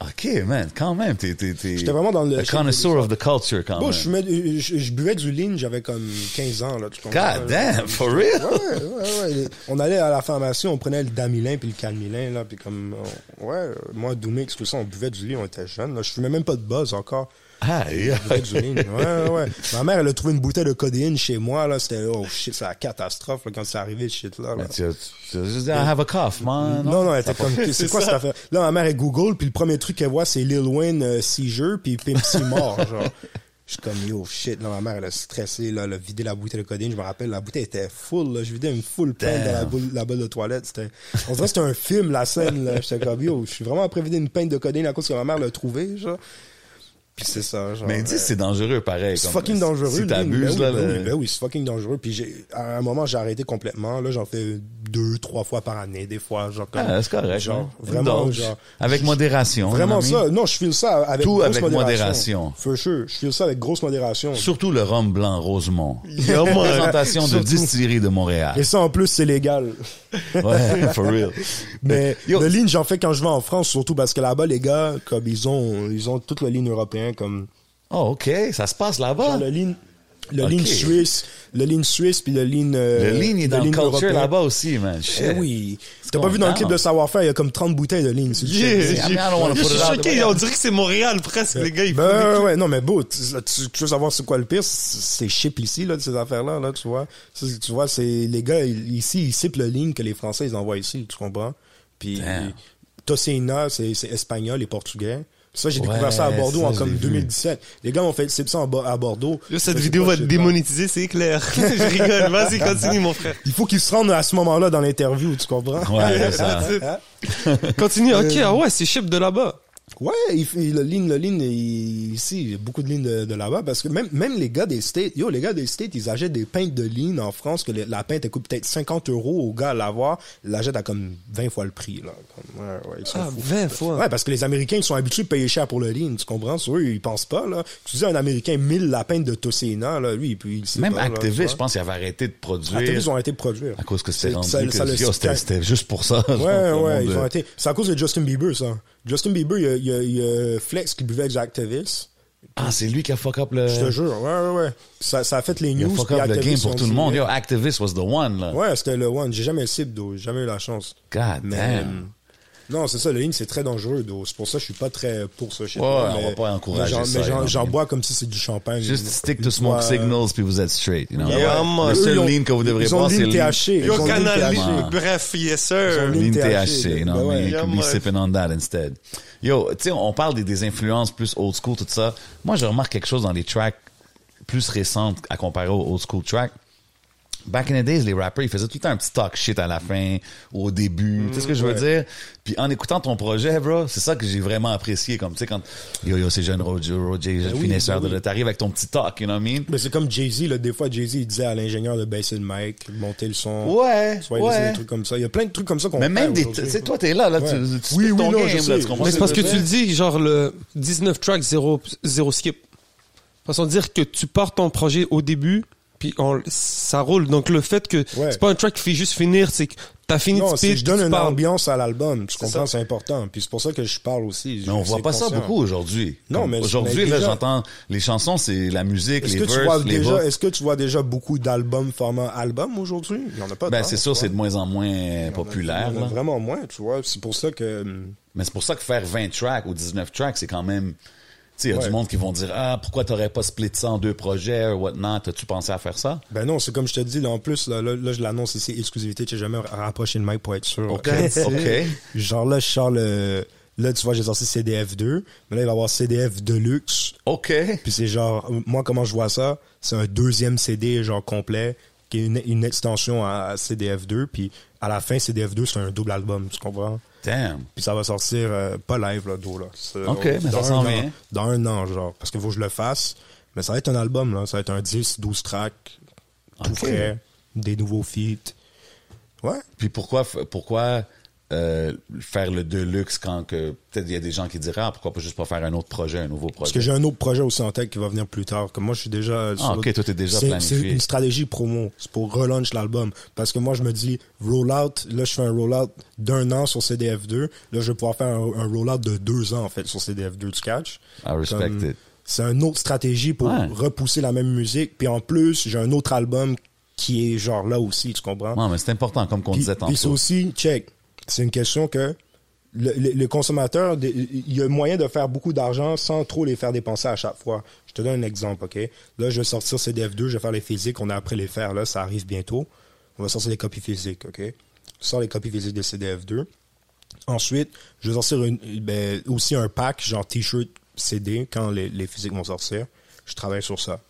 D: Ok, man, quand même. T'es, t'es, t'es
E: Mhm. J'étais vraiment dans le-
D: A connoisseur of the culture, quand
E: Bon,
D: même.
E: je, fumais du- je, je buvais du lean, j'avais comme 15 ans, là. Tu comprends?
D: God damn, for real.
E: Ouais, ouais, ouais, ouais. On allait à la pharmacie, on prenait le damilin puis le calmilin, là, puis comme, on- ouais, moi, Doumix, tout ça, on buvait du lean, on était jeunes, là. Je fumais même pas de buzz encore.
D: Ah, yeah.
E: buvais du lean. Ouais, ouais. Ma mère, elle a trouvé une bouteille de codéine chez moi, là. C'était, oh shit, c'est la catastrophe, là, quand c'est arrivé, ce shit-là. là.
D: Mais tu as tu as juste dit, I have a cough, man.
E: Non, non, elle était
D: Ça
E: comme,
D: pas-
E: c'est quoi cette affaire? Là, ma mère, elle Google, puis le premier truc qu'elle voit, c'est Lil Wayne, euh, si je, puis Pimp C mort, genre. Je suis comme, yo, shit, là, ma mère, elle a stressé, là, elle a vidé la bouteille de codine, je me rappelle, la bouteille était full, là, je vidais une full peine dans la, boule- la boule de toilette, c'était, on dirait que c'était un film, la scène, là, j'étais comme, yo, je suis vraiment après vider une peine de codine à cause que ma mère l'a trouvé, genre. Puis c'est ça, genre.
D: Mais dis,
E: euh,
D: c'est dangereux, pareil.
E: c'est
D: comme- euh,
E: fucking dangereux.
D: Si
E: lui.
D: t'abuses,
E: ben oui,
D: là.
E: ben
D: le-
E: oui, ben oui, c'est fucking dangereux. Puis j'ai, à un moment, j'ai arrêté complètement. Là, j'en fais deux, trois fois par année, des fois. Genre, comme,
D: Ah, c'est correct.
E: Genre,
D: hein. Une
E: vraiment,
D: dose.
E: genre,
D: Avec modération. hein,
E: Vraiment
D: mon ami.
E: ça. Non, je file ça avec
D: Tout
E: grosse
D: avec modération.
E: For sure. Je file ça avec grosse modération.
D: Surtout le rhum blanc Rosemont. Il y a une représentation de
E: Surtout.
D: distillerie de
E: Et
D: Montréal.
E: ça, en plus, c'est légal.
D: Ouais, for real.
E: Mais
D: Yo.
E: le lean, j'en fais quand je vais en France, surtout parce que là-bas, les gars, comme ils ont, ils ont toute le lean européen, comme
D: Oh, OK. Ça se passe
E: genre
D: là-bas.
E: le lean, le
D: Ok.
E: lean suisse, le lean suisse puis le lean. euh,
D: Le lean est dans
E: lean
D: le culture
E: européen.
D: là-bas aussi, man. Shit.
E: Eh oui. T'as pas vu dans le clip de Savoir-Faire, il y a comme 30 bouteilles de lean. c'est du
C: Yeah,
E: shit.
D: Yeah, I mean, I don't wanna
C: je
D: put
C: suis
D: it out
C: choqué,
D: there.
C: on dirait que c'est Montréal presque, les gars. ils font des-
E: Ben ouais, ouais, non, mais beau, tu, tu- tu veux savoir c'est quoi le pire? C'est chip ici, là, de ces affaires-là, là, tu vois. C'est- Tu vois, c'est, les gars, ils- ici, ils sippent le ligne que les Français, ils envoient ici, tu comprends? Puis,
D: Damn.
E: Tocina, c'est, c'est espagnol et portugais. Ça, j'ai
D: Ouais,
E: découvert ça à Bordeaux
D: ça,
E: en
D: je
E: comme
D: l'ai vu.
E: 2017. Les gars ont fait sip ça en Bo- à Bordeaux.
C: Yo,
E: Ça,
C: cette
E: c'est
C: vidéo
E: quoi,
C: va
E: je
C: te
E: sais pas.
C: démonétiser, c'est clair. je rigole, vas-y, continue, mon frère.
E: Il faut qu'ils se rendent à ce moment-là dans l'interview, tu comprends? Hein?
D: Ouais, c'est ça.
C: Continue, ok,
E: Euh,
C: ah ouais, c'est chip de là-bas.
E: Ouais, il, fait- le ligne, le ligne, il- ici, il y a beaucoup de lignes de, de là-bas, parce que même, même les gars des States, yo, les gars des States, ils achètent des pintes de ligne en France, que le- la pinte, elle coûte peut-être 50 euros au gars à l'avoir, ils l'achètent à comme 20 fois le prix, là. Comme, ouais, ouais, ils sont
C: Ah,
E: fous.
C: 20 fois.
E: Ouais, parce que les Américains, ils sont habitués de payer cher pour le ligne, tu comprends? Sur eux, ils pensent pas, là. Tu dis à un Américain 1000 la pinte de Tocena, là, lui, puis il sait
D: Même
E: pas, là, tu
D: Activist, je
E: vois.
D: pense qu'il avait arrêté de produire.
E: Activis, ils ont arrêté de produire.
D: À cause que c'était
E: C'est-
D: rendu
E: ça-
D: que
E: ça le-
D: yo, c'était- c'était juste pour ça. Genre,
E: Ouais,
D: tout le
E: ouais,
D: monde,
E: ils ont
D: euh,
E: été. C'est à cause de Justin Bieber, ça. Justin Bieber, il y a- il y a, il y a Flex qui buvait avec des activistes.
D: Ah, c'est lui qui a fuck up le...
E: Je te jure, ouais, ouais, ouais. Ça, ça a fait les
D: Il a
E: news.
D: fuck
E: puis
D: up le
E: Activist
D: game pour
E: ont
D: tout le
E: dit, euh,
D: monde. Yo, Activist was the one, là.
E: hein. Ouais, c'était le one. J'ai jamais essayé, d'eau. J'ai jamais eu la chance.
D: God damn.
E: euh, Non, c'est ça, le ligne, c'est très dangereux, d'eau. C'est pour ça que je suis pas très pour ce shit.
D: Ouais, on va pas encourager
E: mais j'en-
D: ça,
E: Mais j'en-
D: énormément.
E: j'en bois comme si c'est du champagne.
D: Just
E: Une-
D: stick
E: une
D: to smoke
E: fois-
D: signals, puis vous êtes straight, you know.
C: Yeah, man.
D: Le
E: Eux,
D: seul
E: ils ont-
D: ligne que vous devrez
E: ils ont
D: boire,
E: ligne
D: c'est ligne
E: THC. Ils
C: Yo,
E: ont ligne
C: Canal,
E: THC.
D: Libre.
C: bref, yes
E: Ils
C: sir.
E: ont
D: Lean
E: ligne THC,
D: THC, non,
E: ben ouais.
D: mais you
C: Yeah,
D: could be
C: man.
D: sipping on that instead. Yo, tu sais, on parle des, des influences plus old school, tout ça. Moi, je remarque quelque chose dans les tracks plus récentes à comparer aux old school tracks. Back in the days, les rappers, ils faisaient tout le temps un petit talk shit à la fin, ou au début. tu sais ce que je
E: Mm,
D: veux dire? Puis en écoutant ton projet, bro, c'est ça que j'ai vraiment apprécié. Comme, tu sais, quand, yo, yo, c'est jeune Roger, Roger, jeune
E: oui,
D: finisseur,
E: ben oui.
D: de- t'arrives avec ton petit talk, you know what I mean?
E: Mais c'est comme Jay-Z, là. Des fois, Jay-Z, il disait à l'ingénieur de baisser le mic, de monter le son.
D: Ouais,
E: Soit il
D: ouais.
E: disait des trucs comme ça. Il y a plein de trucs comme ça qu'on
D: Mais même
E: perd
D: des,
E: aujourd'hui.
D: tu sais, toi, t'es là, là,
E: Ouais.
D: tu, tu
E: Oui,
D: fais
E: oui,
D: ton
E: non, je
D: game, là,
E: sais.
D: tu comprends?
E: Mais
C: Mais c'est parce que
E: vrai.
C: tu le dis, genre le 19 track, 0 skip. Façon de dire que tu pars ton projet au début, puis on- ça roule. Donc le fait que
E: Ouais.
C: c'est pas un track qui fait juste finir, c'est que t'as fini
E: Non,
C: de
E: c'est
C: speed,
E: je donne
C: tu
E: une
C: pars.
E: ambiance à l'album. Tu
C: ça.
E: comprends, c'est important. Puis c'est pour ça que je parle aussi.
D: Mais on
E: Je-
D: voit
E: c'est
D: pas ça
E: conscient.
D: beaucoup aujourd'hui.
E: Non,
D: Comme
E: mais-
D: aujourd'hui
E: mais
D: là,
E: déjà-
D: j'entends les chansons, c'est la musique,
E: Est-ce
D: les
E: que, tu vois
D: verses, les
E: déjà,
D: hooks.
E: est-ce que tu vois déjà beaucoup d'albums format album aujourd'hui? Il n'y en a pas
D: Ben
E: tant,
D: c'est
E: tu
D: sûr,
E: vois.
D: c'est de moins en moins
E: Il
D: populaire.
E: y en a
D: là.
E: vraiment moins, tu vois. C'est pour ça que... hum,
D: Mais c'est pour ça que faire 20 tracks ou 19 tracks, c'est quand même. Tu sais, il y a
E: Ouais.
D: du monde qui vont dire Ah, pourquoi t'aurais pas split ça en deux projets ou whatnot T'as-tu pensé à faire ça
E: Ben non, c'est comme je te dis, là, en plus, là, là, là, je l'annonce ici, exclusivité, tu sais, jamais rapproché le mic pour être sûr.
D: Ok,
E: Euh,
D: ok.
E: Genre là, je sors le... Là, tu vois, j'ai sorti CDF2, mais là, il va y avoir CDF Deluxe.
D: Ok.
E: Puis c'est genre, moi, comment je vois ça, c'est un deuxième CD, genre complet, qui est une, une extension à, à CDF2. Puis à la fin, CDF2, c'est un double album, tu comprends?
D: Damn.
E: Puis ça va sortir, euh, pas live, là, d'eau, là. C'est-
D: Ok, mais ça
E: dans
D: s'en
E: un
D: vient.
E: an- Dans un an, genre, parce qu'il faut que je le fasse. Mais ça va être un album, là. Ça va être un 10, 12 tracks, tout
D: Ok.
E: frais, des nouveaux feats. Ouais.
D: Puis pourquoi, f- pourquoi euh, faire le deluxe quand que peut-être il y a des gens qui diraient Ah, pourquoi pas juste pas faire un autre projet, un nouveau
E: Parce que
D: projet
E: j'ai un autre projet aussi en tête qui va venir plus tard. Comme moi, je suis déjà. euh, sur
D: Ah, ok,
E: l'autre-
D: toi, t'es déjà
E: C'est-
D: planifié.
E: C'est une stratégie promo. C'est pour relaunch l'album. Parce que moi, je me dis, rollout, là, je fais un rollout d'un an sur CDF2. Là, je vais pouvoir faire un, un rollout de deux ans, en fait, sur CDF2 du catch.
D: I respect it.
E: C'est une autre stratégie pour
D: Ouais.
E: repousser la même musique. Puis en plus, j'ai un autre album qui est genre là aussi, tu comprends?
D: Non, mais c'est important, comme qu'on
E: Puis-
D: disait
E: Puis c'est
D: tantôt.
E: aussi, check, c'est une question que le, le- le consommateur, des- il y a moyen de faire beaucoup d'argent sans trop les faire dépenser à chaque fois. Je te donne un exemple, OK? Là, je vais sortir CDF2, je vais faire les physiques, on a après les faire, là, ça arrive bientôt. On va sortir les copies physiques, OK? Je sors les copies physiques de CDF2. Ensuite, je vais sortir une- ben, aussi un pack, genre T-shirt CD, quand les, les physiques vont sortir. Je travaille sur ça.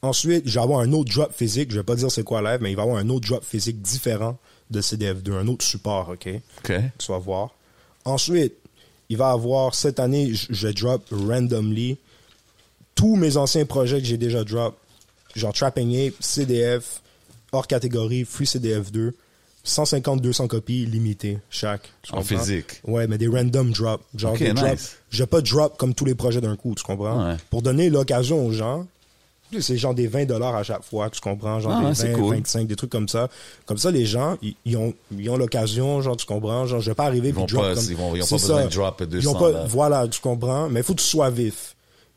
E: Ensuite, je vais avoir un autre drop physique. Je vais pas dire c'est quoi live, mais il va y avoir un autre drop physique différent de CDF2, un autre support, OK?
D: Ok.
E: Tu vas voir. Ensuite, il va avoir, cette année, je- je drop randomly tous mes anciens projets que j'ai déjà drop. Genre Trapping Ape, CDF, hors catégorie, Free CDF2. 150-200 copies limitées chaque. tu
D: En
E: comprends?
D: physique.
E: Ouais, mais des random drops. Genre
D: Ok,
E: des
D: nice.
E: drops. J'ai pas drop comme tous les projets d'un coup, tu comprends?
D: Ouais.
E: Pour donner l'occasion aux gens, c'est genre des 20 dollars à chaque fois, tu comprends? Genre
D: Ah, ouais,
E: des
D: c'est
E: 20,
D: cool.
E: 25, des trucs comme ça. Comme ça, les gens, ils- ils ont, ils ont l'occasion, genre, tu comprends? Genre, je vais pas arriver
D: Ils vont
E: puis drop
D: pas-
E: comme-
D: ils vont- ils ont
E: C'est
D: pas besoin
E: ça.
D: de drop
E: Ils ont
D: 200
E: pas-
D: là.
E: Voilà, tu comprends? Mais faut que tu sois vif.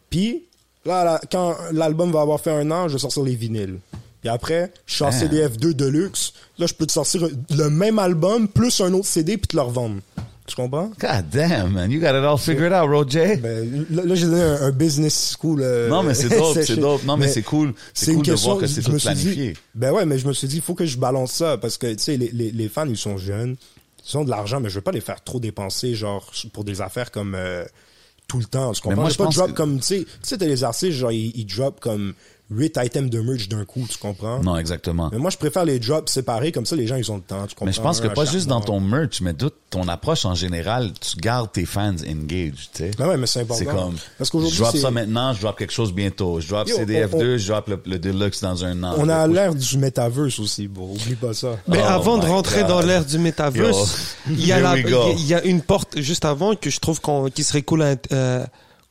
E: Puis, là, là, quand l'album va avoir fait un an, je vais sortir les vinyles. Puis après, je suis en
D: Ah.
E: CDF2 Deluxe. Là, je peux te sortir le même album plus un autre CD puis te le revendre. Tu comprends?
D: God damn, man. You got it all figured out, Roger.
E: Ben, là, là, j'ai donné un, un business school. euh,
D: Non, mais c'est dope, c'est
E: session.
D: dope. Non, mais c'est cool. C'est
E: une
D: cool de
E: question,
D: voir que c'est
E: je
D: tout
E: me suis dit-
D: planifié.
E: ben ouais, mais je me suis dit, il faut que je balance ça parce que, tu sais, les, les, les fans, ils sont jeunes. Ils ont de l'argent, mais je veux pas les faire trop dépenser, genre, pour des affaires comme euh, tout le temps. Tu comprends?
D: moi,
E: je
D: je
E: veux pas
D: pense
E: drop
D: que-
E: comme, tu sais, tu sais, t'as les artistes, genre, ils, ils drop comme 8 items de merch d'un coup, tu comprends?
D: Non, exactement.
E: Mais moi, je préfère les drops séparés, comme ça, les gens, ils ont le temps, tu comprends?
D: Mais je pense que
E: ben Un hein. à
D: pas
E: chaque
D: juste dans
E: mois.
D: ton merch, mais toute ton approche en général, tu gardes tes fans engaged, tu sais.
E: Ben ouais, mais c'est important.
D: C'est comme,
E: Parce qu'aujourd'hui,
D: je drop
E: c'est-
D: ça maintenant, je drop quelque chose bientôt. Je drop
E: Yo,
D: CDF2,
E: on- on-
D: je drop le, le Deluxe dans un an.
E: On a
D: Je-
E: l'ère du metaverse aussi, bon, oublie pas ça.
C: Mais
D: Oh
C: avant de
D: my
C: rentrer
D: God.
C: dans l'ère du metaverse,
D: Yo.
C: il y, a
D: Here
C: la-
D: we go.
C: il y a une porte juste avant que je trouve qu'on- qui serait cool à- euh,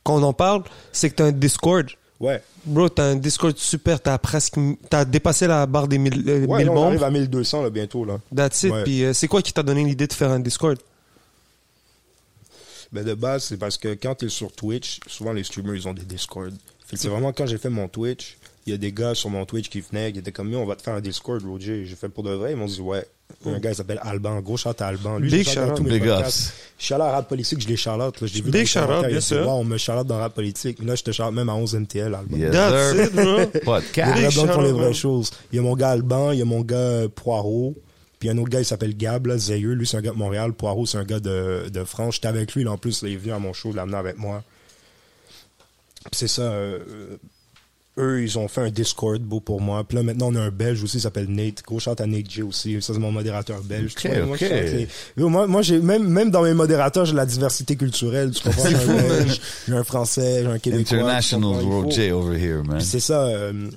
C: qu'on en parle, c'est que t'as un Discord.
E: Ouais.
C: Bro, t'as un Discord super, t'as presque, t'as dépassé la barre des 1000 euh,
E: Ouais,
C: 1000
E: là, on arrive
C: membres.
E: à 1200 là, bientôt. Là.
C: That's it.
E: Ouais.
C: Puis euh, c'est quoi qui t'a donné l'idée de faire un Discord
E: Ben, de base, c'est parce que quand tu es sur Twitch, souvent les streamers, ils ont des Discord. Fait que c'est vraiment quand j'ai fait mon Twitch, il y a des gars sur mon Twitch qui venaient, qui étaient comme, Yo, on va te faire un Discord, Roger. J'ai fait pour de vrai. Ils m'ont dit, ouais. Un gars, il s'appelle Alban. Gros shout à Alban. Lui,
C: Mm. Big
E: je le shout
C: shout
E: dans
C: out,
E: tous mes
D: big
E: podcasts.
D: us.
E: Shout out à Rap Politique, je l'ai shout out. Là, je l'ai vu
C: Big
E: dans les
C: shout out,
E: commentaires, il
C: bien
E: dit,
C: sûr.
E: Wow, on me shout out dans Rap Politique. Là, je te shout out même à 11 MTL, Alban.
D: Yes,
C: That's
D: sir.
C: it, bro.
D: Podcast.
E: Les
C: Big
E: vrais blondes font les
C: shout-out, man.
E: vraies choses. Il y a mon gars Alban, il y a mon gars euh, Poirot, puis un autre gars, il s'appelle Gab, là, Zayeux. Lui, c'est un gars de Montréal. Poirot, c'est un gars de, de France. J'étais avec lui, là, en plus, là, il est venu à mon show, l'amener avec moi. Puis c'est ça. euh, euh, eux, ils ont fait un Discord beau pour moi. Puis là, maintenant, on a un Belge aussi, il s'appelle Nate. Gros shout à Nate J aussi. Ça, c'est mon modérateur belge.
D: Ok,
E: Tu vois, moi,
D: ok.
E: je shout les- Yo, Moi, moi, j'ai même, même dans mes modérateurs, j'ai la diversité culturelle. Tu comprends? J'ai un Belge, j'ai un Français, j'ai un Québécois. tu
D: hein. International
E: comprends? Il faut-
D: Roger over here, man.
E: puis c'est ça. euh,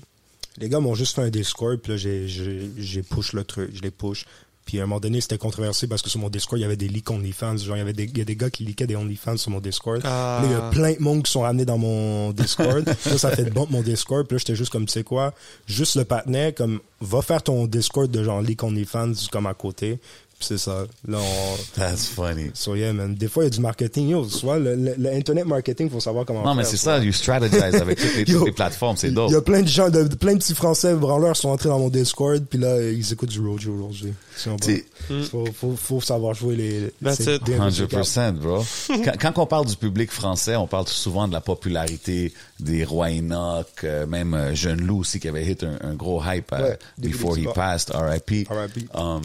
E: les gars m'ont juste fait un Discord, puis là, j'ai- j'ai j'ai push le truc, je les push. Puis à un moment donné, c'était controversé parce que sur mon Discord, il y avait des leaks OnlyFans. Genre, il y avait des, il y a des gars qui leakaient des OnlyFans sur mon Discord.
C: Ah.
E: Puis là, il y a plein de monde qui sont ramenés dans mon Discord. Puis là, ça fait de bon mon Discord. Puis là, j'étais juste comme, tu sais quoi, juste le patinet, comme, va faire ton Discord de genre leak OnlyFans, comme à côté. Puis c'est ça. Là, on.
D: That's funny.
E: So yeah, man. Des fois, il y a du marketing. Yo, soit le, le- le Internet marketing, faut savoir comment
D: Non, mais
E: faire,
D: c'est
E: tu
D: ça, you strategize avec toutes les, toutes
E: Yo.
D: les plateformes, c'est dope.
E: il y a plein de gens, de, plein de petits Français branleurs sont entrés dans mon Discord, puis là, ils écoutent du Rojo aujourd'hui. C'est bon.
D: T'sais-
E: Faut, faut, faut savoir jouer les.
C: That's
E: c'est
C: it.
E: bien musical.
D: 100%, bro. Quand, quand on parle du public français, on parle souvent de la popularité des Roy Enoch, euh, même euh, Jeune Loup aussi qui avait hit un, un gros hype euh,
E: Ouais, début
D: Before
E: des
D: He
E: débats.
D: Passed, R.I.P.
E: R.I.P..
D: Um,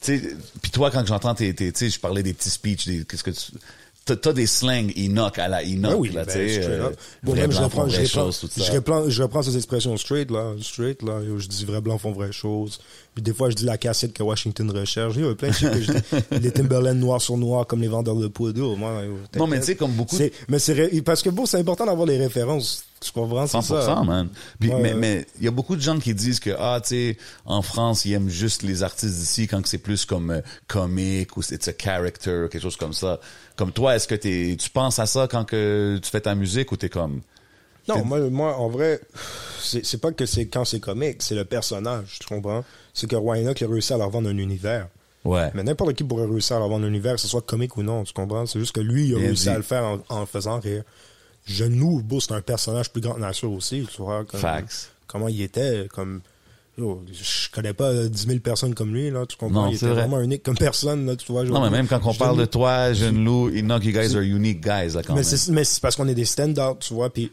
D: tu sais, puis toi, quand j'entends tes, tes- tu sais, je parlais des petits speeches, des, qu'est-ce que tu, t'as, t'as des slangs Enoch à la Enoch,
E: Ouais, oui,
D: là,
E: ben,
D: tu sais,
E: straight
D: euh,
E: up. Bon,
D: vrai
E: même, je
D: blanc font
E: reprends, je
D: vraies
E: reprends,
D: choses, tout ça.
E: je reprends, je reprends ces expressions straight, là. Straight, là. Yo, Je dis vrai blanc font vraie chose. Puis des fois, je dis la cassette que Washington recherche. Yo, Il y a plein de shit que je dis. Les Timberland noir sur noir, comme les vendeurs de poudre. Yo, moi, yo,
D: Non, mais
E: t'inquiète.
D: tu sais, comme beaucoup de-
E: C'est- Mais c'est, ré- parce que bon, c'est important d'avoir les références. Tu comprends? C'est
D: 100%,
E: ça.
D: man. Puis,
E: Ouais,
D: mais,
E: ouais.
D: mais, il y a beaucoup de gens qui disent que, ah, tu sais, en France, ils aiment juste les artistes d'ici quand que c'est plus comme euh, comique ou c'est un character, quelque chose comme ça. Comme toi, est-ce que t'es, tu penses à ça quand que tu fais ta musique ou t'es comme,
E: Non, moi, moi, en vrai, c'est c'est pas que c'est quand c'est comique, c'est le personnage, tu comprends? C'est que Roynock a réussi à leur vendre un univers.
D: ouais.
E: Mais n'importe qui pourrait réussir à leur vendre un univers, que ce soit comique ou non, tu comprends? C'est juste que lui, il a
D: Bien
E: réussi
D: dit.
E: à le faire en, en le faisant rire. Genou, beau, c'est un personnage plus grande nature aussi, tu vois? Comme,
D: Facts.
E: Comment il était, comme... yo, je connais pas euh, 10 000 personnes comme lui, là, tu comprends?
D: Non,
E: il
D: c'est
E: était
D: vrai.
E: vraiment unique comme personne, là, tu vois?
D: Non, mais même quand on
E: Genou-
D: parle de toi, Jeune Lou, Enoch, you guys are unique guys, là, quand
E: mais
D: même.
E: c'est, mais c'est parce qu'on est des stand-out, tu vois. Puis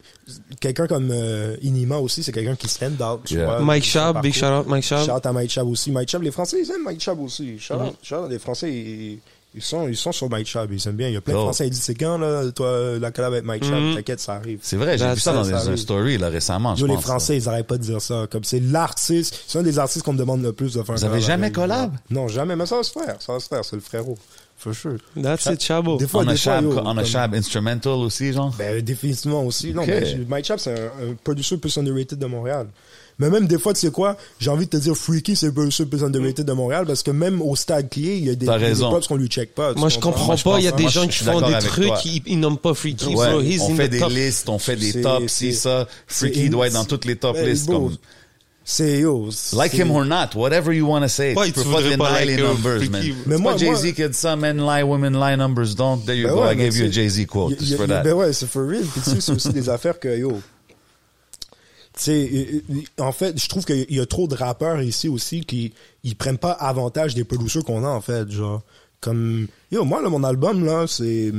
E: quelqu'un comme euh, Inima aussi, c'est quelqu'un qui stand-out, tu
D: Yeah.
E: vois.
C: Mike
E: Son
C: Chab, big
E: parcours.
C: shout out Mike Chab.
E: Shout out à Mike Chab aussi. Mike Chab, les Français, ils aiment Mike Chab aussi. Shout out,
C: Mm-hmm.
E: shout out, les Français, ils, ils sont, ils sont sur Mike Chab, ils aiment bien. Il y a plein
D: Oh.
E: de Français, ils disent, c'est quand, là, toi, euh, la collab avec Mike Chab, t'inquiète, ça arrive.
D: C'est vrai, j'ai
C: Mm-hmm. That's
D: vu ça
C: it,
D: dans
E: ça
D: des- un
E: arrive.
D: story, là, récemment, je
E: Yo,
D: pense.
E: les Français, ils arrêtent pas de dire ça. Comme c'est l'artiste, c'est un des artistes qu'on me demande le plus de faire un
D: Vous avez
E: collab
D: jamais
E: avec.
D: collab?
E: Non, jamais, mais ça va se faire, ça va se faire, c'est le frérot. for sure.
C: That's it, Chabo.
E: Des fois,
D: On a
E: des fois,
D: Shab,
E: yo,
D: on a
E: comme-
D: Shab Instrumental aussi, genre.
E: Ben, définitivement aussi. Non,
D: Ok.
E: mais je- Mike Chap, c'est un, un producer plus underrated de Montréal. Mais même des fois, tu sais quoi, j'ai envie de te dire Freaky, c'est le producer plus underrated de Montréal parce que même au stade clé, il y a des,
D: T'as
E: des
D: raison.
E: props qu'on lui check pas.
D: Ah,
E: tu
C: Moi, je comprends pas. Il y a
E: pense,
C: des
D: Moi,
E: hein.
C: gens
D: je-
C: qui
D: je suis
C: font
D: d'accord
C: des
D: avec
C: trucs,
D: toi.
C: ils, ils nomment pas Freaky.
D: Ouais,
C: bro, he's
D: on
C: in
D: fait
C: the
D: des
C: top.
D: listes, on fait des
E: C'est-
D: tops, si
E: c'est-
D: ça. Freaky
E: c'est-
D: doit être dans toutes les top
E: Ben,
D: listes.
E: beau.
D: Comme,
E: C'est yo.
D: like
E: c'est-
D: him or not, whatever you want to say.
C: Ouais,
D: tu peux
C: tu
D: pas
C: voudrais pas
D: deny
C: like,
D: les
C: euh,
D: numbers,
C: Freaky,
D: man.
C: ouais.
D: C'est
E: Mais
D: pas
E: moi-
D: Jay-Z
E: moi-
D: qui a dit ça, men lie, women lie, numbers don't. There you
E: Ben
D: go,
E: ouais,
D: I
E: mais
D: gave you a
E: tu sais,
D: Jay-Z
E: y-
D: quote, just
E: y-
D: for
E: y-
D: that.
E: Ben ouais, c'est for real. Puis tu sais, c'est aussi des affaires que, yo. Tu sais, y- y- en fait, je trouve qu'il y a trop de rappeurs ici aussi qui ils prennent pas avantage des producers qu'on a, en fait. Genre, comme, yo, moi, là, mon album, là, c'est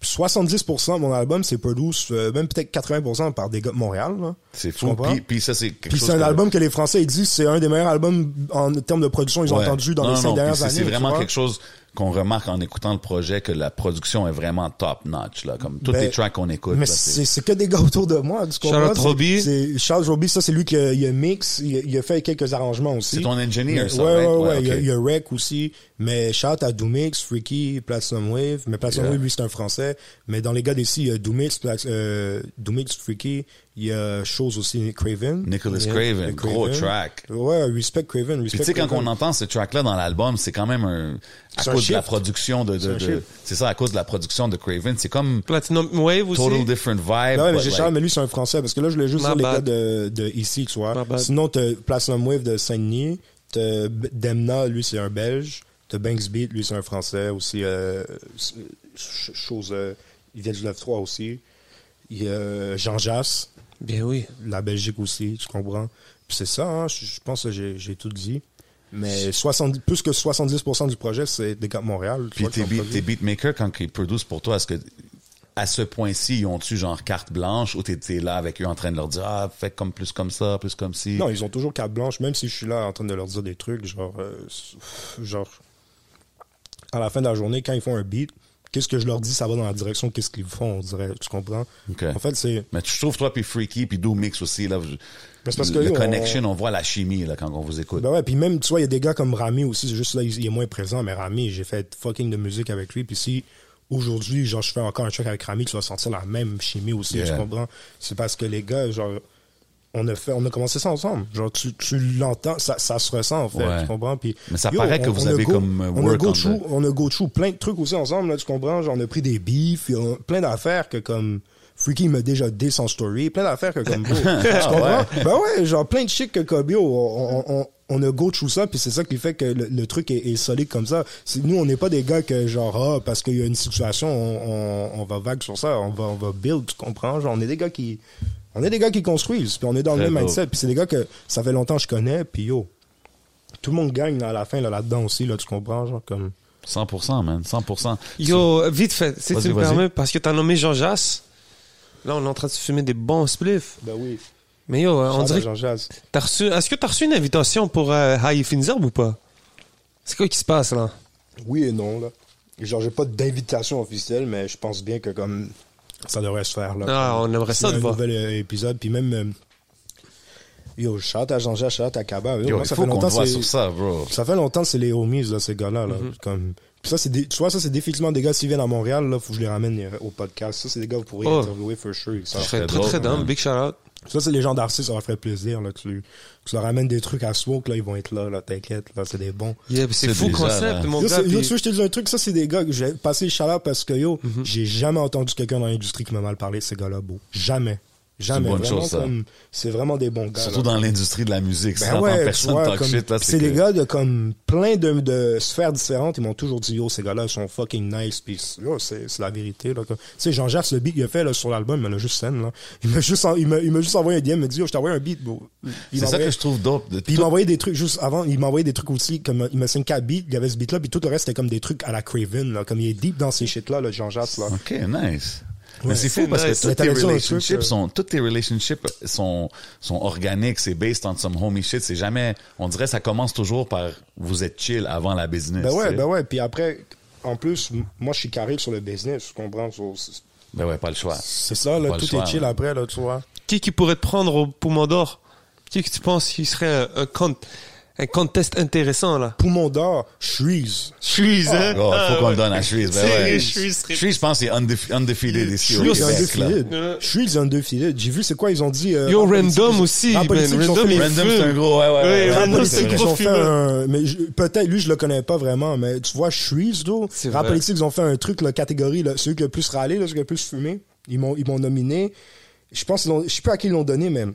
E: 70% de mon album, c'est produce, euh, même peut-être 80% par des gars de Montréal, là.
D: C'est
E: Tu
D: fou.
E: comprends?
D: Puis, puis ça, c'est quelque
E: Puis
D: chose
E: c'est un
D: que-
E: album que les Français ils disent, c'est un des meilleurs albums en termes de production ils ont
D: Ouais.
E: entendu dans
D: Non,
E: les
D: non,
E: cinq
D: non,
E: dernières
D: puis
E: années.
D: c'est-
E: tu
D: C'est vraiment
E: vois.
D: quelque chose qu'on remarque en écoutant le projet que la production est vraiment top notch, là. Comme toutes
E: Ben,
D: les tracks qu'on écoute.
E: Mais
D: là,
E: c'est c'est que des gars autour de moi, du coup.
C: Shout out Roby.
E: Charles Roby, ça, c'est lui qui a, il a mix, il a, il a fait quelques arrangements aussi.
D: C'est ton engineer,
E: Mais-
D: ça,
E: Ouais,
D: right?
E: ouais,
D: Ouais,
E: ouais. Il y a-
D: ok.
E: il y a Rec aussi. Mais shout out à Doomix, Freaky, Platinum Wave. Mais Platinum
D: Yeah.
E: Wave, lui, c'est un français. Mais dans les gars d'ici, il y a Doomix, Plat- euh, Doomix, Freaky. Il y a Chose aussi, Craven.
D: Nicholas
E: Yeah.
D: Craven, gros track.
E: Ouais, respect Craven,
D: Puis
E: respect
D: tu sais, quand
E: Craven.
D: on entend ce track-là dans l'album, c'est quand même un... À
E: C'est un
D: cause de la
E: shift.
D: production de... de-
E: un
D: de-
E: shift.
D: c'est ça, à cause de la production de Craven. C'est comme
C: Platinum Wave aussi.
D: total different vibe.
E: Ben ouais, mais
D: but
E: j'ai
D: like-
E: Charles, mais lui, c'est un français. Parce que là, je voulais juste
C: My
E: dire les
C: bad.
E: gars de, de ici, tu vois.
C: My bad.
E: Sinon, t'as Platinum Wave de Saint-Denis. T'as B- Demna, lui, c'est un belge. T'as Banks Beat, lui, c'est un français aussi. Euh, s- ch- chose, euh, il vient du 9-3 aussi. Il y a euh, Jean Jass,
C: Bien Ben oui.
E: la Belgique aussi, tu comprends. Puis c'est ça, hein, je je pense que j'ai j'ai tout dit. Mais 70, plus que 70% du projet, c'est des gars de Montréal. tu
D: Puis
E: vois,
D: tes,
E: qui ont
D: beat,
E: produit.
D: tes beatmakers, quand ils produisent pour toi, est-ce que à ce point-ci, ils ont-tu genre carte blanche ou t'es t'es là avec eux en train de leur dire Ah, fais comme plus comme ça, plus comme ci
E: Non, ils ont toujours carte blanche, même si je suis là en train de leur dire des trucs, genre, euh, genre, à la fin de la journée, quand ils font un beat, qu'est-ce que je leur dis, ça va dans la direction, qu'est-ce qu'ils font, on dirait, tu comprends?
D: Ok.
E: En fait, c'est,
D: Mais tu trouves toi puis Freaky puis Do Mix aussi là,
E: c'est parce que
D: le
E: eux, on-
D: connection, on... voit la chimie là quand on vous écoute.
E: ben ouais, puis même, tu vois, il y a des gars comme Rami aussi, c'est juste là, il il est moins présent, mais Rami, j'ai fait fucking de musique avec lui, puis si aujourd'hui, genre, je fais encore un truc avec Rami, tu vas sentir la même chimie aussi,
D: Yeah.
E: tu comprends? C'est parce que les gars, genre, on a fait, on a commencé ça ensemble. Genre, tu, tu l'entends, ça, ça se ressent, en fait,
D: Ouais.
E: tu comprends? Puis,
D: Mais ça paraît que vous
E: a
D: avez
E: go-
D: comme, euh,
E: on a
D: work
E: go
D: on
E: through-
D: the-
E: on a go through plein de trucs aussi ensemble, là, tu comprends? Genre, on a pris des beefs, et on- plein d'affaires que comme, Freaky m'a déjà dit son story, plein d'affaires que comme, bro, tu comprends? Ben ouais, genre, plein de shit que comme, yo, on, on, on- on a go through ça, puis c'est ça qui fait que le, le truc est, est solide comme ça. C'est- nous, on n'est pas des gars que, genre, ah, parce qu'il y a une situation, on, on- on va vague sur ça, on va, on va build, tu comprends? Genre, on est des gars qui, on est des gars qui construisent, puis on est dans le
D: Très
E: même
D: dope.
E: mindset, puis c'est des gars que ça fait longtemps que je connais, puis yo, tout le monde gagne à la fin là, là-dedans aussi, là, tu comprends, genre comme.
D: 100%, man, 100%.
C: Yo, vite fait, si
D: Vas-y,
C: tu me
D: vas-y.
C: permets, parce que t'as nommé Jean Jass. Là, on est en train de se fumer des bons spliffs.
E: Ben oui.
C: Mais yo, on dirait que
E: Jean Jazz.
C: t'as reçu. Est-ce que t'as reçu une invitation pour euh, High Finzerb ou pas C'est quoi qui se passe là
E: Oui et non là. Genre j'ai pas d'invitation officielle, mais je pense bien que comme ça devrait se faire là.
C: Ah,
E: Comme,
C: on aimerait
E: c'est
C: ça
E: un
C: de voir.
E: nouvel euh, épisode, puis même. euh, Yo, shout à Jean Jazz, shout à Kaba. Yo,
D: Yo,
E: moi,
D: il
E: ça
D: faut
E: fait
D: qu'on te
E: longtemps.
D: voit
E: c'est-
D: sur ça, bro.
E: Ça fait longtemps que c'est les homies, là, ces gars-là. Là. Comme... Puis ça, c'est des... Tu vois, ça, c'est définitivement des gars, s'ils viennent à Montréal, là, faut que je les ramène euh, au podcast. Ça, c'est des gars que vous pourriez
C: Oh.
E: interviewer, for sure. ils
C: Je
E: savent.
C: serais
D: serait
C: très
D: drôle,
C: très
D: man.
C: down. Big shout out.
E: Ça, c'est les gens d'artistes, ça leur ferait plaisir, là. Tu, tu leur ramènes des trucs à smoke, là, ils vont être là, là, t'inquiète, là, c'est des bons.
C: Yeah, c'est
D: C'est hein.
C: fou
D: déjà,
C: concept,
D: là.
C: mon
E: Yo,
C: gars.
E: c'est- yo,
C: puis-
E: tu veux, je te dis un truc, ça, c'est des gars que j'ai passé chaleur parce que, yo,
D: Mhm.
E: j'ai jamais entendu quelqu'un dans l'industrie qui m'a mal parlé de ces gars-là, beau. Jamais. Jamais.
D: bonne
E: Vraiment,
D: chose, ça.
E: comme, c'est vraiment des bons gars.
D: Surtout
E: là.
D: dans l'industrie de la musique, si
E: Ben
D: t'entends
E: ouais,
D: personne
E: tu vois,
D: talk
E: comme-
D: shit là,
E: c'est des
D: que-
E: gars de comme plein de, de sphères différentes. Ils m'ont toujours dit, yo, ces gars-là ils sont fucking nice. Puis yo, c'est c'est la vérité. là, comme- Tu sais, Jean-Jacques, le beat qu'il a fait là, sur l'album, il me l'a juste scène. Là. Il m'a juste, en- il m'a- il m'a juste envoyé un DM, il m'a dit, yo, je t'envoie un beat. bro. Il
D: C'est ça
E: m'envoyait-
D: que je trouve dope de
E: Puis il
D: tout-
E: m'envoyait des trucs juste avant, il m'envoyait des trucs aussi, comme il m'a signé 4 beats, il y avait ce beat-là, puis tout le reste c'était comme des trucs à la Craven, là, comme il est deep dans ces shit-là, là, Jean-Jacques. Là.
D: OK, nice.
E: Ouais.
D: Mais c'est fou
E: C'est
D: parce
E: nice.
D: que toutes
E: Mais
D: tes,
E: t'avais dit un truc,
D: relationships
E: euh,
D: sont, toutes tes relationships sont, sont organiques, c'est based on some homie shit, c'est jamais, on dirait ça commence toujours par vous êtes chill avant la business.
E: Ben
D: tu
E: ouais,
D: sais.
E: ben ouais. Puis après, en plus, m- moi je suis carré sur le business, tu comprends? sur- c'est-
D: Ben ouais, pas le choix.
E: C'est ça, là,
D: Pas le
E: tout
D: choix,
E: est chill
D: hein.
E: après, là, tu vois.
C: Qui qui pourrait te prendre au poumon d'or Qui que tu penses qui serait euh, un, un con- un contest intéressant, là.
E: Poumon d'or, Shreeze.
C: Shreeze,
E: Ah,
C: hein?
D: Oh, faut qu'on le donne à Shreeze. Ben ouais.
C: Shreeze, c'est-
D: Shreeze, je pense, c'est undefe- undefeated ici au
E: Shreeze,
D: Québec. là.
E: undefeated. Shreeze, undefeated. J'ai vu, c'est quoi, ils ont dit... euh,
C: Euh. Yo,
E: en politique,
C: Random
E: ils-
C: aussi,
E: en
C: man.
E: politique, ils ont
C: Random,
E: fait-
C: il
D: Random,
C: fume.
D: c'est un gros, ouais, ouais.
C: Ouais,
D: ouais,
E: Random,
C: Random,
D: ouais,
C: c'est
D: vrai.
C: gros
E: ils ont fait
C: fumeur.
E: un- euh, mais je- peut-être lui je le connais pas vraiment mais tu vois Shreeze d'où
C: C'est
E: rap
C: vrai.
E: politique ils ont fait un truc la catégorie là, celui qui a le plus râlé là, celui qui a le plus fumé ils m'ont ils m'ont nominé je pense qu'ils l'ont- je sais pas à qui ils l'ont donné mais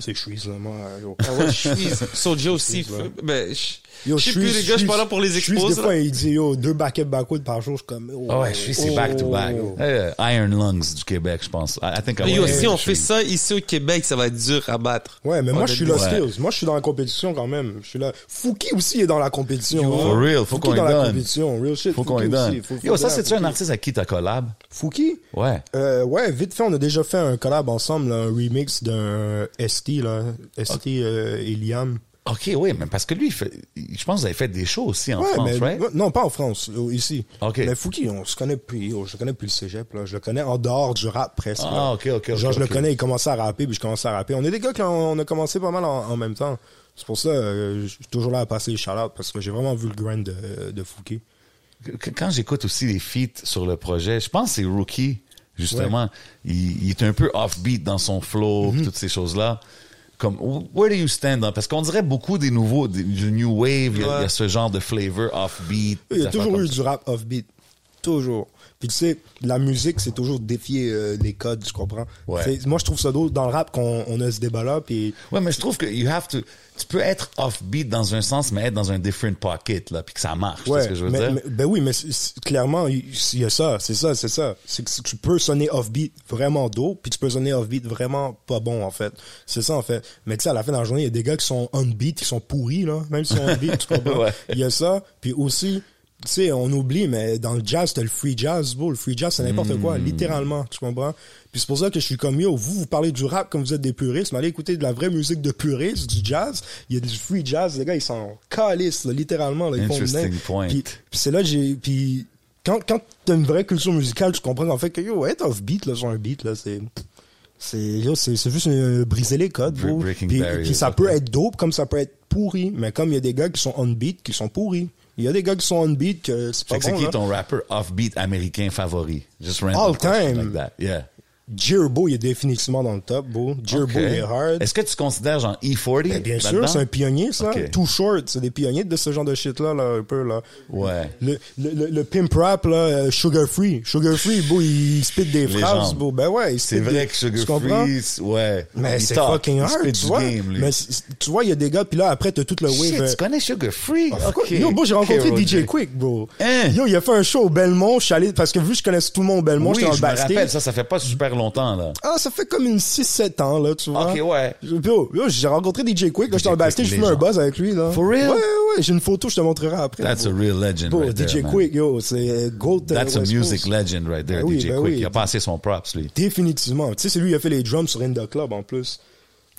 E: c'est Shreeze là moi yo. Ah ouais, Shreeze.
C: Soldier aussi.
E: Shreeze, ouais.
C: fume. Ben, je
E: Yo,
C: je sais plus, les gars, je suis pas là pour les
E: Shreeze,
C: expos.
E: des
C: là.
E: fois il dit yo deux back up backwood par jour je suis comme oh,
D: Ah ouais, Shreeze, c'est
E: oh.
D: back to back. Euh, Iron Lungs du Québec, je pense. I, I think I
C: Mais
D: want
C: yo,
D: to
C: si
D: hear
C: on fait
D: Shreeze.
C: ça ici au Québec, ça va être dur à battre.
E: Ouais, mais moi, je suis là,
D: Ouais.
E: skills. Moi, je suis dans la compétition quand même. Je suis là. Fouki aussi est dans la compétition.
D: For
E: hein.
D: real, faut
E: Fouki
D: qu'on
E: dans
D: lui
E: la
D: donne.
E: compétition. Real shit.
D: Faut qu'on lui
E: Fouki
D: donne.
E: aussi. Faut- faut
D: Yo, ça,
E: donner à
D: c'est-tu un
E: Fouki.
D: artiste à qui t'as collab?
E: Fouki?
D: Ouais.
E: Euh, ouais, vite fait, on a déjà fait un collab ensemble, là, un remix d'un ST, là. ST euh, et Liam.
D: OK, oui, mais parce que lui, il fait- je pense que vous avez fait des shows aussi en
E: ouais,
D: France,
E: mais.
D: right?
E: ouais, Non, pas en France, euh, ici.
D: Ok.
E: Mais Fouki, on se connaît plus, oh, je le connais plus le cégep, là. Je le connais en dehors du rap, presque.
D: Ah,
E: là.
D: ok, ok, ok,
E: Genre, je le
D: ok.
E: connais, il commençait à rapper, puis je commençais à rapper. On est des gars qui ont- on a commencé pas mal en, en même temps. C'est pour ça, euh, je suis toujours là à passer les shout parce que j'ai vraiment vu le grind de, de Fouki.
D: Qu- Quand j'écoute aussi les feats sur le projet, je pense que c'est Rookie, justement. Il, il est un peu offbeat dans son flow,
E: Mm-hmm.
D: puis toutes ces choses-là. Comme, wh- where do you stand? on- Parce qu'on dirait beaucoup des nouveaux, des- du new wave, il y a- il y, a
C: Ouais.
D: ce genre de flavor offbeat.
E: Il y
D: des
E: a
D: affaires
E: toujours
D: comme
E: eu
D: ça.
E: du rap offbeat. Toujours. Puis tu sais, la musique, c'est toujours défier euh, les codes, tu comprends?
D: Ouais.
E: C'est- Moi, je trouve ça drôle dans le rap qu'on on a ce débat-là. Puis
D: Ouais, mais je trouve que you have to, tu peux être offbeat dans un sens, mais être dans un different pocket, là, puis que ça marche. tu sais
E: Ouais,
D: ce que je veux
E: mais-
D: dire?
E: mais- ben oui, mais c'est- c'est- clairement, il il y a ça, c'est ça, c'est ça. C'est que tu peux sonner offbeat vraiment dope, puis tu peux sonner offbeat vraiment pas bon, en fait. C'est ça, en fait. Mais tu sais, à la fin de la journée, il y a des gars qui sont on-beat, qui sont pourris, là, même si on beat, tu comprends?
D: Ouais.
E: Il y a ça, puis aussi... Tu sais, on oublie, mais dans le jazz, t'as le free jazz, bro. Le free jazz, c'est n'importe quoi,
D: Hmm.
E: littéralement, tu comprends? Puis c'est pour ça que je suis comme, yo, vous, vous parlez du rap comme vous êtes des puristes, mais allez écouter de la vraie musique de puristes, du jazz. Il y a du free jazz, les gars, ils sont calissent, là, littéralement, là, ils font le
D: Interesting
E: nain.
D: point.
E: Puis- puis c'est là que j'ai. Puis quand, quand t'as une vraie culture musicale, tu comprends en fait que yo, être off-beat, là, sur un beat, là, c'est. C'est yo, c'est c'est juste euh, briser les codes,
D: Bre-
E: bro.
D: breaking
E: Puis,
D: barriers,
E: puis ça
D: ok.
E: peut être dope comme ça peut être pourri. Mais comme il y a des gars qui sont on beat, qui sont pourris. Il y a des gars qui sont on beat, que c'est pas
D: Fait que c'est
E: bon.
D: qui
E: là.
D: ton rappeur offbeat américain favori? Just random.
E: All
D: question
E: time.
D: Like that. Yeah.
E: Jerbo, il est définitivement dans le top, bro. Jerbo,
D: Ok.
E: il est hard.
D: Est-ce que tu considères genre E40?
E: Mais Ben, bien
D: là-dedans?
E: sûr, c'est un pionnier, ça.
D: Ok.
E: Too short, c'est des pionniers de ce genre de shit-là, là, un peu, là.
D: Ouais.
E: Le, le, le, le pimp rap, là, euh, Sugar Free. Sugar Free, beau, il spit des phrases,
D: Légende.
E: beau. Ben ouais, il
D: C'est
E: spit
D: vrai
E: des-
D: que
E: tu
D: Sugar
E: comprends?
D: Free, c'est- ouais.
E: Mais
D: Il
E: c'est
D: talk,
E: fucking
D: il
E: hard,
D: spit
E: tu
D: du
E: vois.
D: game, lui.
E: mais c'est- tu vois, il y a des gars, puis là, après, t'as tout le wave.
D: Shit,
E: euh,
D: tu connais Sugar Free?
E: Of
D: Ok.
E: course. Yo, bro, j'ai
D: Ok,
E: rencontré
D: Roger.
E: DJ Quick, bro.
D: Hein?
E: Yo, il a fait un show au Belmont. Je suis allé, parce que vu que je connaissais tout le monde au Belmont,
D: Oui,
E: j'étais dans
D: je
E: le
D: me
E: backstage.
D: rappelle, ça, ça fait pas super longtemps, là.
E: Ah, ça fait comme une 6-7 ans, là, tu vois.
D: Ok, ouais.
E: Yo, yo, j'ai rencontré DJ Quick, là, j'étais dans le
D: DJ
E: backstage, je
D: Quick,
E: fumais un
D: légende.
E: buzz avec lui, là.
D: For real?
E: Ouais, ouais, ouais, j'ai une photo, je te montrerai après.
D: That's a
E: bro.
D: real legend
E: Bro,
D: right there,
E: DJ
D: man.
E: Quick, yo, c'est Gold. euh,
D: That's a
E: West
D: music
E: Coast.
D: legend right there,
E: Ben oui,
D: DJ
E: ben
D: Quick.
E: oui.
D: Il a passé son props, lui.
E: Définitivement. Tu sais, c'est lui qui a fait les drums sur Inda Club en plus.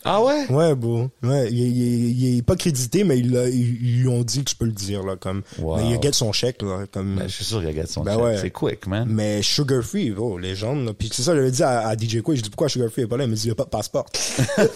D: Ah ouais?
E: Ouais, bro. Ouais, il, il- il est pas crédité, mais il l'a- ils ils lui ont dit que je peux le dire, là, comme.
D: Wow.
E: Mais il a get son chèque, là, comme.
D: Ben, je suis sûr qu'il regarde son
E: Ben
D: check.
E: ouais.
D: C'est Quick, man.
E: Mais Sugar Free, bro, légende. là. Puis c'est ça, j'avais dit à, à DJ Quick, j'ai dit pourquoi Sugar Free est pas là, il m'a dit il a pas de passeport. Ben,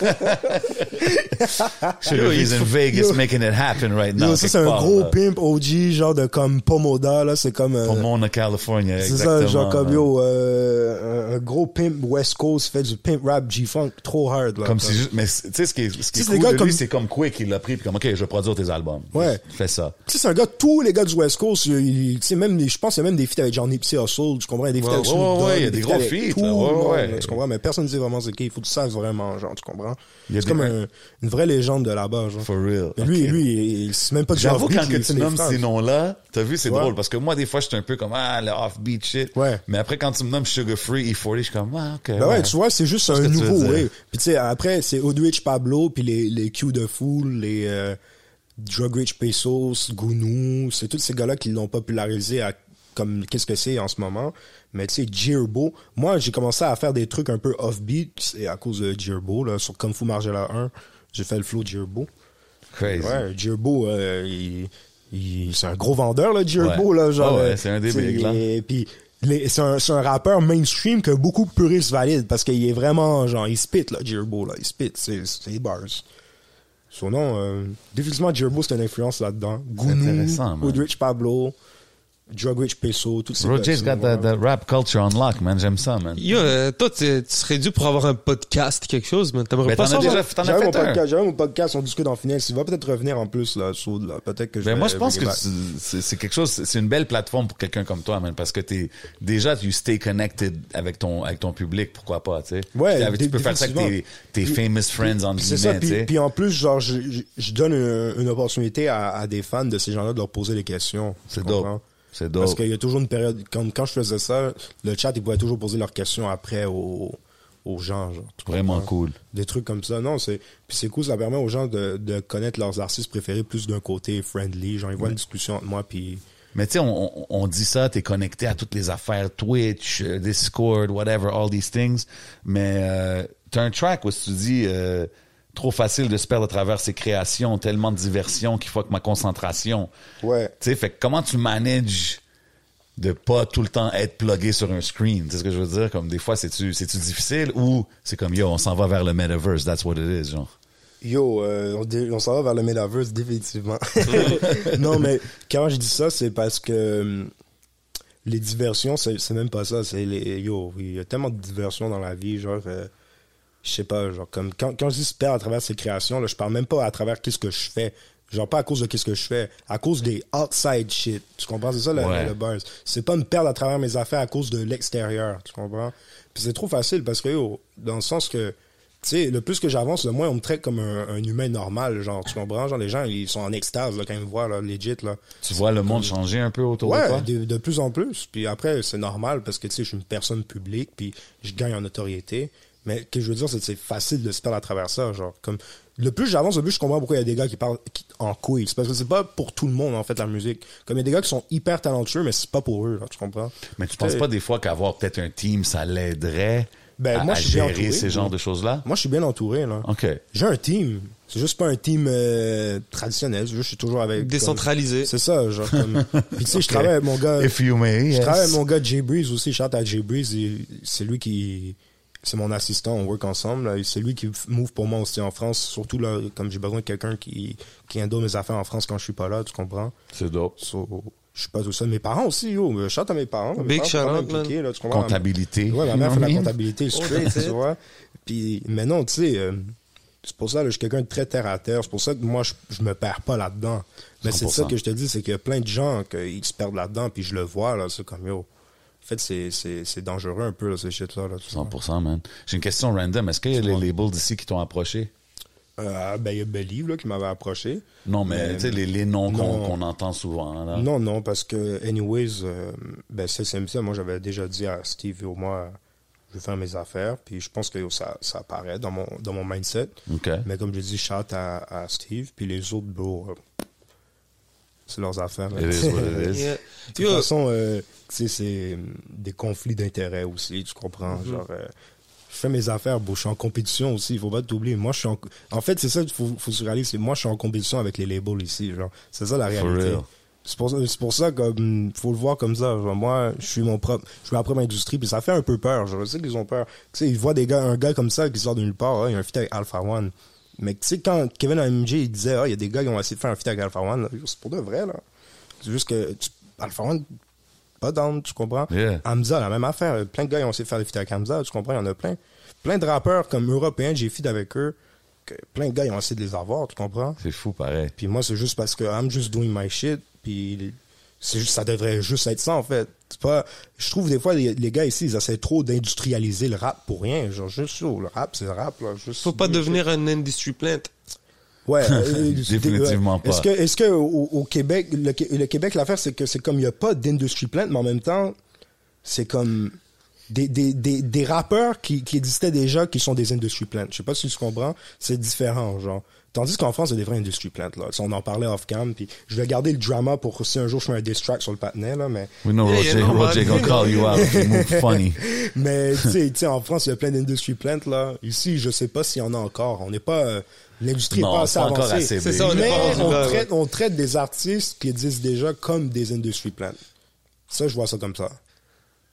D: Sugar Free's in Vegas making it happen right now.
E: Yo, ça, c'est un
D: quelque part,
E: gros
D: là.
E: pimp OG, genre de comme Pomoda, là, c'est comme. euh,
D: Pomona, California,
E: c'est ça,
D: exactement,
E: genre
D: hein.
E: comme
D: man.
E: yo, euh, un un gros pimp West Coast fait du pimp rap G-Funk trop hard, là.
D: Comme si juste, mais c'est- tu sais, ce qui est, ce qui est
E: Tu sais,
D: cool
E: les gars,
D: de
E: comme-
D: lui, c'est comme Quick, il l'a pris, puis comme, OK, je vais produire tes albums.
E: Ouais.
D: Fais ça.
E: Tu sais, c'est un gars, tous les gars du West Coast, ils- tu sais, même, les- je pense qu'il y a même des feats avec Johnny Psy Hustle, tu comprends, il y a des feats
D: Ouais,
E: avec
D: ouais,
E: Snoop Dogg,
D: ouais, il y a des
E: feats
D: gros
E: avec
D: feats,
E: tout
D: là,
E: le
D: ouais,
E: monde,
D: ouais.
E: là, tu comprends, mais personne ne sait vraiment c'est qui, il faut que tu saches vraiment, genre, tu comprends.
D: Il y a
E: C'est
D: des-
E: comme un- une vraie légende de là-bas, genre.
D: For real.
E: Mais Lui,
D: Ok.
E: lui, il- il- c'est même pas du
D: J'avoue,
E: offbeat,
D: quand que
E: il-
D: tu
E: c'est des
D: nommes
E: phrases.
D: ces noms-là, t'as vu, c'est
E: Ouais.
D: drôle, parce que moi, des fois, je suis un peu comme, ah, le off-beat shit.
E: Ouais.
D: Mais après, quand tu me nommes Sugar Free, E40, je suis comme, ah, OK.
E: Ben ouais, tu vois, c'est juste
D: ce
E: un
D: que tu veux
E: nouveau
D: dire.
E: wave. Puis tu sais, après, c'est Odwich Pablo, puis les, les Q de Fool, les euh, Drug Rich Pesos, Gounou, c'est tous ces gars-là qui l'ont popularisé à comme qu'est-ce que c'est en ce moment. Mais tu sais, Jirbo, moi j'ai commencé à faire des trucs un peu offbeat c'est à cause de Jirbo, là, sur Kung Fu Margiela 1, j'ai fait le flow Jirbo.
D: Crazy.
E: Ouais, Jirbo, euh, il, il- c'est un gros vendeur, là, Jirbo,
D: Ouais.
E: là, genre.
D: Ah ouais,
E: euh,
D: c'est un des
E: t'sais,
D: bigs, là.
E: Et puis, les- c'est un, c'est un rappeur mainstream que beaucoup de puristes valident parce qu'il est vraiment, genre, il spit, là, Jirbo, là, il spit, c'est c'est des bars. Son nom, euh, définitivement, Jerbo, c'est une influence là-dedans. Gounou,
D: intéressant, man.
E: Goodrich Pablo, Drugwich Peso, toutes ces
D: Roger's got
E: personnes,
D: the,
E: ouais.
D: the rap culture on lock, man. J'aime ça, man.
C: Yo, euh, toi, tu tu serais dû pour avoir un podcast, quelque chose, mais
D: Ben,
C: t'aimerais pas
D: t'en as
C: savoir.
D: déjà t'en as
E: J'avais mon,
D: fait un.
E: podcast- j'avais mon podcast, on discute en finale. Il va peut-être revenir en plus, là, sur- là. Peut-être que je
D: Ben
E: vais
D: moi, je pense
E: bring
D: que
E: it back.
D: tu- c'est c'est quelque chose, c'est une belle plateforme pour quelqu'un comme toi, man, parce que t'es déjà, tu stay connected avec ton, avec ton public, pourquoi pas, tu sais.
E: Ouais,
D: Puis, tu peux faire ça avec tes, tes famous friends, en
E: Puis C'est ça,
D: guillemets, tu
E: puis,
D: sais.
E: puis en plus, genre, je, je- je donne une, une opportunité à, à des fans de ces gens-là de leur poser des questions. tu
D: C'est
E: comprends?
D: dope. C'est
E: Parce
D: dope.
E: qu'il y a toujours une période, comme quand je faisais ça, le chat, ils pouvaient toujours poser leurs questions après aux, aux gens, genre. tu
D: Vraiment
E: comprends?
D: cool.
E: Des trucs comme ça, non, c'est, puis c'est cool, ça permet aux gens de, de connaître leurs artistes préférés plus d'un côté friendly, genre, ils voient une discussion entre moi, puis
D: Mais tu sais, on, on- on dit ça, t'es connecté à toutes les affaires, Twitch, euh, Discord, whatever, all these things. Mais euh, t'as un track où tu dis euh, trop facile de se perdre à travers ses créations, tellement de diversion qu'il faut que ma concentration.
E: Ouais.
D: Tu sais, fait que comment tu manages de pas tout le temps être plugué sur un screen, c'est ce que je veux dire. Comme des fois, c'est-tu, c'est-tu difficile ou c'est comme yo, on s'en va vers le metaverse, that's what it is, genre.
E: Yo, euh, on, dé- on s'en va vers le metaverse définitivement. non, mais quand je dis ça, c'est parce que hum, les diversions, c'est c'est même pas ça. C'est les yo, il y a tellement de diversions dans la vie, genre. euh, je sais pas, genre comme quand, quand je dis se perdre à travers ces créations, là, je parle même pas à travers qu'est-ce que je fais. Genre pas à cause de qu'est-ce que je fais, à cause des outside shit. Tu comprends? C'est ça le,
D: Ouais.
E: le buzz. C'est pas me perdre à travers mes affaires à cause de l'extérieur. Tu comprends? Puis c'est trop facile parce que yo, dans le sens que tu sais, le plus que j'avance, le moins on me traite comme un, un humain normal, genre, tu comprends? Genre, les gens, ils sont en extase, là, quand ils me voient, là, legit, là.
D: Tu vois le monde changer un peu autour de toi.
E: Ouais, de, de plus en plus. Puis après, c'est normal parce que, tu sais, je suis une personne publique, puis je gagne en notoriété. Mais ce que je veux dire, c'est que c'est facile de se perdre à travers ça. Genre, comme, le plus j'avance, le plus je comprends pourquoi il y a des gars qui parlent qui- en couille. C'est parce que c'est pas pour tout le monde, en fait, la musique. Comme il y a des gars qui sont hyper talentueux, mais c'est pas pour eux, là, tu comprends?
D: Mais tu penses
E: T'sais,
D: pas des fois qu'avoir peut-être un team, ça l'aiderait
E: Ben,
D: à,
E: moi,
D: à
E: je suis bien
D: gérer
E: entouré, Euh,
D: ces
E: oui.
D: genres de choses-là?
E: Moi, je suis bien entouré, là.
D: OK.
E: J'ai un team. C'est juste pas un team euh, traditionnel. C'est juste, je suis toujours avec.
C: Décentralisé.
E: comme- C'est ça, genre. Comme... Puis tu sais, je
D: Ok.
E: travaille avec mon gars.
D: If you may,
E: Je
D: yes.
E: travaille avec mon gars Jay Breeze aussi. Chante à Jay Breeze. il- C'est lui qui. C'est mon assistant. On work ensemble. là. C'est lui qui f- move pour moi aussi en France. Surtout là, comme j'ai besoin de quelqu'un qui qui indo mes affaires en France quand je suis pas là. Tu comprends?
D: C'est dope.
E: So, je suis pas tout seul. Mes parents aussi, yo. Chante à mes parents. Mes
C: Big
E: parents sont
C: shout-out,
E: vraiment impliqués, là, tu comprends?
D: Comptabilité.
E: Ouais,
D: You
E: ma mère fait
D: know what
E: la
D: I mean?
E: comptabilité straight,
C: that's it.
E: tu vois. Puis, mais non, tu sais, euh, c'est pour ça que je suis quelqu'un de très terre à terre. C'est pour ça que moi, je, je me perds pas là-dedans. Mais c'est
D: 100%.
E: ça que je te dis, c'est qu'il y a plein de gens qui se perdent là-dedans, puis je le vois, là, c'est comme yo. En fait, c'est- c'est c'est dangereux un peu, là, ces shit-là. Là, tu vois.
D: 100%, man. J'ai une question random. Est-ce qu'il y a les labels d'ici qui t'ont approché?
E: Euh, ben, il y a Believe, là, qui m'avait approché.
D: Non, mais, tu sais, les, les noms qu'on
E: Ben, Non.
D: qu'on entend souvent. Là.
E: Non, non, parce que, anyways, euh, ben, CSMC, moi, j'avais déjà dit à Steve, au moi, je vais faire mes affaires, puis je pense que yo, ça, ça apparaît dans mon, dans mon mindset.
D: OK.
E: Mais comme je dis, shout à, à Steve, puis les autres, bro, euh, c'est leurs affaires. là.
D: It is what it is.
C: Yeah.
E: De toute
C: Yo,
E: façon, euh, tu sais, c'est euh, des conflits d'intérêts aussi, tu comprends. Genre, euh, je fais mes affaires, bro, je suis en compétition aussi, il faut pas t'oublier. Moi, je suis en... en fait, c'est ça qu'il faut, faut se réaliser, c'est moi, je suis en compétition avec les labels ici, genre, c'est ça la
D: For
E: réalité.
D: real.
E: C'est pour, c'est pour ça comme faut le voir comme ça. Genre, moi, je suis mon propre, je suis ma propre industrie, puis ça fait un peu peur. genre, Je sais qu'ils ont peur. Tu sais, ils voient des gars, un gars comme ça qui sort de nulle part, hein, il y a un feat avec Alpha One. Mais tu sais, quand Kevin AMG il disait, ah, il y a des gars qui ont essayé de faire un feat avec Alpha One, là, c'est pour de vrai, là. C'est juste que tu- Alpha One, pas down, tu comprends?
D: Yeah.
E: Hamza, la même affaire. Plein de gars ils ont essayé de faire des feats avec Hamza, tu comprends? Il y en a plein. Plein de rappeurs comme européens, j'ai feat avec eux. que plein de gars ils ont essayé de les avoir, tu comprends?
D: C'est fou, pareil.
E: Puis moi, c'est juste parce que I'm just doing my shit. Puis c'est juste, ça devrait juste être ça, en fait. C'est pas, je trouve des fois, les, les gars ici, ils essaient trop d'industrialiser le rap pour rien. Genre, juste, yo, le rap, c'est le rap, là. Juste,
C: faut pas devenir un industry plant.
E: Ouais. euh,
D: Définitivement
E: Est-ce que,
D: pas.
E: est-ce que au, au Québec, le, Qué- le Québec, l'affaire, c'est que c'est comme il n'y a pas d'industrie plainte, mais en même temps, c'est comme des, des, des, des rappeurs qui, qui existaient déjà qui sont des industries plaintes. Je sais pas si tu comprends, c'est différent, genre. Tandis qu'en France, il y a des vraies industries plaintes, là. Si on en parlait off-cam, puis je vais garder le drama pour si un jour je fais un diss track sur le patinet, là, mais...
D: We know
C: Yeah,
D: Roger,
C: yeah, no,
D: Roger
C: man.
D: gonna call you out if you move funny.
E: Mais tu sais, tu sais, en France, il y a plein d'industries plaintes là. Ici, je sais pas s'il y en a encore. On n'est pas euh, l'industrie n'est
D: Non,
E: pas
D: c'est
E: assez
D: pas encore
E: avancée.
D: assez C'est big.
C: ça, on est
E: Mais
C: pas rendu
E: on,
C: là,
E: traite, on traite des artistes qui existent déjà comme des industries plaintes. Ça, je vois ça comme ça.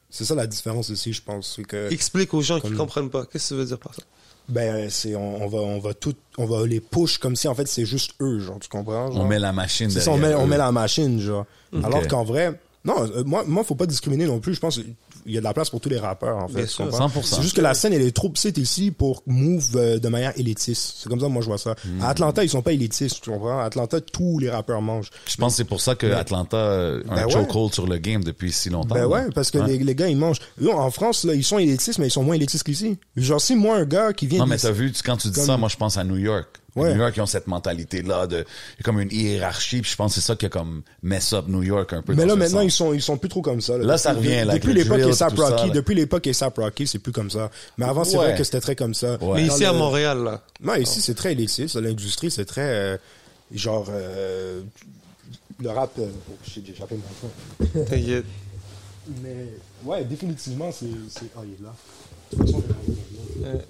E: C'est ça la différence ici, je pense, c'est que
C: Explique aux gens qui
E: Comme-
C: comprennent pas. Qu'est-ce que ça veut dire par ça
E: ben c'est on, on va on va tout on va les push comme si en fait c'est juste eux genre tu comprends genre?
D: On met la machine
E: C'est
D: derrière.
E: ça, on met, on
D: eux.
E: met la machine, genre. Alors
D: Ok.
E: qu'en vrai, non, euh, moi, moi, faut pas discriminer non plus. Je pense qu'il y a de la place pour tous les rappeurs, en fait.
C: Bien
E: tu
C: sûr.
E: comprends?
D: 100%.
E: C'est juste que la scène, elle est trop petite ici pour move euh, de manière élitiste. C'est comme ça, que moi, je vois ça.
D: Hmm.
E: À Atlanta, ils sont pas élitistes, tu comprends? À Atlanta, tous les rappeurs mangent.
D: Je pense que c'est pour ça que Atlanta euh, a un
E: Ben ouais.
D: chokehold sur le game depuis si longtemps.
E: Ben
D: là.
E: ouais, parce que
D: Hein?
E: les, les gars, ils mangent. Non, en France, là, ils sont élitistes, mais ils sont moins élitistes qu'ici. Genre, si moi, un gars qui vient
D: Non,
E: de-
D: mais t'as vu, tu- quand tu dis
E: Comme-
D: ça, moi, je pense à New York. À
E: Ouais.
D: New York, ils ont cette mentalité-là de, il y a comme une hiérarchie, puis je pense que c'est ça qui a comme mess up New York un peu.
E: Mais
D: dans
E: là,
D: ce
E: maintenant,
D: sens.
E: ils sont, ils sont plus trop comme ça.
D: Là, ça
E: Depuis-
D: revient, là, avec
E: Depuis
D: le
E: l'époque
D: drill,
E: ASAP
D: tout ça,
E: Rocky,
D: là.
E: depuis l'époque ASAP Rocky, c'est plus comme ça. Mais avant, c'est vrai
D: Ouais.
E: que c'était très comme ça.
D: Ouais.
C: Mais
E: Dans
C: ici, à
E: le-
C: Montréal, là.
E: Non, ici, c'est très élitiste. L'industrie, c'est très. euh, genre. euh, le rap. euh, oh, shit, j'ai échappé mon point.
C: T'inquiète.
E: Mais. Ouais, définitivement, c'est. c'est- Ah, il est là. De toute façon, je vais aller
C: Euh,
E: maintenant.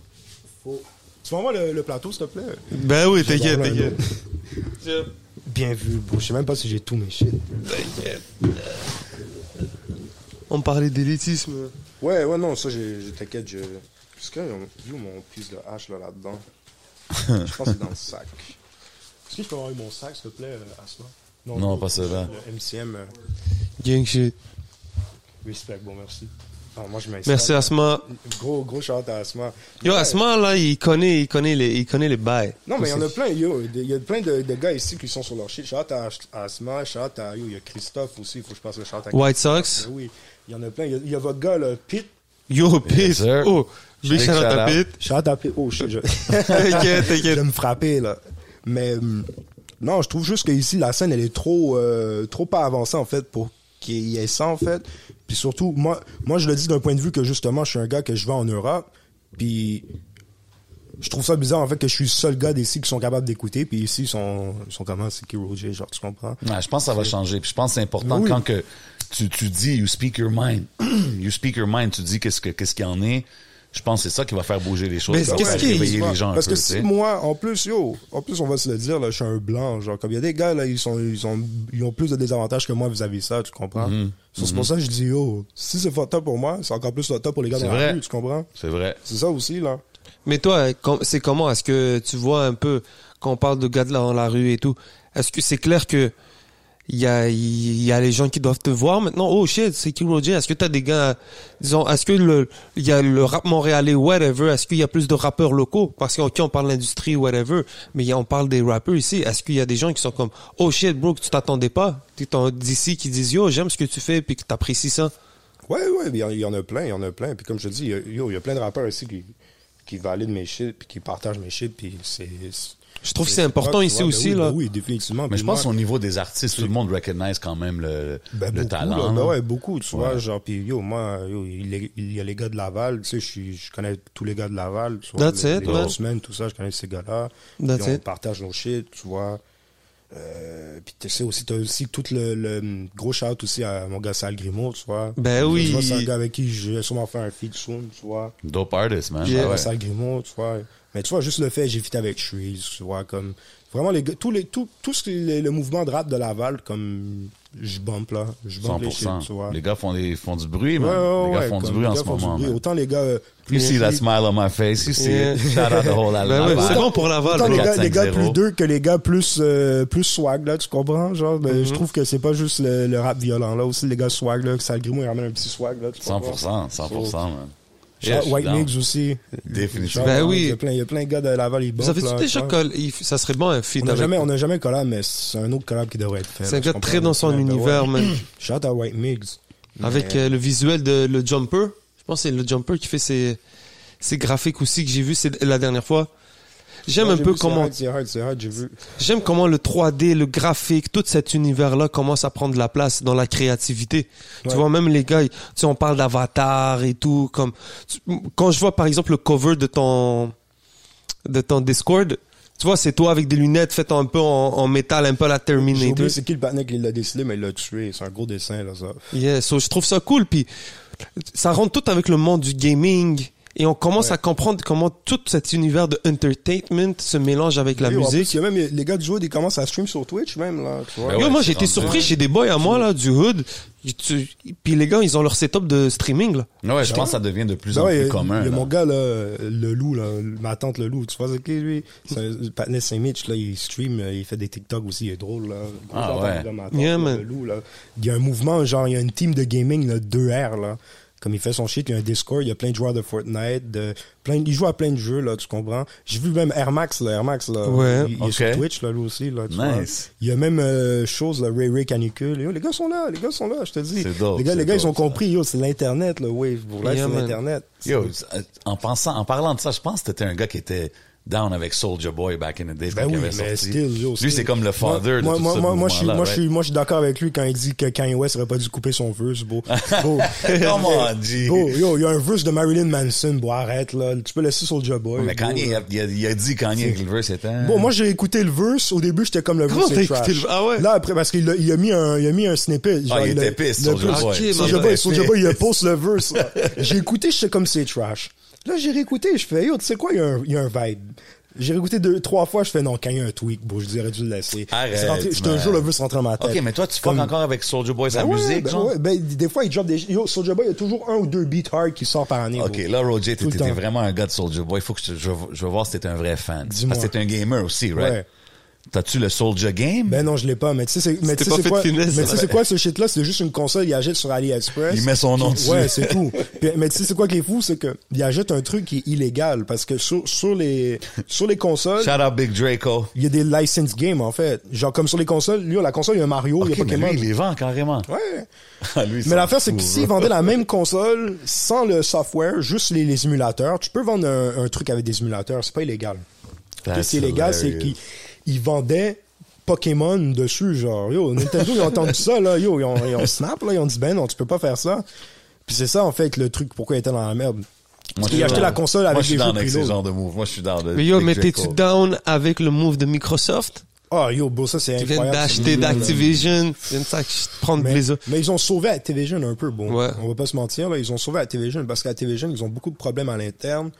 E: Faut- Tu m'envoies le, le plateau, s'il te plaît?
C: Ben oui, t'inquiète,
E: J'ai parlé à un
C: t'inquiète.
E: Bien vu, bro. Je sais même pas si j'ai tout mes shit.
C: On parlait d'élitisme.
E: Ouais, ouais, non, ça, j'ai- je t'inquiète, je. Parce que, euh, vu mon pisse de hache là, là-dedans, je pense que c'est dans le sac. Est-ce que je peux avoir eu mon sac, s'il te plaît, à Asma?
D: Non, pas
C: hein.
D: celui-là.
E: Le MCM, euh,
C: Gang shit.
E: respect, bon, merci. Ah, moi, je m'installe.
C: Merci, Asma.
E: Gros, gros shout à Asma.
C: Yo,
E: Ouais.
C: Asma, là, il connaît, il connaît les, il connaît les bails.
E: Non, mais il y en a plein, yo. Il y a plein de, de gars ici qui sont sur leur shit. Shout à Ash- à Asma, shout à. Yo, il y a Christophe aussi, il faut que je passe le shout à
C: White Sox.
E: Ben Oui, il y en a plein. Il y a, il y a votre gars, là, Pete.
C: Yo, Pete.
D: sir.
C: oh, big
D: Big
C: shout out à
D: shout out.
C: Pete.
E: Shout à Pete. Oh, shit, je.
C: T'inquiète,
E: Je vais
C: t'inquiète.
E: me frapper, là. Mais hum, non, je trouve juste que ici la scène, elle est trop, euh, trop pas avancée, en fait, pour qu'il y ait ça, en fait. Puis surtout, moi, moi je le dis d'un point de vue que, justement, je suis un gars que je vais en Europe, puis je trouve ça bizarre, en fait, que je suis le seul gars d'ici qui sont capables d'écouter, puis ici, ils sont, ils sont comment, c'est qui Roger, genre, tu comprends?
D: Ouais, je pense que ça va changer. Puis je pense que c'est important
E: Oui.
D: quand que tu, tu dis you speak your mind, you speak your mind, tu dis qu'est-ce que qu'est-ce qu'il y en est. Je pense que c'est ça qui va faire bouger les choses.
C: Mais
D: qui va
C: qu'est-ce
D: faire
C: qui est-
D: réveiller les gens un
E: Parce
D: peu,
E: que
D: tu
E: si
D: sais.
E: moi, en plus, yo, en plus, on va se le dire, là, je suis un blanc, genre, comme il y a des gars, là, ils sont, ils ont, ils ont plus de désavantages que moi vis-à-vis ça, tu comprends?
D: Mm-hmm.
E: So, C'est pour ça que je dis, yo, si c'est fucked up pour moi, c'est encore plus fucked up pour les gars
D: C'est
E: dans la
D: vrai.
E: rue, tu comprends?
D: C'est vrai.
E: C'est ça aussi, là.
C: Mais toi, com- c'est comment? Est-ce que tu vois un peu, quand on parle de gars de la- dans la rue et tout, est-ce que c'est clair que il y a, il y a les gens qui doivent te voir maintenant? Oh shit, c'est qui Roger? Est-ce que t'as des gars, disons, est-ce que le, il y a le rap montréalais, whatever, est-ce qu'il y a plus de rappeurs locaux? Parce que, ok, on parle d'industrie, whatever, mais il y a- on parle des rappeurs ici. Est-ce qu'il y a des gens qui sont comme, oh shit, bro, que tu t'attendais pas? T'es en- d'ici qui disent, yo, j'aime ce que tu fais, puis que t'apprécies ça.
E: Ouais, ouais, il y, en- il y en a plein, il y en a plein. Puis comme je te dis, il y a- yo, il y a plein de rappeurs ici qui, qui valident mes shit, puis qui partagent mes shit, puis c'est.
C: Je trouve que c'est important
E: tu
C: ici
E: vois, ben
C: aussi,
E: oui,
C: là.
E: ben oui, définitivement.
D: Mais
E: Puis
D: je pense
E: moi,
D: au niveau des artistes, tout le monde recognize quand même le,
E: Ben,
D: le
E: beaucoup,
D: talent.
E: là. Ben
D: là.
E: ouais, beaucoup, tu vois.
D: Ouais.
E: Genre, puis yo, moi, yo, il, est- il y a les gars de Laval, tu sais, je, suis- je connais tous les gars de Laval. Tu vois,
C: That's
E: les,
C: it,
E: les
C: man.
E: semaines, tout ça, je connais ces gars-là.
C: That's
E: Puis on
C: it.
E: partage nos shit, tu vois. Euh, puis tu sais aussi, t'as aussi tout le, le gros shout aussi à mon gars Sal Grimaud, tu vois.
C: Ben
E: Tu
C: oui.
E: vois, C'est un gars avec qui je vais sûrement faire un feed soon, tu vois.
D: Dope artist, man.
C: Yeah.
D: Ah ouais.
E: Sal Grimaud, tu vois. Mais tu vois, juste le fait, j'ai fit avec Shreeze, tu vois, comme... Vraiment, les, gars- tous les, tout, tout ce qui est le mouvement de rap de Laval, comme... Je bump, là. Je bump les shit,
D: 100%.
E: tu vois.
D: Les gars font, des, font du bruit, man.
E: Ouais, ouais,
D: les gars
E: ouais,
D: font du
E: comme
D: bruit
E: les
D: en
E: gars
D: ce
E: font du
D: moment.
E: bruit.
D: man.
E: Autant les gars. euh, plus-
D: You see that
E: les-
D: smile on my face, you see
C: Yeah.
D: it. Shout out the whole
C: Ben
D: Alabama.
E: Ah,
C: ouais,
E: bah.
C: c'est bon pour Laval,
E: Autant les
C: bro.
E: gars, les gars
D: 4-5-0.
E: plus deux que les gars plus, euh, plus swag, là, tu comprends? Genre, ben,
D: Mm-hmm.
E: je trouve que c'est pas juste le, le rap violent, là. Aussi, les gars swag, là, que Sal Grimaud, il ramène un petit swag, là, tu comprends?
D: 100%, 100%, man.
E: Shout
D: Yeah, je suis
E: White
D: down.
E: Mix aussi.
D: Définitivement.
C: Ben
E: Shout out,
C: oui.
E: Il y a plein, il y a plein de gars de Laval, ils
C: Ça
E: bombent,
C: fait
E: là,
C: tu déjà
E: tu vois.
C: col- il- ça serait bon un feat
E: On n'a
C: avec
E: jamais, on a jamais collab, mais c'est un autre collab qui devrait être fait.
C: C'est un
E: là,
C: gars
E: tu
C: très
E: comprends?
C: dans son
E: Ouais, ben
C: univers,
E: ouais.
C: man.
E: Shout à White Migs.
C: Avec euh, le visuel de le Jumper. Je pense que c'est le Jumper qui fait ses, ses graphiques aussi que j'ai vu c'est- la dernière fois. J'aime un peu comment
E: C'est hard, c'est hard, j'ai vu.
C: j'aime comment le 3D, le graphique, tout cet univers là commence à prendre de la place dans la créativité. Tu
E: Ouais.
C: vois même les gars, ils- tu sais on parle d'avatar et tout comme tu- quand je vois par exemple le cover de ton de ton Discord, tu vois c'est toi avec des lunettes faites un peu en, en métal, un peu à la
E: J'ai
C: Terminator.
E: oublié c'est qui le partner qui l'a décidé, mais il l'a tué. C'est un gros dessin, là, ça.
C: Yeah, so je trouve ça cool. Puis ça rentre tout avec le monde du gaming, Et on commence à comprendre comment tout cet univers de entertainment se mélange avec la
E: Et en plus,
C: musique.
E: il y a même les gars de jouer, ils commencent à stream sur Twitch même là. Tu vois.
D: Ben ouais.
C: Yo, moi, j'ai
D: c'est
C: été
D: rendu.
C: surpris. J'ai des boys à moi, là, du hood. Ils- tu- Puis les gars, ils ont leur setup de streaming, là.
D: Ouais, je pense que ça devient de plus
E: Ben
D: en
E: ouais, il y
D: plus
E: a-
D: commun.
E: Il y a
D: là.
E: mon gars, là, le loup, là, ma tante le loup. Tu vois, c'est qui lui C'est un- Patnais Saint-Mitch, là, il stream, euh, il fait des TikTok aussi, il est drôle, là. Gros
D: Ah,
E: gentil,
D: ouais.
E: là, ma tante,
C: Yeah,
E: là,
C: man.
E: le loup, là. Il y a un mouvement, genre, il y a une team de gaming, là, 2R, là. Comme il fait son shit, il y a un Discord, il y a plein de joueurs de Fortnite, de, plein, il joue à plein de jeux, là, tu comprends. J'ai vu même Air Max, là, Air Max, là.
C: Ouais.
E: Il, il est
D: Ok.
E: sur Twitch, là, lui aussi, là, tu vois.
D: Nice.
E: Il y a même, euh, chose, là, Ray Ray Canicule. Yo, les gars sont là, les gars sont là, je te dis.
D: C'est dope,
E: Les gars, les
D: c'est
E: gars, ils
D: dope,
E: ont
D: ça.
E: compris, yo, c'est l'Internet, le wave. Pour là,
C: Yeah,
E: c'est
C: man.
E: l'Internet.
D: Yo, euh, en pensant, en parlant de ça, je pense que t'étais un gars qui était down avec Soldier Boy back in the days
E: Ben
D: quand
E: oui,
D: il avait
E: mais
D: sorti.
E: still, yo,
D: Lui,
E: still.
D: c'est comme le father
E: moi,
D: de tout
E: moi,
D: ce
E: moi, moi, je suis,
D: mouvement-là.
E: moi, je suis, moi, je suis d'accord avec lui quand il dit que Kanye West aurait pas dû couper son verse, bro. Bro.
D: right? Come on, G.
E: Bro, yo, il y a un verse de Marilyn Manson, bro, arrête, là. Tu peux laisser Soulja Boy.
D: Mais
E: bro.
D: Kanye, il a, il a- il a dit Kanye que le verse était...
E: Bon, moi, j'ai écouté le verse. Au début, j'étais comme le
C: Comment
E: verse.
C: t'as
E: c'est trash.
C: écouté le- ah ouais?
E: Là, après, parce qu'il a, il a mis un, il a mis un snippet. genre,
D: Ah, il
E: a-
D: était pisse,
E: le
D: Soulja
E: plus-
D: Boy.
C: Ok,
E: Soulja
C: man.
E: Boy, Soulja Boy, il a post le verse, là. J'ai écouté, j'étais comme c'est trash. Là, j'ai réécouté, je fais, yo, tu sais quoi, il y a un, il y a un vibe. J'ai réécouté deux, trois fois, je fais, non, quand il y a un tweak, bon, je dirais dû le laisser.
D: Arrête,
E: C'est rentré- Je te
D: man.
E: jure, le verse rentre dans ma tête.
D: OK, mais toi, tu fuck
E: Comme-
D: encore avec Soldier Boy sa
E: Ben ouais,
D: musique,
E: ben
D: genre?
E: ouais, ben, des fois, il drop des, yo, Soulja Boy, il y a toujours un ou deux beats hard qui sortent par année.
D: OK,
E: bro.
D: là, Roger,
E: ben Tout le
D: t'étais
E: temps.
D: vraiment un gars de Soldier Boy. Faut que je, je, je veux voir si t'es un vrai fan.
E: Dis-moi.
D: Parce que t'es un gamer aussi, right?
E: Ouais.
D: T'as-tu le Soldier Game?
E: Ben non, je l'ai pas, mais tu sais, c'est, mais
C: C'était
E: tu sais,
C: pas
E: c'est
C: fait
E: quoi,
C: de finesse,
E: mais tu
C: ça.
E: sais, c'est quoi ce shit-là? C'est juste une console, il achète sur AliExpress.
D: Il met son nom
E: Puis-
D: dessus.
E: Ouais, c'est tout. Puis- mais tu sais, c'est quoi qui est fou? C'est que, il achète un truc qui est illégal, parce que sur, sur les, sur les consoles,
D: Shout out Big Draco.
E: il y a des license games, en fait. Genre, comme sur les consoles, lui, la console, il y a Mario,
D: OK,
E: il Oh, y
D: mais
E: a Pokémon.
D: lui, il les vend carrément.
E: Ouais.
D: Ah, lui, il
E: Mais
D: s'en
E: l'affaire, c'est que
D: fout,
E: s'ils
D: bro.
E: vendaient la même console sans le software, juste les, les émulateurs, tu peux vendre un, un truc avec des émulateurs, c'est pas illégal.
D: That's
E: Qu'est-ce qui est illégal, c'est
D: hilarious.
E: qu'ils ils vendaient Pokémon dessus, genre, yo, Nintendo, ils ont entendu ça, là, yo, ils ont, ils ont snap, là, ils ont dit, ben non, tu peux pas faire ça. Puis c'est ça, en fait, le truc, pourquoi ils étaient dans la merde.
D: hein. Moi,
E: Parce
D: je
E: qu'ils
D: suis
E: achetaient
D: dans-
E: la console
D: Moi,
E: avec
D: je suis
E: des jeux
D: dans avec ce
E: préloads.
D: genre de move. Moi, je suis dans le.
C: Mais yo,
D: Big
C: mais
D: Draco.
C: t'es-tu down avec le move de Microsoft?
E: Ah, yo, bro, ça, c'est
C: Ils viennent
E: incroyable.
C: d'acheter
E: C'est-
C: d'Activision. Ils viennent s'ach- prendre
E: Mais,
C: plaisir.
E: mais ils ont sauvé Activision un peu, bon.
C: Ouais.
E: On va pas se mentir, là, ils ont sauvé Activision parce qu'Activision, ils ont beaucoup de problèmes à l'interne.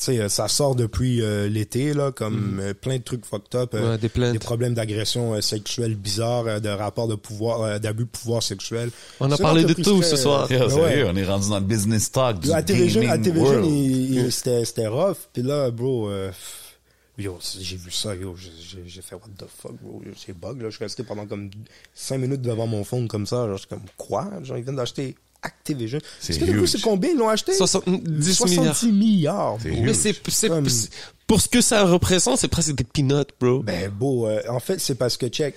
E: Tu sais, euh, ça sort depuis euh, l'été, là, comme euh, plein de trucs fucked up. euh,
C: Mm. Ouais, des plaintes.
E: problèmes d'agression euh, sexuelle bizarre, euh, de rapport de pouvoir, euh, d'abus de pouvoir sexuel.
C: On a
E: C'est
C: parlé de
E: l'entreprise
C: tout
E: très-
C: ce soir.
D: Yo,
E: Ben
D: sérieux,
E: ouais.
D: on est rendu dans le business talk du
E: Activision,
D: gaming
E: Activision
D: world.
E: il- il- c'était c'était rough. Puis là, bro, euh, pff, yo, c'est- j'ai vu ça, yo, j'ai- j'ai- j'ai fait what the fuck, bro, j'ai bug, là. Je suis resté pendant comme 5 minutes devant mon phone comme ça. Genre, je suis comme, quoi? Genre, ils viennent d'acheter Activision.
D: C'est
E: Parce que du coup,
D: huge.
E: c'est combien ils l'ont acheté?
C: 70 milliards.
E: 70 milliards.
D: C'est
E: bro.
D: huge.
C: Mais c'est, c'est,
E: Comme-
C: c'est- pour ce que ça représente, c'est presque des peanuts, bro.
E: Ben, beau. euh, en fait, c'est parce que, check,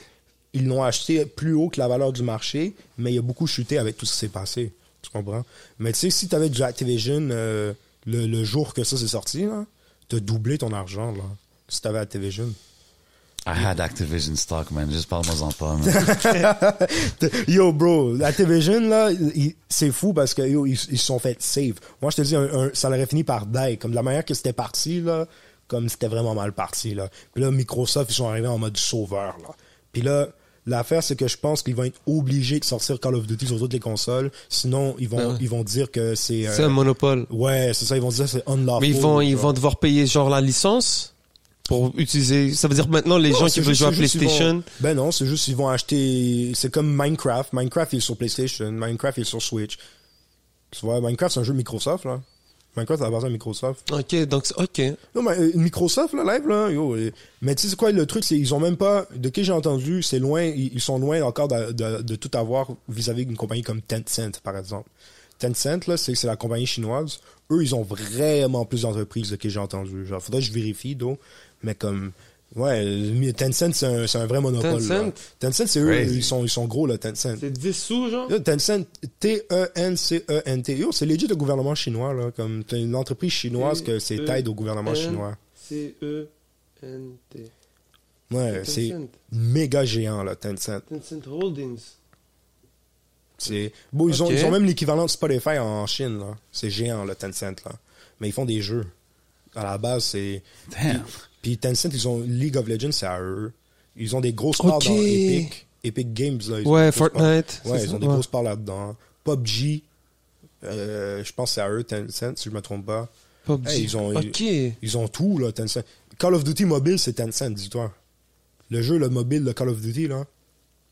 E: ils l'ont acheté plus haut que la valeur du marché, mais il a beaucoup chuté avec tout ce qui s'est passé. Tu comprends? Mais tu sais, si tu avais déjà Activision euh, le, le jour que ça s'est sorti, là, t'as doublé ton argent, là. Si t'avais Activision.
D: I had Activision stock, man. Juste parle-moi-en pas, man.
E: Yo, bro, Activision, là, il- c'est fou parce que, yo, ils ils se sont fait save. Moi, je te dis, un- un- ça l'aurait fini par die. Comme de la manière que c'était parti, là, comme c'était vraiment mal parti, là. Puis là, Microsoft, ils sont arrivés en mode sauveur, là. Puis là, l'affaire, c'est que je pense qu'ils vont être obligés de sortir Call of Duty sur toutes les consoles. Sinon, ils vont,
C: Ah ouais.
E: ils vont dire que c'est... euh,
C: C'est un monopole.
E: ouais, c'est ça, ils vont dire que c'est unlawful.
C: Mais ils vont, ils
E: genre.
C: vont devoir payer genre la licence pour utiliser. Ça veut dire maintenant les gens
E: Non,
C: qui
E: c'est
C: veulent
E: juste-
C: jouer à
E: c'est juste qu'ils
C: PlayStation.
E: vont- Ben non, c'est juste qu'ils vont acheter. C'est comme Minecraft. Minecraft il est sur PlayStation. Minecraft il est sur Switch. Tu vois, Minecraft c'est un jeu Microsoft là. Minecraft à la base de Microsoft.
C: Ok, donc c'est- ok.
E: Non mais euh, Microsoft là live là. yo, euh, mais tu sais c'est quoi le truc c'est ils ont même pas. De qui j'ai entendu c'est loin. Ils, ils sont loin encore de, de- de tout avoir vis-à-vis d'une compagnie comme Tencent par exemple. Tencent là c'est c'est la compagnie chinoise. Eux ils ont vraiment plus d'entreprises de qui j'ai entendu. Genre faudrait que je vérifie d'où. Mais comme ouais euh, Tencent c'est un, c'est un vrai monopole.
C: Tencent?
E: là. Tencent c'est eux
D: Crazy.
E: ils sont ils sont gros là Tencent.
C: C'est 10 sous, genre?
E: Yo, Tencent, E T-E-N-C-E-N-T. Yo, c'est legit le gouvernement chinois, là. Comme, c'est une entreprise chinoise que
C: euh,
E: c'est taille au gouvernement chinois. E
C: C-E-N-T.
E: Ouais, c'est méga géant, là, Tencent.
C: Tencent Holdings.
E: C'est... Bon, ils, ont,
C: Ok.
E: ils ont même l'équivalent de Spotify en Chine, là. C'est géant, là, Tencent, là. Mais ils font des jeux. À la base, c'est...
D: Damn.
E: Puis Tencent, ils ont League of Legends, c'est à eux. Ils ont des grosses
C: Ok.
E: parts dans Epic, Epic Games. Là, Ils ont
C: Ouais,
E: des grosses
C: Fortnite,
E: parts. Ouais,
C: c'est
E: ils
C: ça,
E: ont des
C: ouais.
E: grosses parts là-dedans. PUBG, euh, je pense que c'est à eux, Tencent, si je me trompe pas.
C: PUBG.
E: Hey, ils ont-
C: ok.
E: Ils ont tout, là, Tencent. Call of Duty mobile, c'est Tencent, dis-toi. Le jeu, le mobile, le Call of Duty, là.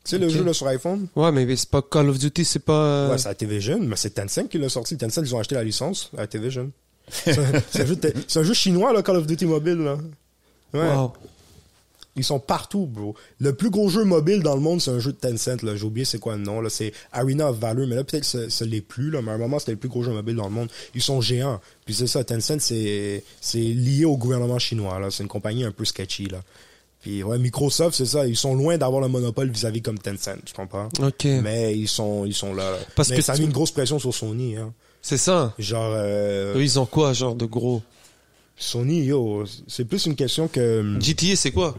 E: Tu sais, le
C: Ok.
E: jeu, là, sur iPhone.
C: Ouais, mais c'est pas Call of Duty, c'est pas. euh,
E: Ouais, c'est Activision, mais c'est Tencent qui l'a sorti. Tencent, ils ont acheté la licence à Activision. c'est c'est un, jeu de- c'est un jeu chinois, là, Call of Duty mobile, là. Ouais.
C: wow.
E: Ils sont partout, bro. Le plus gros jeu mobile dans le monde, c'est un jeu de Tencent, là. J'ai oublié c'est quoi le nom, là. C'est Arena of Valor, mais là, peut-être que ce- ce l'est plus, là. Mais à un moment, c'était le plus gros jeu mobile dans le monde. Ils sont géants. Puis c'est ça, Tencent, c'est c'est lié au gouvernement chinois, là. C'est une compagnie un peu sketchy, là. Puis ouais, Microsoft, c'est ça. Ils sont loin d'avoir le monopole vis-à-vis comme Tencent, tu comprends?
C: Ok.
E: Mais ils sont, ils sont là. là.
C: Parce
E: Mais
C: que
E: ça a
C: tu-
E: mis une grosse pression sur Sony, hein.
C: C'est ça.
E: Genre, euh,
C: Eux, ils ont quoi, genre de gros
E: Sony, yo, c'est plus une question que. euh,
C: GTA, c'est quoi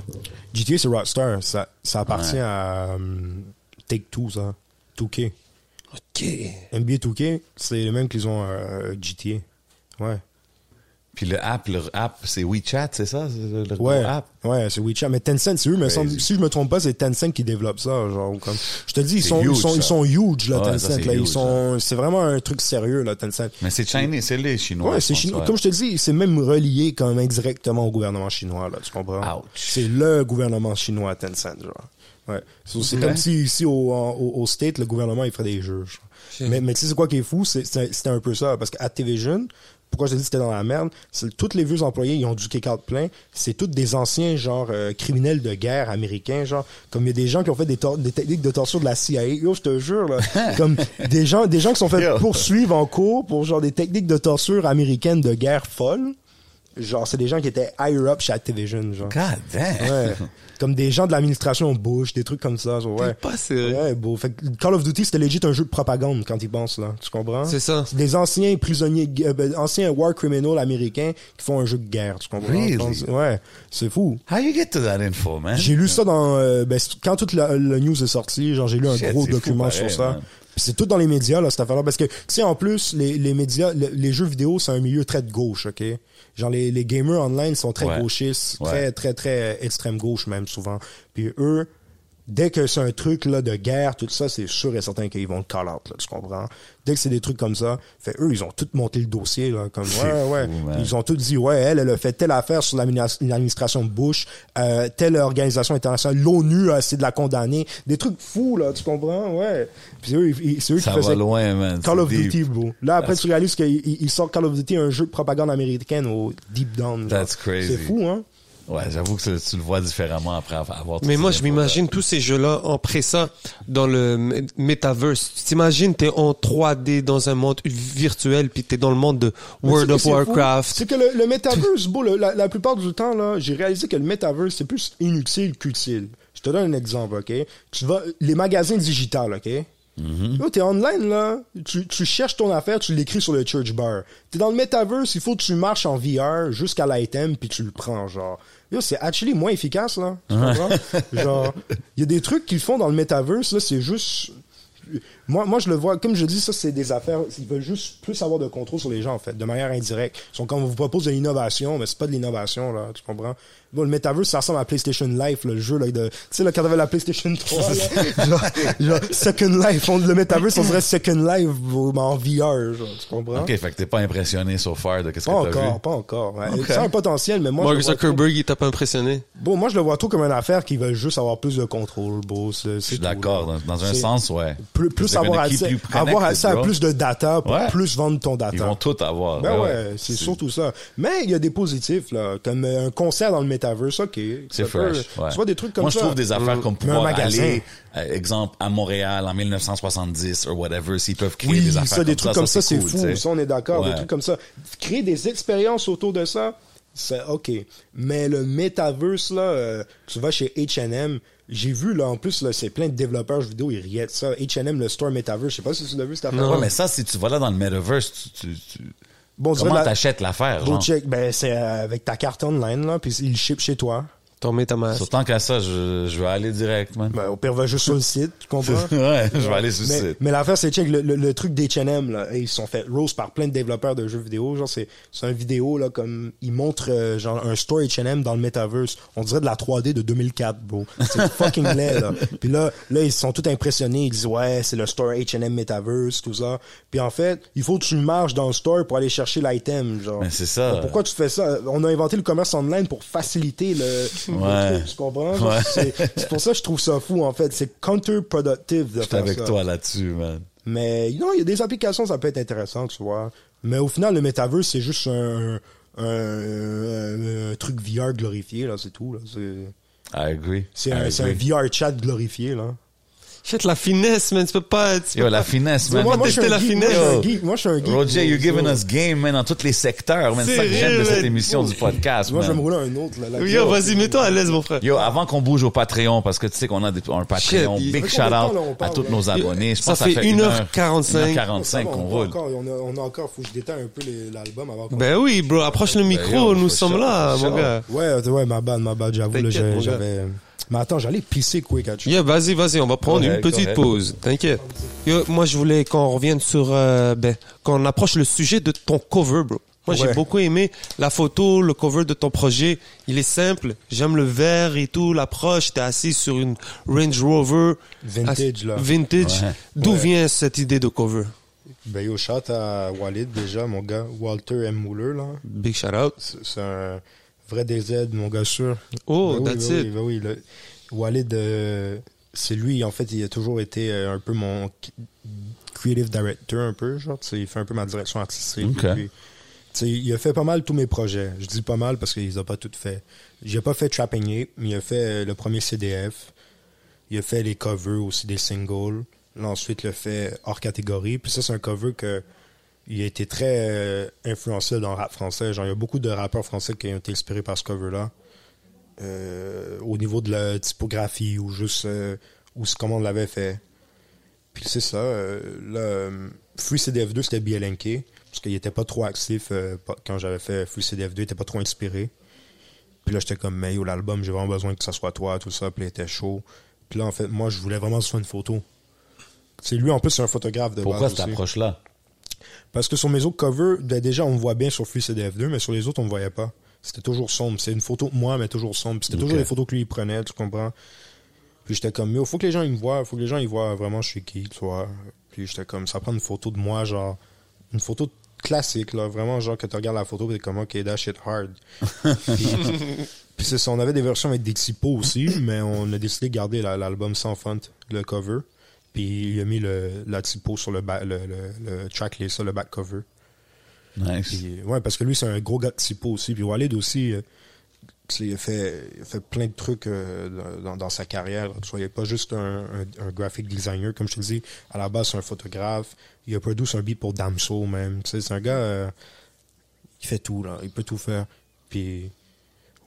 E: GTA, c'est Rockstar. Ça, ça appartient à euh, hein. Take-Two, ça. 2K.
C: Ok.
E: NBA 2K, c'est le même qu'ils ont euh, à GTA. Ouais.
D: Puis le app, leur app, c'est WeChat, c'est ça? C'est Le, le
E: Ouais.
D: gros app.
E: Ouais, c'est WeChat. Mais Tencent, c'est eux, mais
D: Crazy.
E: semble- si je me trompe pas, c'est Tencent qui développe ça. Genre, ou comme... Je te dis, ils
D: C'est
E: sont,
D: huge,
E: ils sont, ils
D: ça.
E: sont huge, là,
D: Ouais, ça,
E: Tencent.
D: c'est
E: là. Ils
D: huge,
E: sont, c'est vraiment un truc sérieux, là, Tencent.
D: Mais c'est Chinese, c'est les Chinois.
E: Ouais,
D: je
E: c'est
D: pense,
E: chinois.
D: ouais.
E: Comme je te dis, c'est même relié quand même indirectement au gouvernement chinois, là, tu comprends?
D: Ouch.
E: C'est le gouvernement chinois à Tencent, genre. Ouais. So, C'est
D: Ouais.
E: comme si ici au, en- au, au State, le gouvernement, il ferait des jeux. genre.
C: Shit.
E: Mais, mais tu sais, c'est quoi qui est fou? C'est- c'est- C'était un peu ça. Parce qu'Activision, pourquoi je te dis que c'était dans la merde, c'est que tous les vieux employés, ils ont du kick-out plein. C'est tous des anciens, genre, euh, criminels de guerre américains, genre. Comme il y a des gens qui ont fait des, tor- des techniques de torture de la CIA. Yo, je te jure, là. comme des gens, des gens qui sont fait
D: Yo.
E: poursuivre en cours pour, genre, des techniques de torture américaines de guerre folle. Genre, c'est des gens qui étaient higher up chez Activision, genre.
D: God damn!
E: Ouais. comme des gens de l'administration Bush, des trucs comme ça. genre, ouais.
C: T'es pas sérieux.
E: Ouais, beau. Fait que Call of Duty, c'était legit un jeu de propagande quand ils pensent, là. Tu comprends?
C: C'est ça.
E: C'est des anciens prisonniers, euh, ben, anciens war criminals américains qui font un jeu de guerre. Tu comprends?
D: Really?
E: Je pense- Ouais. C'est fou.
D: How you get to that info, man?
E: J'ai lu ça dans, euh, ben, c'est- quand toute la, le news est sorti, genre, j'ai lu un
D: Shit,
E: gros
D: c'est fou
E: document
D: pareil,
E: sur ça.
D: man.
E: Puis C'est tout dans les médias, là, cette affaire-là. Parce que, tu sais, en plus, les, les médias, le- les jeux vidéo, c'est un milieu très de gauche, OK? Genre, les, les gamers online sont très
D: Ouais.
E: gauchistes,
D: Ouais.
E: très, très, très extrême gauche, même, souvent. Puis eux, dès que c'est un truc, là, de guerre, tout ça, c'est sûr et certain qu'ils vont le call out, là, tu comprends? Dès que c'est des trucs comme ça, fait, eux, ils ont tout monté le dossier, là, comme,
D: C'est
E: ouais,
D: fou,
E: ouais.
D: man.
E: Ils ont tous dit, ouais, elle, elle a fait telle affaire sur l'admini- l'administration Bush, euh, telle organisation internationale, l'ONU a essayé de la condamner. Des trucs fous, là, tu comprends? Ouais. Puis eux, ils- ils- c'est eux qui
D: Ça va
E: faisaient
D: loin, man.
E: Call
D: C'est
E: of
D: deep.
E: Duty, bro. Là, après,
D: That's-
E: tu réalises qu'ils ils sortent Call of Duty, un jeu de propagande américaine au deep down. genre.
D: That's crazy.
E: C'est fou, hein?
D: Ouais, j'avoue que tu- tu le vois différemment après avoir toutes
C: Mais
D: ces
C: moi, je
D: infos-là.
C: m'imagine tous ces jeux-là en pressant dans le m- metaverse. Tu t'imagines, t'es en 3D dans un monde virtuel, puis t'es dans le monde de
E: Mais
C: World
E: tu
C: of
E: sais que c'est fou?
C: Warcraft.
E: C'est que le, le metaverse, bro, le- la, la plupart du temps, là, j'ai réalisé que le metaverse, c'est plus inutile qu'utile. Je te donne un exemple, OK? Tu vas, les magasins digitales, OK?
C: Mm-hmm.
E: Yo, t'es online, là. Tu, tu cherches ton affaire, tu l'écris sur le church bar. T'es dans le metaverse, il faut que tu marches en VR jusqu'à l'item, puis tu le prends, genre. Yo, c'est actually moins efficace, là. Tu comprends? genre, il y a des trucs qu'ils font dans le metaverse, là, c'est juste... Moi, moi, je le vois, comme je dis, ça, c'est des affaires. Ils veulent juste plus avoir de contrôle sur les gens, en fait, de manière indirecte. Ils sont comme on vous propose de l'innovation, mais c'est pas de l'innovation, là, tu comprends? Bon, le metaverse, ça ressemble à PlayStation Life, là, le jeu, là, de. Tu sais, là, quand t'avais la PlayStation 3, là, genre, genre, Second Life, on, le metaverse, on dirait Second Life mais en VR, genre, tu comprends?
D: Ok, fait que t'es pas impressionné so far de qu'est-ce
E: Pas
D: que t'as vu.
E: encore, pas encore. ouais. C'est un potentiel, mais moi,
C: Mark
E: je le vois trop-
C: Zuckerberg, il t'a pas impressionné.
E: Bon, moi, je le vois tout comme une affaire qui veulent juste avoir plus de contrôle, bro. c'est-
D: Je
E: c'est
D: suis
E: tout,
D: d'accord,
E: là.
D: dans, dans un
E: C'est-
D: sens, ouais.
E: plus,
D: They're
E: plus
D: gonna
E: avoir
D: keep
E: accès,
D: you connected,
E: avoir accès à
D: bro.
E: plus de data pour
D: Ouais.
E: plus vendre ton
D: Ils vont
E: data.
D: tout Ah avoir.
E: Ben ouais, c'est surtout ça. Mais il y a des positifs, là, comme euh, un concert dans le metaverse, ok.
D: C'est
E: Ça peut-
D: fresh. ouais.
E: Tu vois des trucs comme
D: Moi,
E: ça.
D: je trouve des affaires comme
E: Mais un
D: pouvoir
E: magasin.
D: aller, euh, exemple, à Montréal en 1970 ou whatever, s'ils peuvent créer
E: Oui,
D: des affaires
E: ça,
D: comme
E: des trucs comme ça, c'est
D: cool,
E: fou.
D: tu sais.
E: Ça, on est d'accord. Des
D: Ouais.
E: trucs comme ça. Créer des expériences autour de ça, c'est OK. Mais le metaverse, là, euh, tu vas chez H&M, j'ai vu, là, en plus, là, c'est plein de développeurs vidéo, ils riaient de ça. H&M, le store metaverse, je sais pas si tu l'as vu, cette affaire.
D: Ouais, mais ça, si tu vas là dans le metaverse, tu, tu, tu-
E: Bon, on dirait
D: comment
E: la-
D: t'achètes l'affaire,
E: Go
D: genre?
E: check, ben c'est euh, avec ta carte online là, puis il ship chez toi.
C: Tomber ta masse.
D: Surtout qu'à ça, je, je vais aller direct, man.
E: Ben, au pire, va juste sur le site, tu comprends?
D: ouais, je vais aller sur le
E: mais,
D: site.
E: Mais l'affaire, c'est check, le, le- le truc d'H&M, là, ils se sont fait rose par plein de développeurs de jeux vidéo. Genre, c'est, c'est un vidéo, là, comme, ils montrent, euh, genre, un store H&M dans le metaverse. On dirait de la 3D de 2004, bro. C'est fucking laid, là. Puis là, là, ils sont tout impressionnés. Ils disent, ouais, c'est le store H&M metaverse, tout ça. Puis en fait, il faut que tu marches dans le store pour aller chercher l'item, genre.
D: Mais c'est ça.
E: Donc, pourquoi tu fais ça? On a inventé le commerce online pour faciliter le, le
D: Ouais.
E: truc, tu comprends? Genre,
D: Ouais.
E: C'est c'est pour ça que je trouve ça fou, en fait. C'est counterproductive de
D: Je suis
E: faire
D: avec
E: ça.
D: toi là-dessus, man.
E: Mais non, il y a des applications, ça peut être intéressant, tu vois. Mais au final, le métaverse, c'est juste un, un- un- un truc VR glorifié, là, c'est tout. là. C'est-
D: I agree.
E: C'est
D: I
E: un, c'est un
D: agree.
E: VR chat glorifié, là.
C: Shit, la finesse, man. Tu peux pas. tu peux
D: Yo, la
C: pas-
D: finesse, man.
E: moi, moi, je
C: t'es-
E: suis un
C: t'es la
E: geek, moi,
C: finesse.
E: je suis un
D: Yo.
E: geek, moi, je suis un geek.
D: Roger, you're
E: So,
D: giving us game, man, dans tous les secteurs, man. C'est ça que j'aime de
C: Sérieux,
D: cette
C: man.
D: émission du podcast,
E: Moi, je vais me
D: man.
E: rouler un autre, là. là.
C: Yo, oh, vas-y, mets-toi à l'aise, mon frère.
D: Yo, avant qu'on bouge au Patreon, parce que tu sais qu'on a des- un Patreon,
C: Shit, il-
D: big
E: Ça fait
D: shout
E: combien de temps,
D: out
E: là, on
D: à
E: parle,
D: tous
E: là?
D: nos abonnés. Je
C: Ça
D: pense que
C: fait
D: ça fait
C: 1h45.
D: 1h45
E: Ça va,
D: qu'on
E: on
D: roule.
E: Encore, on, a, on a encore, faut que je détends un peu les- l'album avant qu'on-
C: Ben oui, bro, approche le
D: Ben,
C: micro,
D: yo, faut
C: nous sommes
D: shot,
C: là,
D: faut
C: mon
D: shot.
C: gars.
E: Ouais, euh, ouais, ma bad, ma bad, j'avoue, là,
C: T'inquiète, mon
E: j'ai-
C: gars.
E: j'avais. Mais attends, j'allais pisser quick hein, à
C: Yeah, vas-y, vas-y, on va prendre
D: Correct,
C: une petite
D: correct.
C: pause. T'inquiète. Yo, moi, je voulais qu'on revienne sur, euh, ben, qu'on approche le sujet de ton cover, bro. Moi, j'ai
E: Ouais.
C: beaucoup aimé la photo, le cover de ton projet. Il est simple. J'aime le vert et tout, l'approche. T'es assis sur une Range Rover.
E: Vintage,
C: As-
E: là.
C: Vintage.
D: Ouais.
C: D'où
E: Ouais.
C: vient cette idée de cover?
E: Ben, yo, shout à Walid, déjà, mon gars. Walter M. Mouler, là.
C: Big shout out.
E: C'est c'est un vrai DZ, mon gars sûr.
C: Oh,
E: Ben oui,
C: that's
E: ben
C: it.
E: oui, ben oui, le- Walid, euh, c'est lui, en fait, il a toujours été euh, un peu mon c- creative director, un peu, genre, tu sais, il fait un peu ma direction artistique.
D: Ok.
E: Puis, tu sais, il a fait pas mal tous mes projets. Je dis pas mal parce qu'il les a pas toutes fait. J'ai pas fait Trapping Ape, mais il a fait euh, le premier CDF. Il a fait les covers aussi des singles. Là, ensuite, il a fait hors catégorie. Puis ça, c'est un cover que il a été très euh, influencé dans le rap français. Genre, il y a beaucoup de rappeurs français qui ont été inspirés par ce cover-là. Euh, au niveau de la typographie ou juste euh, ou c'est comment on l'avait fait. Puis c'est ça. euh, là, euh, Free CDF2, c'était bien linké. Parce qu'il était pas trop actif euh, pas- quand j'avais fait Free CDF2, il était pas trop inspiré. Puis là, j'étais comme, mais yo, l'album, j'ai vraiment besoin que ça soit toi, tout ça. Puis il était chaud. Puis là, en fait, moi, je voulais vraiment que ce soit une photo. C'est lui, en plus, c'est un photographe de
D: Pourquoi
E: base
D: cette
E: aussi.
D: approche-là?
E: Parce que sur mes autres covers, ben déjà, on me voit bien sur Free CDF2, mais sur les autres, on me voyait pas. C'était toujours sombre. C'est une photo de moi, mais toujours sombre. Puis C'était toujours
D: Ok.
E: les photos que lui, il prenait, tu comprends? Puis j'étais comme, il faut que les gens, ils me voient. faut que les gens, ils voient vraiment je suis qui, tu vois. Puis j'étais comme, ça prend une photo de moi, genre, une photo classique, là. Vraiment, genre, que tu regardes la photo, puis t'es comme, OK, that shit hard. puis puis c'est ça, on avait des versions avec des typos aussi, mais on a décidé de garder la- l'album sans font, le cover. Puis il a mis le, la typo sur le, ba- le, le, le tracklist, sur le back cover.
D: Nice.
E: Puis, ouais, parce que lui, c'est un gros gars de typo aussi. Puis Walid aussi, euh, tu sais, il, a fait, il a fait plein de trucs euh, dans, dans sa carrière. Tu vois, il n'est pas juste un, un, un graphic designer, comme je te dis. À la base, c'est un photographe. Il a produit un beat pour Damso, même. Tu sais, c'est un gars, euh, il fait tout, là. Il peut tout faire. Puis,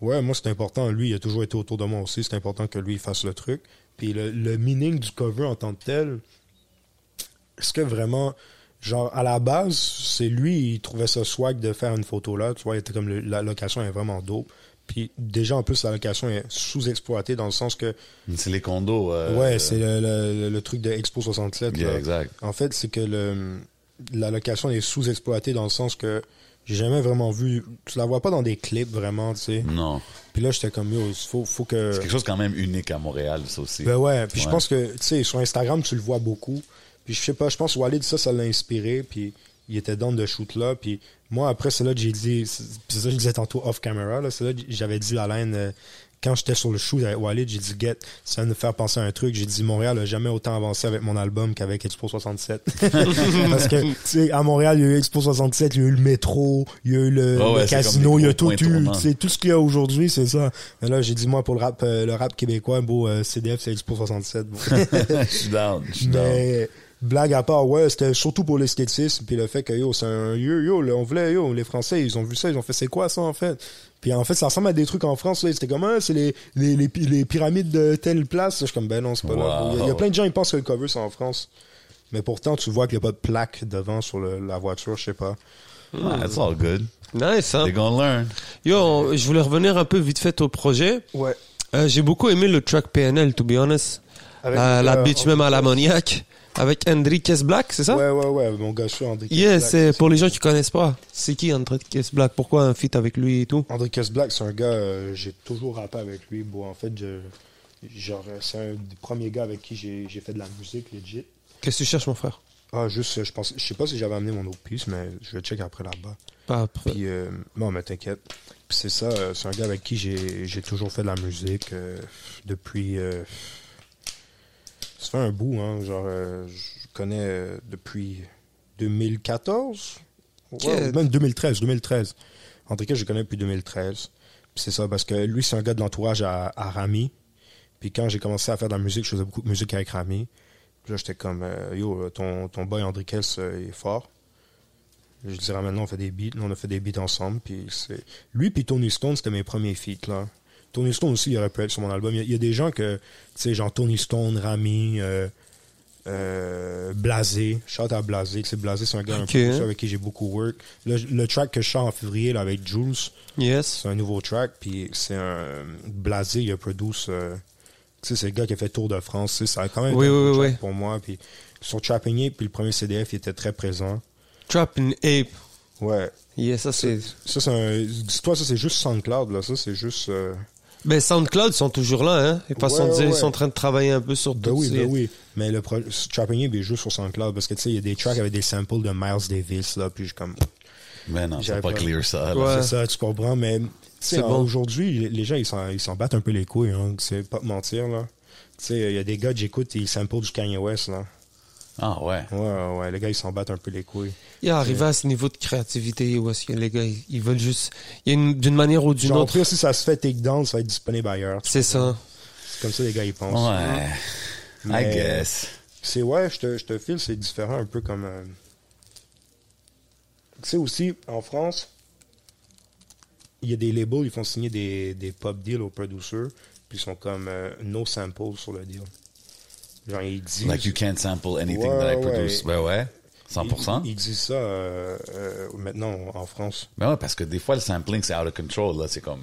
E: ouais, moi, c'est important. Lui, il a toujours été autour de moi aussi. C'est important que lui, il fasse le truc. Puis le, le meaning du cover en tant que tel, est-ce que vraiment, genre, à la base, c'est lui, il trouvait ça swag de faire une photo là, tu vois, il était comme, le- la location est vraiment dope. Puis déjà, en plus, la location est sous-exploitée dans le sens que,
D: C'est les condos. euh,
E: ouais, c'est le, le- le truc de Expo 67.
D: Yeah,
E: là.
D: exact.
E: En fait, c'est que le, la location est sous-exploitée dans le sens que j'ai jamais vraiment vu, tu la vois pas dans des clips vraiment, tu sais.
D: Non.
E: Puis là, j'étais comme, yo, il faut, faut que...
D: C'est quelque chose quand même unique à Montréal, ça aussi.
E: Euh. Ben ouais, puis je
D: Ouais.
E: pense que, tu sais, sur Instagram, tu le vois beaucoup. Puis je sais pas, je pense que Walid, ça, ça l'a inspiré, puis il était dans de shoot là. Puis moi, après, c'est là que j'ai dit, c'est c'est ça que je disais tantôt off-camera, là, c'est là que j'avais dit à Alain, euh, quand j'étais sur le shoot avec Walid, j'ai dit, get, ça va nous faire penser à un truc. J'ai dit, Montréal a jamais autant avancé avec mon album qu'avec Expo 67. Parce que, tu sais, à Montréal, il y a eu Expo 67, il y a eu le métro, il y a eu le,
D: Ah ouais,
E: le
D: c'est comme
E: casino,
D: des
E: il y a tout
D: gros
E: eu.
D: points tournants.
E: tu sais, tout ce qu'il y a aujourd'hui, c'est ça. Mais là, j'ai dit, moi, pour le rap, euh, le rap québécois, beau, euh, CDF, c'est Expo 67. bon.
D: je suis down. Je suis down.
E: Mais, blague à part, ouais, c'était surtout pour l'esthétisme, puis le fait que, yo, c'est un yo, yo, là, on voulait, yo, les Français, ils ont vu ça, ils ont fait, c'est quoi ça, en fait? Puis en fait, ça ressemble à des trucs en France, là, c'était comme, ah, c'est les, les, les, pi- les pyramides de telle place. Je suis comme, ben non, c'est pas là.
D: Wow.
E: Il y a plein de gens, ils pensent que le cover, c'est en France. Mais pourtant, tu vois qu'il n'y a pas de plaque devant sur le- la voiture, je sais pas.
D: Ah, it's all good.
C: Nice, hein?
D: They're gonna learn.
C: Yo, on- je voulais revenir un peu vite fait au projet.
E: Ouais.
C: Euh, J'ai beaucoup aimé le track PNL, to be honest.
E: Avec euh,
C: la,
E: le
C: la
E: gars-
C: bitch même à l'ammoniac. Avec Hendrik S. Black, c'est ça?
E: Ouais, ouais, ouais, mon gars, je suis André
C: Yeah,
E: Kes Black.
C: c'est pour les gens qui connaissent pas. C'est qui Hendrik S. Black? Pourquoi un feat avec lui et tout?
E: André Kes Black, c'est un gars, euh, j'ai toujours rappé avec lui. Bon, en fait, je- genre, euh, c'est un des premiers gars avec qui j'ai j'ai fait de la musique, legit.
C: Qu'est-ce que tu cherches, mon frère?
E: Ah, juste, euh, je pense, je sais pas si j'avais amené mon autre piece, mais je vais check après là-bas.
C: Pas après.
E: Puis, euh, non, mais t'inquiète. Puis c'est ça, euh, c'est un gars avec qui j'ai j'ai toujours fait de la musique euh, depuis. euh, ça fait un bout, hein. Genre, euh, je connais euh, depuis 2014. Ouais,
C: Ok.
E: ou Même 2013, 2013. En tout cas, je connais depuis 2013. Puis c'est ça, parce que lui, c'est un gars de l'entourage à, à Rami. Puis quand j'ai commencé à faire de la musique, je faisais beaucoup de musique avec Rami. Puis là, j'étais comme, euh, yo, ton, ton boy André Kels euh, il est fort. Je dirais maintenant, on fait des beats. Nous, on a fait des beats ensemble. Puis c'est... Lui, puis Tony Stone, c'était mes premiers feats, là. Tony Stone aussi, il aurait pu être sur mon album. Il y a, il y a des gens que, tu sais, genre Tony Stone, Rami, euh, euh, Blasé. Shout à Blasé. C'est Blasé, c'est un gars un
C: Ok.
E: peu plus avec qui j'ai beaucoup work. Le, le track que je chante en février, là, avec Jules,
C: Yes.
E: c'est un nouveau track. Puis c'est un. Blasé, il a produit. euh, tu sais, c'est le gars qui a fait Tour de France. tu sais, Ça a quand même
C: Oui,
E: été un
C: oui,
E: gros
C: oui,
E: track
C: oui.
E: pour moi. Puis sur Trapping Ape, puis le premier CDF, il était très présent.
C: Trap and Ape.
E: Ouais.
C: Yes, ça c'est.
E: Ça, c'est un. Dis-toi, ça, c'est juste SoundCloud, là. Ça, c'est juste. euh,
C: Mais Ben, SoundCloud sont toujours là, hein. Ils, passent,
E: Ouais,
C: on dirait,
E: ouais.
C: ils sont en train de travailler un peu sur
E: Ben
C: tout
E: oui,
C: ça.
E: ben oui. Mais le pro... Trapping Ape est juste sur SoundCloud parce que, tu sais, il y a des tracks avec des samples de Miles Davis, là. Puis je suis comme.
D: Mais non,
E: J'avais
D: c'est pas
E: pas-
D: clear ça. là.
C: Ouais.
E: C'est ça, tu comprends, mais. tu sais,
C: C'est
E: en-
C: bon.
E: Aujourd'hui, les gens, ils s'en, ils s'en battent un peu les couilles, hein. C'est pas te mentir, là. Tu sais, il y a des gars, que j'écoute, ils samplent du Kanye West, là.
D: Ah ouais.
E: Ouais, ouais, ouais, les gars, ils s'en battent un peu les couilles.
C: Il est arrivé à ce niveau de créativité où est-ce que les gars, ils ils veulent juste. Il y a une- d'une manière ou d'une
E: Genre,
C: autre.
E: après, si ça se fait takedown, ça va être disponible ailleurs.
C: C'est ça.
E: C'est comme ça, les gars, ils pensent.
D: Ouais. I
E: Mais-
D: guess.
E: C'est ouais, je te, je te file, c'est différent un peu comme. euh, Tu sais aussi, en France, il y a des labels, ils font signer des, des pop deals aux producers, puis ils sont comme euh, no samples sur le deal. Genre, ils disent.
D: Like you can't sample anything
E: Ouais,
D: that I
E: ouais.
D: produce. Ben ouais. 100%.
E: Ils, ils disent ça euh, euh, maintenant en France.
D: Ben ouais, parce que des fois, le sampling, c'est out of control. Là. C'est comme.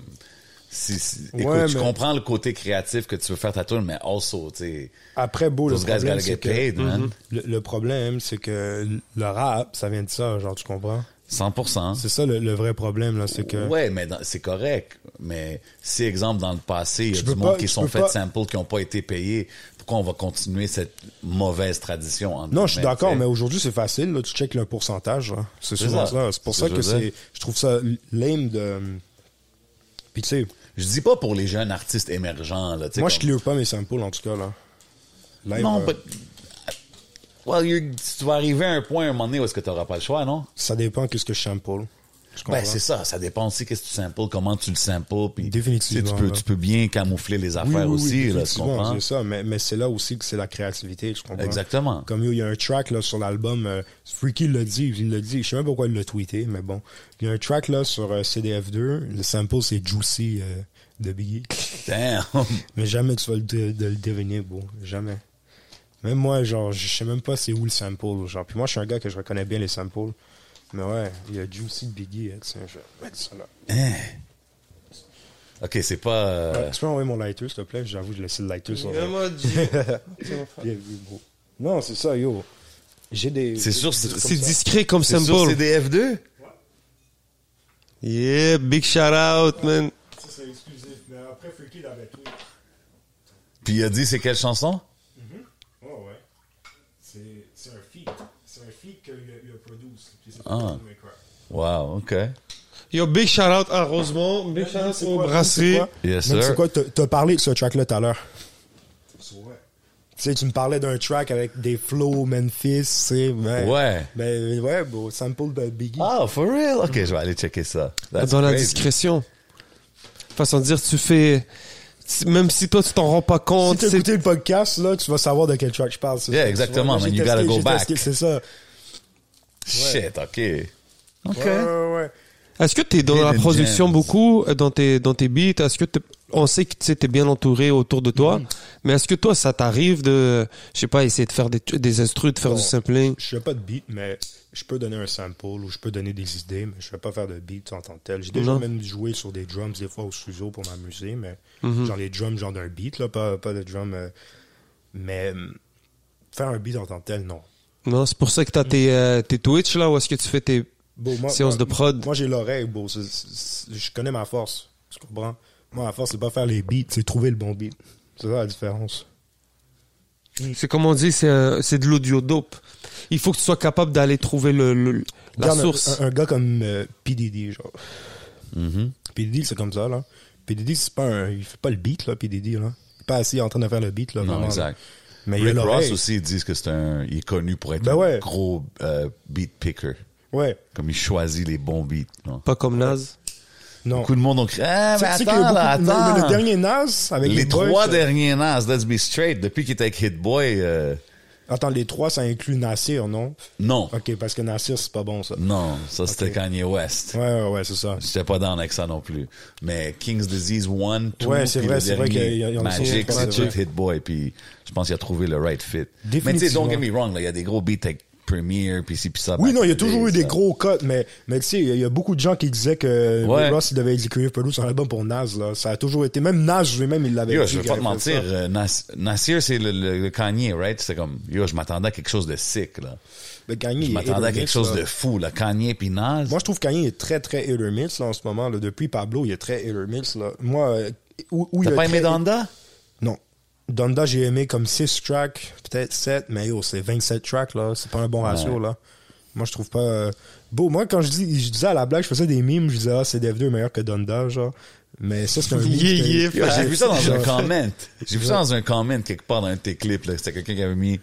D: Si, si-
E: Ouais,
D: écoute, je
E: mais-
D: comprends le côté créatif que tu veux faire ta tune, mais also, tu sais.
E: Après, beau, le
D: Those guys
E: problème,
D: gotta
E: c'est
D: get
E: que. Mhm.
D: paid, man.
E: Le, le problème, c'est que le rap, ça vient de ça, genre, tu comprends?
D: 100%.
E: C'est ça le, le vrai problème, là, c'est que.
D: Ouais, mais dans- c'est correct. Mais si, exemple, dans le passé, il y a
E: Tu
D: du
E: peux
D: monde
E: pas-
D: qui
E: tu
D: sont
E: peux
D: fait
E: pas-
D: sample qui n'ont pas été payés, pourquoi on va continuer cette mauvaise tradition? entre
E: Non, je suis
D: guillemets,
E: d'accord,
D: tu sais?
E: mais aujourd'hui, c'est facile. Là, tu checkes le pourcentage. là. C'est
D: C'est
E: souvent
D: ça.
E: ça. C'est pour
D: C'est
E: ça
D: ce
E: que
D: que je veux dire.
E: c'est. Je trouve ça lame de. Puis tu sais,
D: Je dis pas pour les jeunes artistes émergents, là. tu sais,
E: moi,
D: comme-
E: je clear pas mes samples, en tout cas. là. Lame,
D: Non,
E: euh,
D: but- Well, you're- tu vas arriver à un point, à un moment donné, où est-ce que tu n'auras pas le choix, non?
E: Ça dépend qu'est-ce que je sample. Je comprends.
D: Ben, c'est ça. Ça dépend aussi qu'est-ce que tu samples, comment tu le samples. Puis,
E: Définitivement,
D: Tu, sais, tu peux,
E: là.
D: tu peux bien camoufler les
E: Oui,
D: affaires
E: oui, oui,
D: aussi, là, tu
E: définitivement,
D: comprends?
E: C'est ça, mais, mais c'est là aussi que c'est la créativité, je comprends.
D: Exactement.
E: Comme yo, il y a un track là, sur l'album, euh, Freaky l'a dit, il l'a dit, je sais même pas pourquoi il l'a tweeté, mais bon. Il y a un track là sur euh, CDF2, le sample c'est Juicy euh, de Biggie.
D: Damn!
E: Mais jamais tu vas le, de, de le devenir, bro. Jamais. Même moi, genre, je sais même pas c'est où le sample. Genre, puis moi, je suis un gars que je reconnais bien les samples. Mais ouais, il y a Juicy de Biggie, hein, tiens, je vais mettre ça là.
D: OK, c'est pas... euh,
E: Euh, tu peux envoyer mon lighter, s'il te plaît? J'avoue, je laisse le lighter sur le- Bien vu, bro. Non, c'est ça, yo. J'ai des.
D: C'est sûr, c'est-
C: C'est
E: ça.
C: discret comme
D: c'est sur
C: symbole.
D: CDF2?
C: Yeah, big shout out, man.
E: Ça, c'est exclusif. Mais après, Freaky l'avait tout.
D: Puis il a dit c'est quelle chanson?
E: Oh, ouais. C'est c'est un feat. C'est un feat qu'il a produit. Puis c'est
D: Ah. Wow, OK.
C: Yo, big shout out à Rosemont, big shout out au Brasserie.
D: Yes,
E: Même,
D: sir.
E: C'est quoi, t'as- t'as parlé de ce track-là tout à l'heure. Tu sais, tu me parlais d'un track avec des flows Memphis, tu sais. Mais,
D: Ouais.
E: Mais ouais, bro, sample de Biggie.
D: Ah, for real? OK, je vais aller checker ça. That's
C: Dans la
D: crazy.
C: discrétion. Façon de dire, tu fais. Même si toi, tu t'en rends pas
E: si
C: compte.
E: t'as
C: c'est-
E: écouté le podcast, là, tu vas savoir de quel track je parle. c'est
D: Yeah,
E: ça, tu
D: exactement,
E: vois. Moi,
D: man,
E: j'ai
D: you gotta
E: testé,
D: go
E: j'ai testé,
D: back.
E: C'est ça.
D: Shit, OK. OK.
E: Ouais, ouais, ouais.
C: Est-ce que tu es dans
D: Hidden
C: la production
D: gems.
C: beaucoup, euh, dans tes, dans tes beats Est-ce que t'es- on sait que tu es bien entouré autour de
E: Mm-hmm.
C: toi, mais est-ce que toi, ça t'arrive de, je sais pas, essayer de faire des, des instrus, de faire
E: Bon,
C: du sampling?
E: Je fais pas de beat, mais je peux donner un sample ou je peux donner des idées, mais je fais pas faire de beat en tant que tel. J'ai déjà
C: Non.
E: même joué sur des drums des fois au studio pour m'amuser, mais
C: Mhm.
E: genre les drums genre d'un beat, là, pas, pas de drum. euh, mais euh, faire un beat en tant que tel, non.
C: Non, c'est pour ça que t'as tes, euh, tes Twitch, là, où est-ce que tu fais tes
E: Bon, moi-
C: séances
E: moi-
C: de prod?
E: Moi, j'ai l'oreille, bro. C'est- c'est- Je connais ma force. Tu comprends? Moi, ma force, c'est pas faire les beats, c'est trouver le bon beat. C'est ça la différence.
C: C'est comme on dit, c'est un- c'est de l'audio dope. Il faut que tu sois capable d'aller trouver le, le- la
E: Regarde un-
C: source.
E: Un, un gars comme euh, P. Diddy, genre.
D: Mm-hmm.
E: P. Diddy, c'est comme ça, là. P. Diddy, c'est pas un. Il fait pas le beat, là, P. Diddy, là. Il est pas assis en train de faire le beat, là.
D: Non,
E: vraiment,
D: exact.
E: là. Mais Ben, il a
D: Rick Ross
E: l'oreille.
D: aussi, ils disent que c'est un. Il est connu pour être
E: Ben ouais.
D: un gros euh, beat picker.
E: Ouais.
D: Comme il choisit les bons beats. non.
C: Pas comme Naz.
E: Non.
D: Beaucoup de monde ont crié. Ah, mais
E: Tu sais- tu sais qu'il y a
D: attends, là,
E: beaucoup- mais-
D: attends.
E: mais Le dernier Nas, avec
D: les
E: les, boys,
D: trois
E: ça-
D: derniers Nas, let's be straight, depuis qu'il était avec Hit Boy, euh,
E: Attends, les trois, ça inclut Nasir, non?
D: non.
E: Ok, parce que Nasir, c'est pas bon, ça.
D: Non, ça c'était
E: Ok.
D: Kanye West.
E: Ouais, ouais, ouais, c'est ça.
D: J'étais pas dans avec ça non plus. Mais King's Disease 1, 2,
E: Ouais, c'est
D: puis
E: vrai,
D: le
E: c'est vrai
D: dernier,
E: qu'il y a- il y en a
D: Magic,
E: aussi,
D: c'est
E: ouais.
D: tout Hit Boy, puis je pense qu'il a trouvé le right fit. Mais tu sais,
E: Définitivement.
D: don't get me wrong, là, il y a des gros beats avec Premiere, puis ci, puis ça.
E: Oui,
D: back
E: non, il y a
D: in the
E: toujours eu
D: days,
E: des
D: ça.
E: gros cuts, mais, mais tu sais, il y a- il y a beaucoup de gens qui disaient que
D: Ouais.
E: Rick Ross, il devait exécuter Pelouse sur l'album pour Nas, là. Ça a toujours été, même Nas lui-même, il l'avait
D: Yo,
E: dit
D: je vais
E: qu'il
D: pas te
E: avait fait
D: mentir,
E: ça.
D: euh, Nas- Nasir, c'est le, le- le Kanye, right? C'est comme, yo, je m'attendais à quelque chose de sick, là.
E: Mais Kanye,
D: Je
E: il est
D: m'attendais à
E: hédoniste,
D: quelque chose
E: là.
D: de fou, là. Kanye puis Nas.
E: Moi, je trouve que Kanye est très, très hit or miss, là, en ce moment. Là. Depuis Pablo, il est très hit or miss, là. Moi, euh, où, où il
D: T'as
E: a
D: pas aimé
E: très-
D: Donda?
E: Non. Donda, j'ai aimé comme 6 tracks, peut-être 7, mais yo, c'est 27 tracks, là. C'est pas un bon ratio, là. Moi, je trouve pas. euh, Beau, moi, quand je, dis, je disais à la blague, je faisais des mimes, je disais, ah, c'est devenu meilleur que Donda, genre. Mais ça, c'est un meme
C: Yeah,
E: que-
C: yeah,
D: Yo, J'ai vu ça dans un
E: euh, Genre-
D: comment. J'ai vu ça dans un comment quelque part dans un de tes clips. là. C'était quelqu'un qui avait mis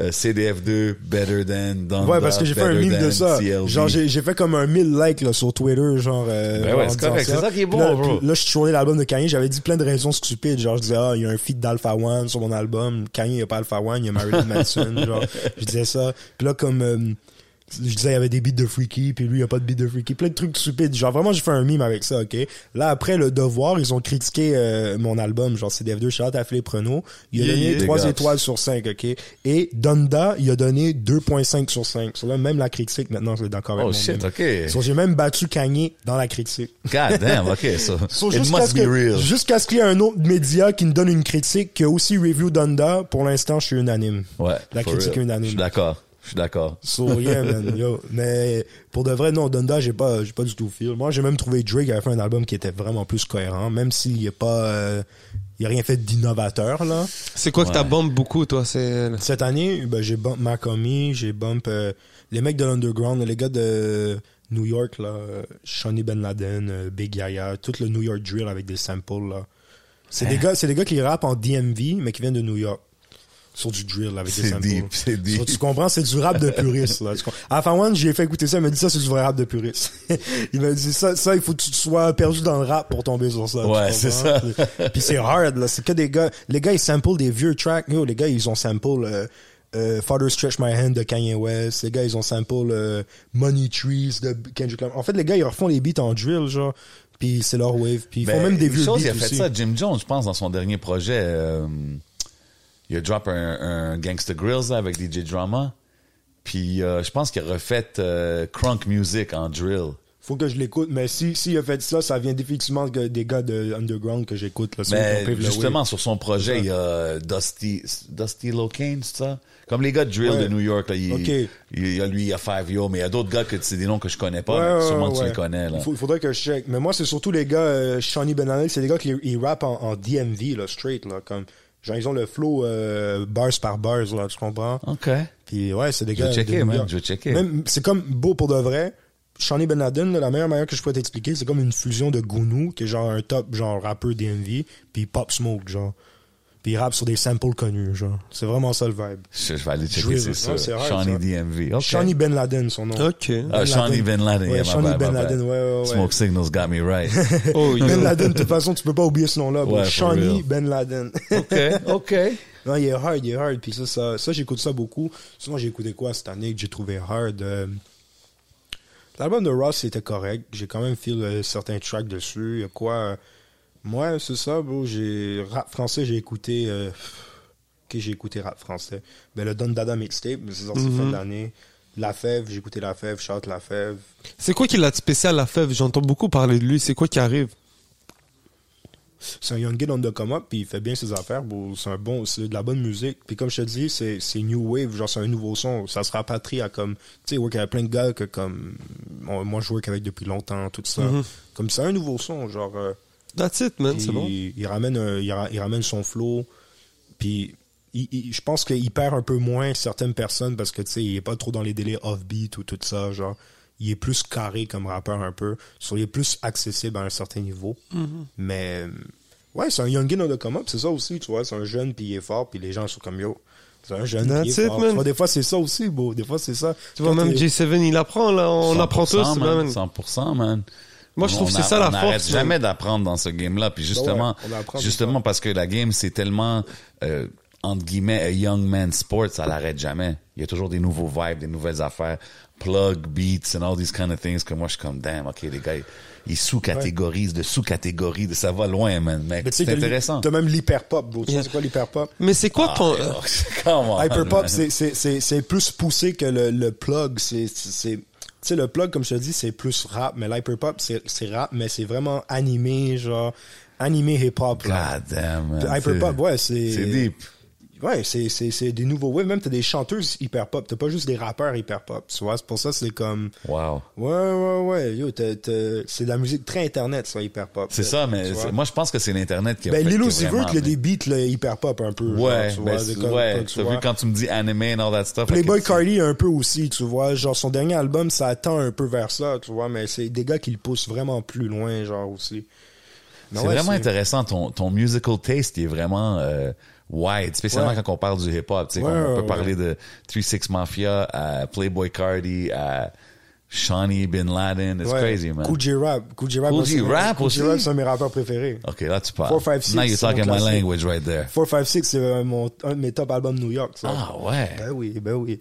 D: euh, CDF2, Better Than, Donda,
E: Ouais, parce que j'ai fait un
D: Better
E: meme de
D: Than,
E: ça.
D: CLB.
E: Genre, j'ai j'ai fait comme un 1000 likes là, sur Twitter, genre. euh,
D: Ben ouais,
E: en
D: c'est
E: disant
D: correct, c'est ça qui est
E: Puis
D: bon,
E: là,
D: bro.
E: puis là, je tournais l'album de Kanye, j'avais dit plein de raisons stupides. Genre, je disais, ah, il y a un feat d'Alpha One sur mon album. Kanye, il n'y a pas Alpha One, il y a Marilyn Manson. genre, je disais ça. Puis là, comme. euh, je disais, il y avait des beats de Freaky, puis lui, il n'y a pas de beat de Freaky. Plein de trucs stupides. Genre, vraiment, j'ai fait un mime avec ça, OK? Là, après, le devoir, ils ont critiqué euh, mon album. Genre, CDF2, Charlotte a fait Preno. Il a
D: Yeah,
E: donné
D: yeah.
E: 3
D: Big ups.
E: étoiles sur 5, OK? Et Donda, il a donné 2.5 sur 5. So, là, même la critique, maintenant, c'est d'accord avec
D: Oh
E: moi.
D: shit, ok.
E: So, j'ai même battu Kanye dans la critique.
D: God damn, ok, ça.
E: So,
D: It
E: jusqu'à
D: must
E: ce
D: be
E: que-
D: real.
E: jusqu'à ce qu'il y ait un autre média qui me donne une critique, qui a aussi review Donda, pour l'instant, je suis unanime.
D: Ouais,
E: La
D: for
E: critique
D: real.
E: est unanime.
D: Je suis d'accord. Je suis d'accord.
E: So, yeah, man, yo. Mais pour de vrai, non, Donda, j'ai pas, j'ai pas du tout feel. Moi, j'ai même trouvé Drake avait fait un album qui était vraiment plus cohérent, même s'il n'y a pas, euh, il a rien fait d'innovateur, là.
C: C'est quoi que t'as
D: Ouais.
C: bombé beaucoup, toi? C'est
E: Cette année, ben, j'ai bump Macomi, j'ai bump euh, les mecs de l'underground, les gars de New York, là, euh, Shawnee Ben Laden, euh, Big Yaya, tout le New York drill avec des samples. là. C'est
D: Eh.
E: des gars, c'est des gars qui rappent en DMV, mais qui viennent de New York. Sur du drill avec des
D: C'est
E: samples.
D: deep, c'est deep.
E: So, tu comprends, c'est du rap de puriste. Là. Tu comprends? À la fin, one, j'ai fait écouter ça, il m'a dit ça, c'est du vrai rap de puriste. il m'a dit ça, ça, il faut que tu sois perdu dans le rap pour tomber sur ça. tu
D: Ouais,
E: comprends?
D: c'est ça.
E: Puis- Puis c'est hard, là. C'est que des gars. Les gars, ils samplent des vieux tracks. Yo, les gars, ils ont sample euh, euh, Father Stretch My Hand de Kanye West. Les gars, ils ont sample euh, Money Trees de Kendrick Lamar. En fait, les gars, ils refont les beats en drill, genre. Puis c'est leur wave. Puis ils font
D: Ben,
E: même des
D: une
E: vieux
D: chose,
E: beats.
D: Il a fait
E: aussi.
D: ça, Jim Jones, je pense, dans son dernier projet. euh, il a drop un, un Gangsta Grills là, avec DJ Drama. Puis euh, je pense qu'il a refait euh, Crunk Music en drill.
E: Faut que je l'écoute. Mais si, si il a fait ça, ça vient définitivement que des gars de Underground que j'écoute, là. ceux qui ont
D: Mais
E: pris le
D: Ben, justement,
E: wave.
D: sur son projet, il y a Dusty, Dusty Locane, c'est ça? Comme les gars de drill
E: Ouais.
D: de New York, là, il,
E: Ok.
D: il- il y a lui, il y a Five Yo, mais il y a d'autres gars que c'est des noms que je connais pas,
E: Ouais,
D: mais
E: ouais,
D: sûrement que tu
E: ouais.
D: les connais. Là.
E: Il faut- faudrait que je check. Mais moi, c'est surtout les gars, euh, Shawnee Benalel, c'est des gars qui ils rappent en, en DMV, là, straight, là, comme. Genre, ils ont le flow euh, bars par bars, là, tu comprends?
D: OK.
E: Puis ouais, c'est des
D: Je
E: gars.
D: vais
E: de
D: checker,
E: New
D: man.
E: York.
D: Je vais checker.
E: Même, c'est comme beau pour de vrai. Shawnee Ben Laden, là, la meilleure manière que je pourrais t'expliquer, c'est comme une fusion de Gounou, qui est genre un top, genre rappeur DMV, puis Pop Smoke, genre. Puis il rappe sur des samples connus, genre. C'est vraiment ça le vibe.
D: Je, je vais aller
E: Je vais-
D: checker, c'est sûr.
E: ouais, c'est rare,
D: Shawnee
E: ça.
D: DMV. OK.
E: Shawnee Ben Laden, son nom.
C: OK.
D: Ah, Shawnee Ben Laden.
E: Ouais,
D: yeah, my
E: Shawnee
D: bad, my
E: Ben
D: bad.
E: Laden, ouais, ouais, ouais.
D: Smoke Signals got me right.
C: Oh, yo.
E: Ben Laden, de toute façon, tu peux pas oublier ce nom-là. bro.
D: Ouais, for
E: Shawnee
D: real.
E: Ben Laden.
D: OK, OK.
E: Non, il est hard, il est hard. Puis ça, ça, ça j'écoute ça beaucoup. Sinon, j'ai écouté quoi cette année que j'ai trouvé hard? Euh, L'album de Ross était correct. J'ai quand même feel euh, certains tracks dessus. Il y a quoi? euh, Moi, c'est ça, bro. J'ai rap français, j'ai écouté. Euh... que j'ai écouté rap français. Ben, le Don Dada mixtape, c'est sorti fin d'année. La Fève, j'ai écouté La Fève, shout La Fève.
C: C'est quoi qu'il a de spécial à Fève J'entends beaucoup parler de lui. C'est quoi qui arrive
E: C'est un young kid on the come up, puis il fait bien ses affaires, bro. C'est un bon, c'est de la bonne musique. Puis comme je te dis, c'est, c'est new wave, genre c'est un nouveau son. Ça se rapatrie à comme, tu sais, work avec plein de gars que comme, on- moi je work avec depuis longtemps, tout ça. Comme c'est un nouveau son, genre. euh,
C: That's it, man.
E: Puis
C: C'est bon.
E: il, il ramène un- il, ra- il ramène son flow. Puis il- il- je pense qu'il perd un peu moins certaines personnes parce que tu sais, il est pas trop dans les délais offbeat ou tout ça. Genre, il est plus carré comme rappeur un peu. So, il est plus accessible à un certain niveau. Mais euh, ouais, c'est un youngin on the come up, c'est ça aussi, tu vois. C'est un jeune puis il est fort puis les gens sont comme yo. C'est un jeune puis il
C: That's
E: est
C: it,
E: fort.
C: man.
E: Tu vois, des fois c'est ça aussi, beau. Des fois c'est ça.
C: Tu vois,
E: Quand
C: même
E: t'es-
C: J7, il apprend, là. On apprend tous.
D: 100%, man,
C: man.
D: 100%, man.
C: Moi, je trouve
D: On
C: que c'est
D: a-
C: ça, la
D: On n'arrête
C: force,
D: jamais d'apprendre dans ce game-là. Puis justement,
E: ouais, on apprend tout
D: justement parce que la game, c'est tellement, euh, entre guillemets, a young man sport, ça l'arrête jamais. Il y a toujours des nouveaux vibes, des nouvelles affaires. Plug, beats, and all these kind of things que moi, je suis comme, damn, OK, les gars, ils sous-catégorisent de sous-catégories. de- Ça va loin, man. Mec,
E: Mais tu sais,
D: c'est
E: t'as l'hy-
D: intéressant.
E: T'as même l'hyper pop, bro. Tu sais
C: Yeah.
E: c'est quoi l'hyper pop?
C: Mais c'est quoi ton.
D: Ah, come on,
E: Hyperpop,
D: man.
E: c'est- c'est- c'est c'est plus poussé que le, le plug. C'est- c'est- Tu sais, le plug, comme je te dis, c'est plus rap, mais l'hyperpop, c'est c'est rap, mais c'est vraiment animé, genre, animé hip-hop. là.
D: God damn, man.
E: Puis Hyperpop, ouais, c'est-
D: C'est deep.
E: Ouais, c'est- c'est c'est des nouveaux waves. Même t'as des chanteuses hyperpop, t'as pas juste des rappeurs hyperpop, tu vois. C'est Pour ça, c'est comme...
D: Wow.
E: Ouais, ouais, ouais, yo, t'as- t'as- c'est de la musique très Internet, ça, hyperpop.
D: C'est ça, mais
E: Tu vois.
D: c'est- moi, je pense que c'est l'Internet qui a
E: Ben,
D: fait
E: Lilo
D: que
E: Ziver,
D: vraiment,
E: il a
D: man.
E: des beats, là, hyperpop, un peu.
D: Ouais,
E: genre, tu
D: ben,
E: vois, c'est
D: c'est-
E: comme-
D: ouais.
E: tu
D: T'as vu
E: vois.
D: quand tu me dis anime and all that stuff.
E: Playboy
D: ok, tu-
E: Cardi un peu aussi, tu vois. Genre, son dernier album, ça tend un peu vers ça, tu vois. Mais c'est des gars qui le poussent vraiment plus loin, genre, aussi. Mais
D: C'est
E: ouais,
D: vraiment intéressant. Ton, ton musical taste il est vraiment euh, wide, spécialement
E: Ouais.
D: quand on parle du hip-hop. tu sais,
E: Ouais,
D: comme on
E: ouais,
D: peut
E: ouais.
D: parler de 3-6 Mafia à Playboy Cardi à Shawnee Bin Laden. It's
E: ouais.
D: crazy, man.
E: Coogee Rap. Coogee Rap,
D: Coogee
E: c'est-
D: Rap
E: Coogee
D: aussi?
E: Rap, c'est un de mes rappeurs préférés.
D: OK, là, tu parles.
E: 456,
D: Now you're
E: c'est mon
D: talking my
E: classique.
D: language right there.
E: 456, c'est euh, mon- un de mes top albums New York, ça.
D: Ah, ouais.
E: Ben oui, ben oui.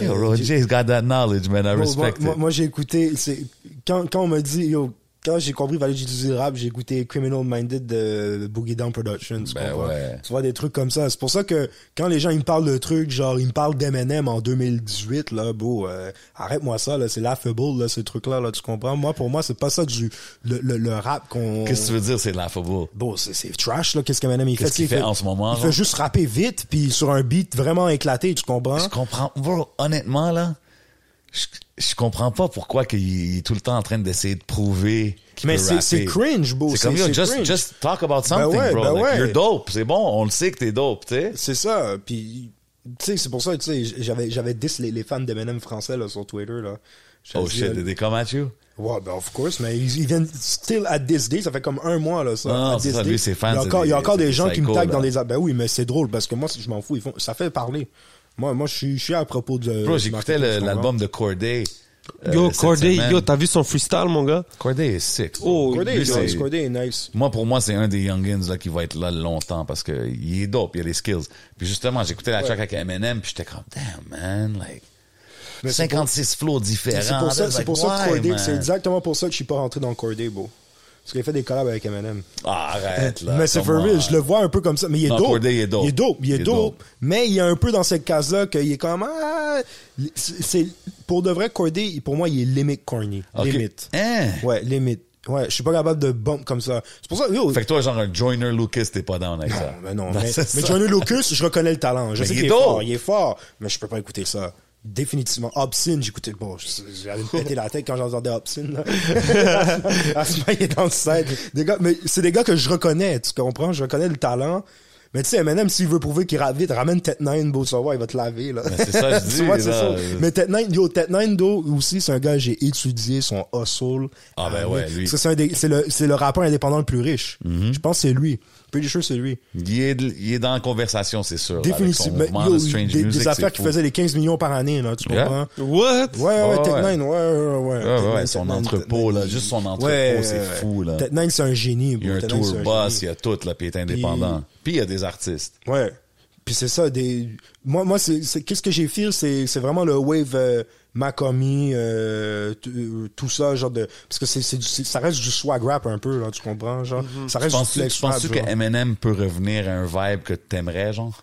D: Yo,
E: Euh,
D: Roger's got that knowledge, man. I
E: Bon,
D: respect
E: moi,
D: it.
E: moi, j'ai écouté. c'est- Quand, quand on m'a dit, yo, quand j'ai compris Valet j'utilisais le rap, j'ai écouté Criminal Minded de Boogie Down Productions. tu
D: Ben
E: comprends?
D: ouais.
E: Tu vois, des trucs comme ça. C'est pour ça que quand les gens ils me parlent de trucs, genre, ils me parlent d'Eminem en 2018, là, beau, euh, arrête-moi ça, là, c'est laughable, là, ces trucs-là, là, tu comprends? Moi, pour moi, c'est pas ça du. le, le- le rap qu'on.
D: Qu'est-ce que tu veux dire, c'est de la football?
E: Bon, c'est c'est trash, là, qu'est-ce qu'Eminem il fait.
D: Qu'est-ce qu'il
E: Il
D: fait en ce moment,
E: Il
D: genre?
E: fait juste rapper vite, puis sur un beat vraiment éclaté, tu comprends?
D: Je comprends. Bro, honnêtement, là, je, je comprends pas pourquoi qu'il il est tout le temps en train d'essayer de prouver qu'il
E: Mais
D: peut
E: c'est-
D: rapper.
E: c'est cringe, bro,
D: C'est comme,
E: c'est-
D: yo,
E: c'est
D: just,
E: cringe.
D: just talk about something,
E: ouais,
D: bro.
E: ben
D: Like,
E: ouais.
D: You're dope. C'est bon, on le sait que t'es dope, tu sais.
E: C'est ça. euh, Puis, tu sais, c'est pour ça, tu sais, j'avais, j'avais diss les, les fans d'Eminem français là, sur Twitter. Là. J'avais
D: Oh
E: dit,
D: shit,
E: euh,
D: did they come at you?
E: Ouais, ben, of course, mais ils, ils viennent still at this day. Ça fait comme un mois, là, ça.
D: Non, non,
E: at
D: c'est
E: this
D: ça,
E: day.
D: lui, ses fans,
E: Il y a
D: c'est
E: encore,
D: des-
E: il y a encore
D: c'est
E: des
D: des
E: gens qui me
D: psychos,
E: taguent dans
D: là.
E: les. Ben oui, mais c'est drôle parce que moi, je m'en fous. Ils font, ça fait parler. Moi, moi, je suis, je suis à propos de.
D: Bro,
E: du
D: j'écoutais
E: marketing,
D: le-
E: tu
D: l'album de Corday. euh,
C: Yo,
D: cette
C: Corday,
D: semaine.
C: yo, t'as vu son freestyle, mon gars
D: Corday est sick.
E: comprends?
D: Oh,
E: Corday,
D: lui,
E: Jones,
D: c'est-
E: Corday est nice.
D: Moi, pour moi, c'est un des youngins là, qui va être là longtemps parce que il est dope, il a les skills. Puis justement, j'écoutais la track avec Eminem, puis j'étais comme, damn, man, like,
E: Mais c'est
D: 56 flows différents.
E: C'est pour ça,
D: That's
E: c'est
D: like,
E: pour ça que
D: why,
E: Corday,
D: man?
E: c'est exactement pour ça que je suis pas rentré dans Corday, bro. Parce qu'il a fait des collabs avec Eminem.
D: Ah, arrête, là.
E: mais c'est
D: come
E: for real,
D: on.
E: je le vois un peu comme ça. Mais il est
D: Non,
E: dope.
D: Corday, il est dope.
E: Il est dope. il est
D: Il est
E: dope.
D: dope.
E: Mais il est un peu dans cette case-là qu'il est comme. Ah, c'est, c'est- pour de vrai, Corday, pour moi, il est limite corny.
D: Ok.
E: Limite.
D: Hein?
E: Ouais, limite. Ouais, je suis pas capable de bump comme ça. C'est pour ça. Yo,
D: Fait que toi, genre un Joiner Lucas, t'es pas down avec ça.
E: non, mais non.
D: Ben,
E: mais
D: c'est ça.
E: mais Johnny Locus, je reconnais le talent. Je
D: Mais
E: sais
D: il
E: qu'il
D: est
E: est
D: dope.
E: fort. Il est fort. Mais je peux pas écouter ça. Définitivement. Hobson, j'écoutais. Bon, je- j'allais me péter la tête quand j'entendais Hobson. là. à ce moment, il est dans le set. Des gars, mais c'est des gars que je reconnais. Tu comprends? Je reconnais le talent. Mais tu sais, Eminem, s'il veut prouver qu'il rappe vite, ramène Tet 9, beau savoir, il va te laver, là.
D: Mais Ben, c'est ça, je
E: Tu
D: dis,
E: vois, c'est
D: là.
E: ça. Mais Tet 9, yo, Tet 9, Do, aussi, c'est un gars, j'ai étudié son hustle.
D: Ah, ben ouais, lui. Mm-hmm.
E: Parce que c'est un des- c'est le, c'est le rappeur indépendant le plus riche. Je pense que c'est lui. Pretty sure c'est lui.
D: Il est, il est dans la conversation, c'est sûr. là, avec son
E: Définitivement.
D: mouvement,
E: ben, Yo,
D: le Strange
E: des, des
D: Music, c'est
E: affaires qui
D: fou.
E: faisaient les 15 millions par année, là, tu
D: Yeah.
E: comprends?
C: What
E: Ouais, ouais,
D: Ouais,
E: Tech
D: ouais.
E: Nine, ouais, ouais, ouais.
D: Ouais,
E: Tech
D: ouais,
E: Nine,
D: son
E: Tech Nine,
D: entrepôt,
E: Tech Nine,
D: là, juste son
E: il-
D: entrepôt, c'est fou, là.
E: Tech Nine, c'est un génie,
D: Il y a
E: bro.
D: un
E: Tech Nine,
D: tour
E: c'est un
D: bus,
E: génie.
D: il y a tout, là, puis il est indépendant. Puis il y a des artistes.
E: Ouais. Puis c'est ça, des. Moi, moi, c'est. c'est- Qu'est-ce que j'ai fait, c'est c'est vraiment le wave euh, Macomi, euh, t- euh, tout ça, genre de. Parce que c'est c'est du- c'est- ça reste du swag rap un peu, là, tu comprends, genre.
D: Mm-hmm. Tu
E: Ça reste du
D: penses-tu
E: flex
D: tu penses-tu
E: rap,
D: que
E: genre.
D: Eminem peut revenir à un vibe que t'aimerais, genre?